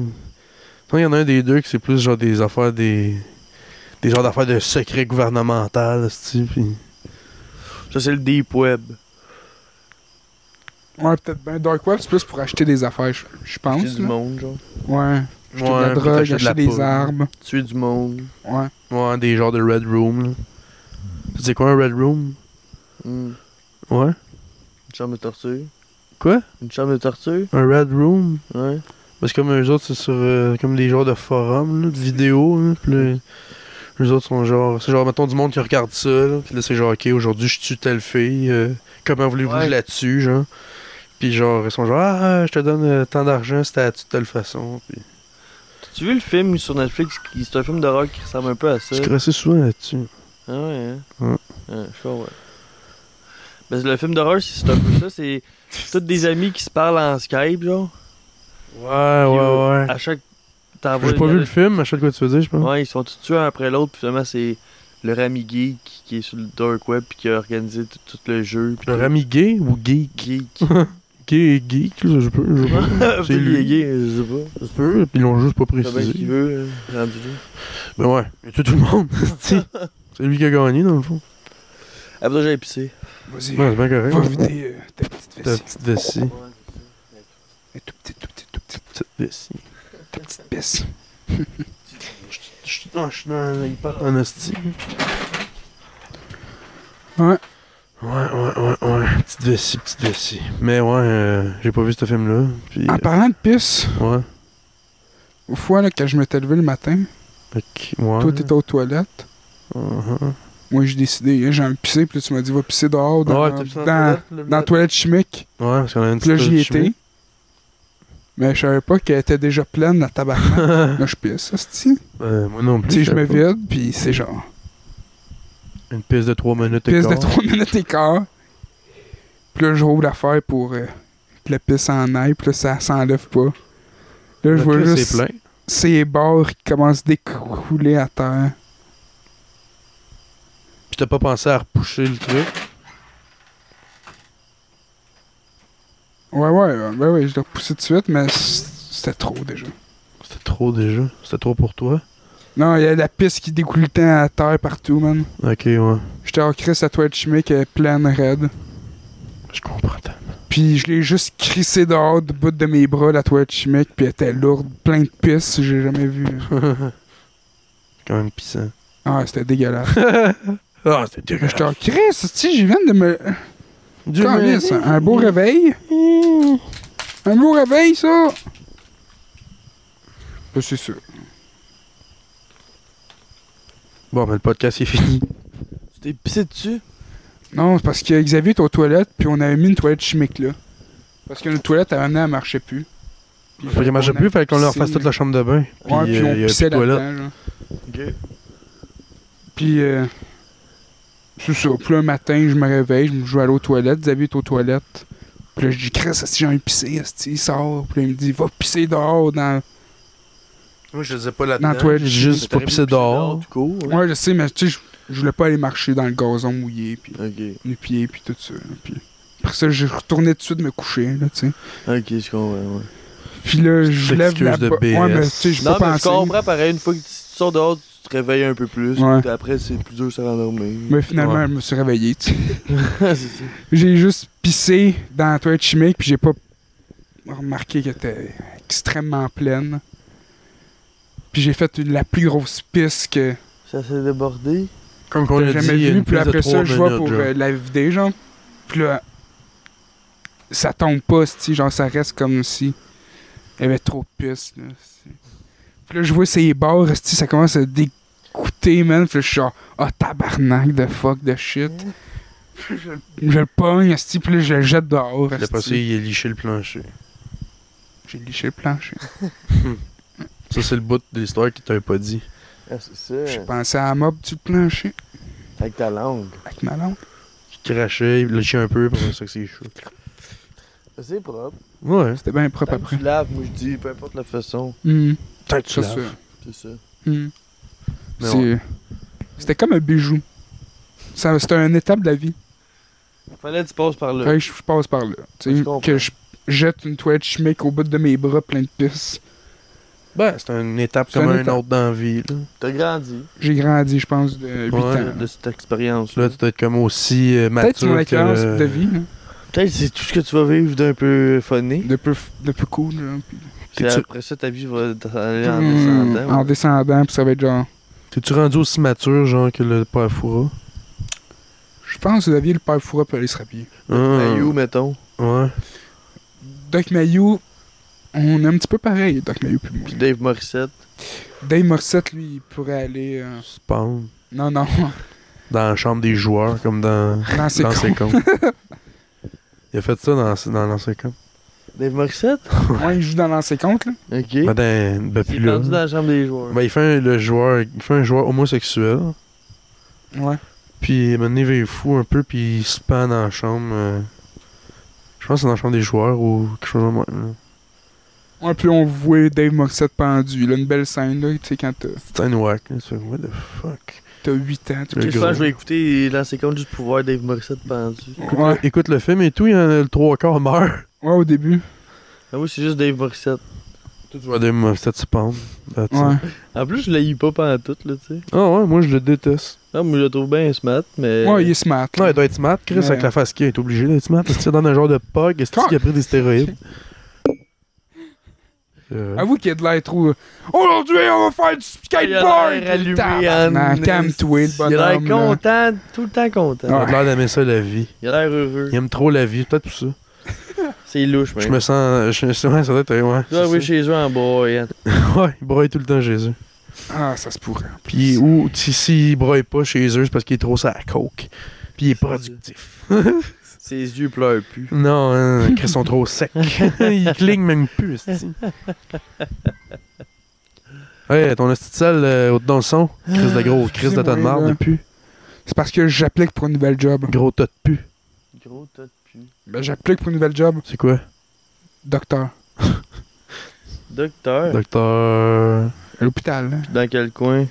Speaker 3: Il y en a un des deux qui c'est plus genre des affaires des. Des genres d'affaires de secret gouvernemental, c'ti, puis...
Speaker 2: Ça, c'est le Deep Web.
Speaker 1: Ouais, peut-être bien. Dark Web, c'est plus pour acheter des affaires, je je pense.
Speaker 2: Tuer du
Speaker 1: là.
Speaker 2: monde, genre.
Speaker 1: Ouais. Acheter de la
Speaker 3: puis
Speaker 1: drogue, acheter
Speaker 3: t'achètes de la
Speaker 1: des
Speaker 3: poudre.
Speaker 1: armes.
Speaker 2: Tuer du monde.
Speaker 1: Ouais.
Speaker 3: Ouais, des genres de Red Room. Là. Tu sais quoi un Red Room?
Speaker 2: Hmm.
Speaker 3: Ouais.
Speaker 2: Une chambre de torture.
Speaker 3: Quoi?
Speaker 2: Une chambre de torture?
Speaker 3: Un Red Room?
Speaker 2: Ouais.
Speaker 3: Parce que comme eux autres, c'est sur euh, comme des genres de forums, là, de vidéos. Là, puis là, eux autres sont genre. C'est genre, mettons, du monde qui regarde ça. Là, puis là, c'est genre, ok, aujourd'hui, je tue telle fille. euh, comment voulez-vous que
Speaker 2: Ouais.
Speaker 3: je la tue, genre? Puis genre, ils sont genre, ah, je te donne euh, tant d'argent si t'as tué de telle façon. Puis
Speaker 2: Tu vu le film sur Netflix? qui- C'est un film d'horreur qui ressemble un peu à ça.
Speaker 3: tu crasses souvent là-dessus.
Speaker 2: Ah ouais, hein?
Speaker 3: Ouais.
Speaker 2: Ouais, je crois, ouais. Ben, le film d'horreur, c'est c'est un peu ça. C'est tous des amis qui se parlent en Skype, genre.
Speaker 3: Ah
Speaker 2: euh,
Speaker 3: Ouais, ouais, ouais.
Speaker 2: À chaque. t'envoies
Speaker 3: J'ai pas
Speaker 2: une-
Speaker 3: vu le film, mais je sais de quoi tu veux dire, je pense.
Speaker 2: Ouais, ils sont tous tués un après l'autre, puis finalement, c'est leur ami geek qui est sur le Dark Web, puis qui a organisé tout, tout le jeu. Puis
Speaker 3: Leur
Speaker 2: tout.
Speaker 3: ami gay ou geek?
Speaker 2: geek.
Speaker 3: Gay, geek, là, je peux. Je peux.
Speaker 2: c'est
Speaker 3: lui.
Speaker 2: lui, gay, je sais pas.
Speaker 3: Je peux, puis ils l'ont juste pas
Speaker 2: C'est bien ce qu'il
Speaker 3: précisé.
Speaker 2: veut, là, rendu là.
Speaker 3: Mais ouais, il a tué tout le monde. c'est lui qui a gagné, dans le fond.
Speaker 2: Après, j'ai épicé.
Speaker 1: Vas-y.
Speaker 3: Ouais, c'est bien correct.
Speaker 1: Va vider euh, ta petite
Speaker 3: Ta
Speaker 1: vessie.
Speaker 3: petite vessie.
Speaker 1: Et Tout petit, tout petit, tout petit,
Speaker 3: Petite vessie.
Speaker 1: ta petite pisse.
Speaker 3: Je suis dans un hyper en hostie.
Speaker 1: Ouais.
Speaker 3: Ouais, ouais, ouais, ouais. Petite vessie, petite vessie. Mais ouais, euh, j'ai pas vu ce film-là. Puis.
Speaker 1: En parlant de pisse,
Speaker 3: euh, ouais.
Speaker 1: au fois, là, quand je m'étais levé le matin,
Speaker 3: Ok, ouais.
Speaker 1: toi, t'étais aux toilettes.
Speaker 3: Uh-huh.
Speaker 1: Moi, j'ai décidé, hein, j'ai envie de pisser, puis là, tu m'as dit, va pisser dehors, dans,
Speaker 3: Ouais, t'as
Speaker 1: dans,
Speaker 3: pissé dans la
Speaker 2: Ah,
Speaker 1: dans,
Speaker 3: toilette, le
Speaker 1: la toilette chimique.
Speaker 3: Ouais, parce qu'on a une
Speaker 1: Puis là,
Speaker 3: petite
Speaker 1: j'y
Speaker 3: chemise.
Speaker 1: étais. Mais je savais pas qu'elle était déjà pleine, la tabac. là, je pisse, hostie.
Speaker 3: Euh, moi non plus.
Speaker 1: Tu sais, je
Speaker 3: savais
Speaker 1: me
Speaker 3: pas.
Speaker 1: vide, puis c'est genre,
Speaker 3: Une piste de 3 minutes et
Speaker 1: pisse de
Speaker 3: quart.
Speaker 1: 3 minutes et quart. Puis là, je rouvre l'affaire pour euh, que la pisse en aille, puis là, ça s'enlève pas. Là, je
Speaker 3: Ok,
Speaker 1: vois juste
Speaker 3: C'est plein.
Speaker 1: ces bords qui commencent à découler à terre.
Speaker 3: Puis t'as pas pensé à repousser le truc.
Speaker 1: Ouais, ouais, ouais, ouais, ouais, je l'ai repoussé tout de suite, mais c- c'était trop déjà.
Speaker 3: C'était trop déjà. C'était trop pour toi.
Speaker 1: Non, il y a la piste qui découlait à terre partout, man.
Speaker 3: Ok, ouais.
Speaker 1: J'étais en crise à toilette chimique, elle est pleine raide.
Speaker 3: Je comprends tellement.
Speaker 1: Puis je l'ai juste crissé dehors du bout de mes bras, la toilette chimique, puis elle était lourde, plein de pisse, j'ai jamais vu.
Speaker 3: C'est quand même pissant.
Speaker 1: Ah, c'était dégueulasse.
Speaker 3: Ah, c'était dégueulasse.
Speaker 1: J'étais en crise, tu je viens de me.
Speaker 3: Dieu me-
Speaker 1: Câlisse, un beau réveil. Un beau réveil, ça. Ben, c'est sûr.
Speaker 3: Bon, mais le podcast est fini.
Speaker 2: Tu t'es pissé dessus?
Speaker 1: Non, c'est parce que Xavier était aux toilettes, puis on avait mis une toilette chimique là. Parce que notre toilette, à un an, elle marchait plus. Puis,
Speaker 3: Fait qu'il marchait plus, fallait qu'on leur fasse toute la chambre de bain.
Speaker 1: Puis, ouais, puis
Speaker 3: euh, il y a
Speaker 1: on pissait
Speaker 3: plus de toilette.
Speaker 1: là-dedans. genre.
Speaker 2: Ok.
Speaker 1: Puis, euh, c'est ça. Puis là, un matin, je me réveille, je me- je vais aller aux toilettes. Xavier est aux toilettes. Puis là, je dis, Chris, si j'ai envie de pisser, asti, il sort. Puis là, il me dit, va pisser dehors dans.
Speaker 3: Moi, je sais pas
Speaker 1: Dans la toilette,
Speaker 3: J'ai juste pas pissé dehors.
Speaker 2: Tout court.
Speaker 1: Ouais, je sais, mais tu sais, je- je voulais pas aller marcher dans le gazon mouillé, puis
Speaker 2: Ok.
Speaker 1: les pieds, puis tout ça. là. Puis après ça, je retournais tout de suite me coucher, là, tu sais.
Speaker 2: Ok, je comprends, ouais.
Speaker 1: Puis là, je
Speaker 3: Petite
Speaker 1: lève
Speaker 3: excuse
Speaker 1: la
Speaker 3: de
Speaker 1: bo- Ouais, mais tu
Speaker 3: BS.
Speaker 1: sais, je
Speaker 2: Non,
Speaker 1: pas
Speaker 2: mais je
Speaker 1: pensé.
Speaker 2: comprends pareil. Une fois que tu sors dehors, tu te réveilles un peu plus.
Speaker 1: Ouais.
Speaker 2: puis après, c'est plus dur de se rendormir.
Speaker 1: Mais finalement,
Speaker 3: Ouais.
Speaker 1: je me suis réveillé, tu sais.
Speaker 2: C'est ça.
Speaker 1: J'ai juste pissé dans la toilette chimique, puis j'ai pas remarqué qu'elle était extrêmement pleine. Puis j'ai fait une- la plus grosse pisse que.
Speaker 2: Ça s'est débordé.
Speaker 3: Comme qu'on
Speaker 1: T'as
Speaker 3: a dit,
Speaker 1: jamais
Speaker 3: il y a
Speaker 1: vu,
Speaker 3: une
Speaker 1: puis
Speaker 3: plus de
Speaker 1: après ça,
Speaker 3: trois
Speaker 1: je vois
Speaker 3: minutes,
Speaker 1: pour
Speaker 3: genre.
Speaker 1: euh, la vidéo, genre. Puis là, ça tombe pas, si genre, ça reste comme si il y avait trop de pistes, là. c'ti. Puis là, je vois ses barres, si ça commence à dégoûter, man. Puis là, je suis genre, ah, tabarnak de fuck de shit. je, je le pogne, si puis là, je le jette dehors,
Speaker 3: Le
Speaker 1: esti.
Speaker 3: passé, il a liché le plancher.
Speaker 1: J'ai liché le plancher.
Speaker 3: Ça, c'est le bout de l'histoire qui t'avait pas dit.
Speaker 2: Ah, c'est ça.
Speaker 1: Je pensais à la mob du plancher,
Speaker 2: Avec ta langue.
Speaker 1: avec ma langue.
Speaker 3: Qui crachait, il lichait un peu, pour ça que c'est chaud.
Speaker 2: C'est propre.
Speaker 3: Ouais.
Speaker 1: C'était bien propre
Speaker 2: Tant que
Speaker 1: après.
Speaker 2: tu laves, moi je dis, peu importe la façon.
Speaker 1: Hum,
Speaker 3: Tant que tu
Speaker 1: ça,
Speaker 3: laves.
Speaker 1: c'est-
Speaker 2: C'est ça.
Speaker 1: Hmm.
Speaker 3: Mais
Speaker 1: C'est- C'était comme un bijou. Ça- C'était une étape de la vie.
Speaker 2: Fallait que tu passes par là.
Speaker 1: Fait que je, je passe par là. Tu sais,
Speaker 2: Je comprends.
Speaker 1: que je jette une toilette chimique au bout de mes bras plein de pisse.
Speaker 3: Ben, c'est une étape
Speaker 1: C'est
Speaker 3: comme
Speaker 1: une
Speaker 3: un
Speaker 1: étape.
Speaker 3: autre dans la vie. Là,
Speaker 2: T'as grandi euh,
Speaker 1: J'ai grandi, je pense, de 8
Speaker 3: Ouais,
Speaker 1: ans.
Speaker 2: de cette expérience
Speaker 3: là tu dois être comme aussi euh,
Speaker 1: Peut-être
Speaker 3: mature
Speaker 1: mon
Speaker 3: que
Speaker 1: expérience
Speaker 3: le-
Speaker 1: de vie, hein.
Speaker 2: Peut-être c'est tout ce que tu vas vivre d'un peu funny.
Speaker 1: de, peu, de peu cool. genre, puis-
Speaker 2: Puis
Speaker 3: T'es-tu-
Speaker 2: après ça, ta vie va aller en
Speaker 1: Hmm,
Speaker 2: descendant.
Speaker 1: en descendant, puis ça va être genre.
Speaker 3: T'es-tu rendu aussi mature, genre, que le père Foura?
Speaker 1: Je pense que vous aviez le père Foura pour aller se rhabiller.
Speaker 3: Ah,
Speaker 2: Maillot, mettons.
Speaker 3: Ouais.
Speaker 1: Doc Mayou, on est un petit peu pareil, Doc Mayou puis moi.
Speaker 2: Puis Dave Morissette.
Speaker 1: Dave Morissette, lui, il pourrait aller. euh,
Speaker 3: Spawn.
Speaker 1: Non, non,
Speaker 3: Dans la chambre des joueurs, comme dans
Speaker 1: non, c'est con.
Speaker 3: l'ancien camp. Il a fait ça dans, dans l'ancien camp.
Speaker 2: Dave Morissette?
Speaker 1: Moi, il joue dans l'ancien compte, là.
Speaker 2: Ok.
Speaker 3: Ben, dans- ben,
Speaker 2: il
Speaker 3: plus
Speaker 2: est
Speaker 3: là.
Speaker 2: perdu dans la chambre des joueurs.
Speaker 3: Ben, il fait un, le joueur, il fait un joueur homosexuel.
Speaker 1: Ouais.
Speaker 3: Puis maintenant il est fou un peu, puis il se pend dans la chambre. euh, je pense que c'est dans la chambre des joueurs ou quelque chose comme ça.
Speaker 1: Ouais, puis on voit Dave Morissette pendu. Là, une belle scène, là, tu sais, quand t'as-
Speaker 3: C'est un whack, là. Tu fais, what the fuck?
Speaker 1: t'as 8 ans. tu
Speaker 3: Le
Speaker 2: Ok, je
Speaker 3: gros.
Speaker 2: pense que je vais écouter la séquence du pouvoir Dave Morissette pendu.
Speaker 1: Ouais,
Speaker 3: Écoute le film et tout, il y en a le trois quarts meurt.
Speaker 1: ouais, au début.
Speaker 2: Ah, moi, c'est juste Dave Morissette.
Speaker 3: Tout vois des meufs, ça se pend. Ah
Speaker 1: Ouais.
Speaker 2: En plus, je l'ai pas pendant tout, là, tu sais.
Speaker 3: ouais, moi je le déteste.
Speaker 2: Non, mais je le trouve bien smart, mais.
Speaker 1: Ouais, il est smart.
Speaker 3: Non,
Speaker 1: là.
Speaker 3: il doit être smart, Chris,
Speaker 1: Mais-
Speaker 3: avec la face qu'il a, il est obligé d'être smart. Est-ce qu'il donne un genre de pog? Est-ce qu'il a pris des stéroïdes? Euh,
Speaker 1: Avoue qu'il a de l'air trop. euh, Aujourd'hui, on va faire du skateboard!
Speaker 2: Il a l'air allumé,
Speaker 1: Tabarnak,
Speaker 2: Anne.
Speaker 1: calme-toi, le
Speaker 2: Il a l'air
Speaker 1: bonhomme. là.
Speaker 2: content, tout le temps
Speaker 3: Il
Speaker 2: content.
Speaker 3: a l'air d'aimer ça la vie.
Speaker 2: Il a l'air heureux.
Speaker 3: Il aime trop la vie, peut-être pour ça.
Speaker 2: C'est louche, mais.
Speaker 3: Je me sens. Je, ouais, ça doit être. Ouais,
Speaker 2: Tu dois
Speaker 3: c'est
Speaker 2: avouer
Speaker 3: ça.
Speaker 2: chez eux en boy. hein.
Speaker 3: ouais il broye tout le temps Jésus.
Speaker 1: Ah, ça se pourrait.
Speaker 3: Puis ou si s'il broye pas chez eux, c'est parce qu'il est trop sa coke. Puis il est productif.
Speaker 2: Ses yeux pleurent plus.
Speaker 3: non, hein, Chris sont trop secs. Ils clignent même plus. esti. Hey, ton esti de sale euh, haute dans le son. Chris de gros, Chris de
Speaker 1: C'est
Speaker 3: tas de
Speaker 1: moi,
Speaker 3: marde
Speaker 1: là.
Speaker 3: de pu.
Speaker 1: C'est parce que j'applique pour un nouvel job.
Speaker 3: Gros tas de pu.
Speaker 2: Gros tas de pu.
Speaker 1: Ben, j'applique pour un nouvel job,
Speaker 3: C'est quoi?
Speaker 1: docteur.
Speaker 2: Docteur.
Speaker 3: Docteur.
Speaker 1: À l'hôpital, là.
Speaker 2: Dans quel coin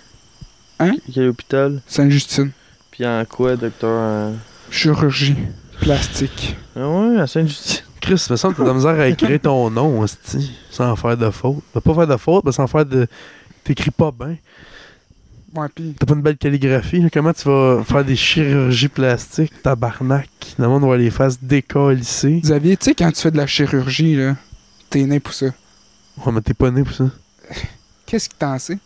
Speaker 1: Hein?
Speaker 2: Quel hôpital
Speaker 1: Sainte-Justine.
Speaker 2: Puis en quoi, docteur en-
Speaker 1: Chirurgie. Plastique.
Speaker 2: Ah ouais, à Sainte-Justine.
Speaker 3: Chris, ça me semble que t'as de la misère à écrire ton nom, esti, sans faire de faute. T'as pas faire de faute, mais sans faire de. T'écris pas bien.
Speaker 1: Ouais, pis.
Speaker 3: T'as pas une belle calligraphie, là. Comment tu vas faire des chirurgies plastiques, tabarnak? Le monde voit les faces décalissées.
Speaker 1: Xavier, tu sais, quand tu fais de la chirurgie, là, t'es né pour ça.
Speaker 3: Ouais, mais t'es pas né pour ça.
Speaker 1: Qu'est-ce qui t'en sait?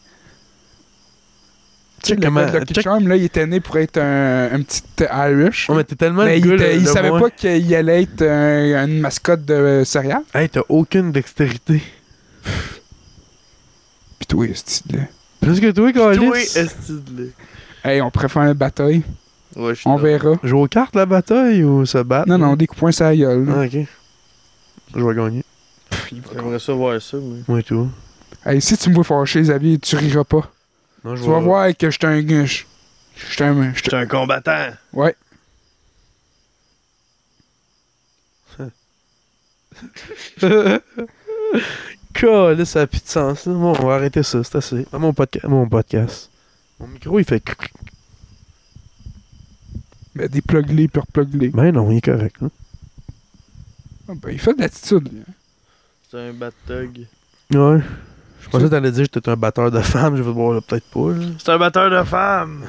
Speaker 3: Check
Speaker 1: Le
Speaker 3: comment.
Speaker 1: gars de Lucky
Speaker 3: check-
Speaker 1: Charm, là, il était né pour être un, un petit Irish.
Speaker 3: Ouais, mais t'es tellement
Speaker 1: mais
Speaker 3: le
Speaker 1: il,
Speaker 3: gars,
Speaker 1: était-
Speaker 3: le-
Speaker 1: il
Speaker 3: le
Speaker 1: savait
Speaker 3: moins-
Speaker 1: pas qu'il allait être un- une mascotte de euh, céréales.
Speaker 3: Hey, t'as aucune dextérité.
Speaker 1: Pis toi, style là.
Speaker 3: Plus que toi,
Speaker 2: Toi,
Speaker 3: Calis.
Speaker 2: est
Speaker 1: Hey, on préfère la bataille.
Speaker 2: Ouais, je suis
Speaker 1: On
Speaker 2: d'accord.
Speaker 1: verra.
Speaker 3: Jouer aux cartes la bataille ou se battre?
Speaker 1: Non, non, des coups de poing sur la gueule. là.
Speaker 3: Ah, ok. Je vais gagner.
Speaker 2: J'aimerais ça voir ça, mais.
Speaker 3: Moi et tout.
Speaker 1: Hey, si tu me vois fâché, Xavier, tu riras pas.
Speaker 3: Non, je
Speaker 1: Tu vas voir que j'étais un guinche. J'étais un. j'étais-
Speaker 2: J'étais un combattant.
Speaker 1: Ouais.
Speaker 3: Calais, ça a plus de sens. là. Bon, on va arrêter ça, c'est assez. Ah, mon, podca- mon podcast. Mon micro, il fait. cric, cric.
Speaker 1: Ben, des pluglés puis repluglés.
Speaker 3: Ben non, il est correct. là.
Speaker 1: Ah, ben, il fait de l'attitude, lui. hein.
Speaker 2: C'est un bad thug.
Speaker 3: Ouais. Je pensais que t'allais dire que t'étais un batteur de femmes. Je vais te voir là, peut-être pas. là.
Speaker 2: C'est un batteur de femmes.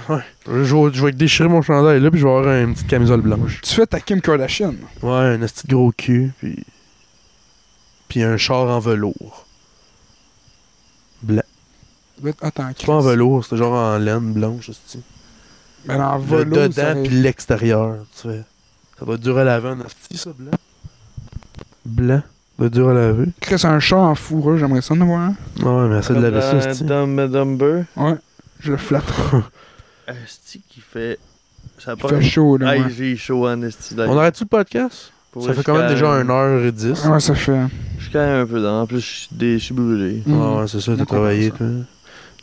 Speaker 3: Je vais, je vais déchirer mon chandail là, puis je vais avoir une petite camisole blanche.
Speaker 1: Tu fais ta Kim Kardashian.
Speaker 3: Ouais, un petit gros cul, puis. Puis un char en velours. Blanc.
Speaker 1: Tu dois être- Attends,
Speaker 3: ben, C'est pas en velours, c'est genre en laine blanche, c'est
Speaker 1: Ben, dans
Speaker 3: Le
Speaker 1: volo, ça
Speaker 3: dedans
Speaker 1: aurait-
Speaker 3: puis l'extérieur. tu fais. Ça doit durer à l'avant. C'est ça, blanc? Blanc. Ça doit durer à laver.
Speaker 1: Chris, un chat en fourrure, j'aimerais ça en avoir un.
Speaker 3: Ouais, mais ça de laver ça, c'est-tu.
Speaker 2: Madame, Madame Burr.
Speaker 1: Ouais, je le flatte.
Speaker 2: Esti qui fait. Ça
Speaker 1: Il
Speaker 2: part.
Speaker 1: fait chaud,
Speaker 3: Ah,
Speaker 1: là.
Speaker 2: Hey,
Speaker 1: ouais.
Speaker 2: j'ai chaud en esti d'ailleurs.
Speaker 3: On arrête-tu le podcast?
Speaker 2: Pour
Speaker 3: Ça
Speaker 2: vrai,
Speaker 3: fait quand même
Speaker 2: je suis
Speaker 3: déjà 1h10.
Speaker 1: Ouais, ça fait. hein.
Speaker 2: Je suis quand même un peu dans. En plus, je suis dé- je suis brûlé.
Speaker 1: Mm.
Speaker 3: Ouais, ouais, c'est ça,
Speaker 1: On
Speaker 3: t'as travaillé, toi.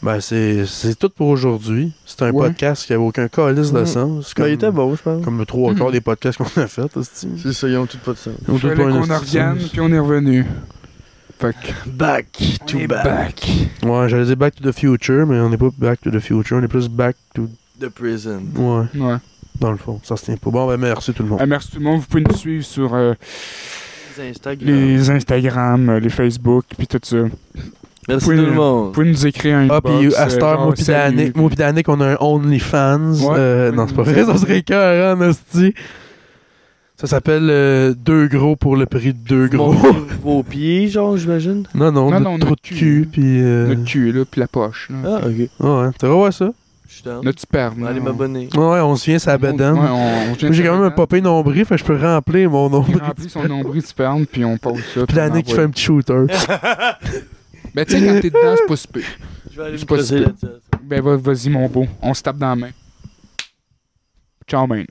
Speaker 3: Ben, c'est c'est tout pour aujourd'hui. C'est un
Speaker 1: Ouais. Mm.
Speaker 3: podcast qui avait aucun calice de
Speaker 2: Mhm.
Speaker 3: sens. C'est
Speaker 2: Mais il était
Speaker 3: Comme,
Speaker 2: beau, je pense.
Speaker 3: comme le trois
Speaker 1: Mhm.
Speaker 3: quarts des podcasts qu'on a fait, hostie.
Speaker 2: C'est ça, ils ont tout pas de sens.
Speaker 3: Ils ont
Speaker 1: Il
Speaker 3: tout
Speaker 1: fallait
Speaker 3: pas un
Speaker 1: qu'on en
Speaker 3: hostie de
Speaker 1: revienne,
Speaker 3: sens.
Speaker 1: puis on est revenu. Fait que,
Speaker 2: Back
Speaker 1: on
Speaker 2: to
Speaker 1: est
Speaker 2: back.
Speaker 1: back.
Speaker 3: Ouais, j'allais dire Back to the Future, mais on n'est pas Back to the Future, on est plus Back to...
Speaker 2: The prison.
Speaker 3: Ouais,
Speaker 1: Ouais.
Speaker 3: dans le fond, ça se tient pas. Bon, ben merci tout le monde.
Speaker 1: Ah, merci tout le monde. Vous pouvez nous suivre sur euh,
Speaker 2: Instagram.
Speaker 1: les Instagram, euh, les Facebook, puis tout ça. Vous
Speaker 2: Merci
Speaker 1: Vous pouvez-
Speaker 2: tout le monde.
Speaker 1: pouvez nous écrire un
Speaker 3: Ah,
Speaker 1: inbox,
Speaker 3: puis à cette
Speaker 1: euh,
Speaker 3: heure,
Speaker 1: genre,
Speaker 3: moi pis
Speaker 1: salut.
Speaker 3: Danick, moi pis Danick, on a un OnlyFans.
Speaker 1: Ouais.
Speaker 3: Euh, non, c'est pas vrai, ça serait écœurant, hostie. Ça s'appelle euh, Deux gros pour le prix de deux gros.
Speaker 2: Montrez Vos pieds, genre, j'imagine.
Speaker 3: Non,
Speaker 1: Non,
Speaker 3: non, notre
Speaker 1: non,
Speaker 3: trou
Speaker 1: notre
Speaker 3: de
Speaker 1: cul.
Speaker 3: cul, puis... euh,
Speaker 1: Notre cul, là, puis la poche. là.
Speaker 2: Ah, ok.
Speaker 3: Ouais, tu vas voir ça.
Speaker 2: Je suis down.
Speaker 1: Notre sperme.
Speaker 2: Allez
Speaker 1: là, on-
Speaker 2: m'abonner.
Speaker 3: Ouais, ouais, on se vient, ça
Speaker 1: on-
Speaker 3: bédane.
Speaker 1: ouais, on- on tient
Speaker 3: Moi, J'ai
Speaker 1: ça
Speaker 3: quand même un
Speaker 1: dedans.
Speaker 3: popé nombril, fait que je peux remplir mon
Speaker 1: On
Speaker 3: nombril.
Speaker 1: remplit son nombril de sperme, puis on pose ça.
Speaker 3: Puis
Speaker 1: puis on
Speaker 3: Danick qui fait
Speaker 1: envoie.
Speaker 3: un petit shooter.
Speaker 1: Ben, tu sais, quand t'es dedans, c'est pas super.
Speaker 2: Je vais aller
Speaker 1: C'est
Speaker 2: me
Speaker 1: pas
Speaker 2: creuser
Speaker 1: super.
Speaker 2: la tête.
Speaker 1: Ben, va- vas-y, mon beau. On se tape dans la main. Ciao, man.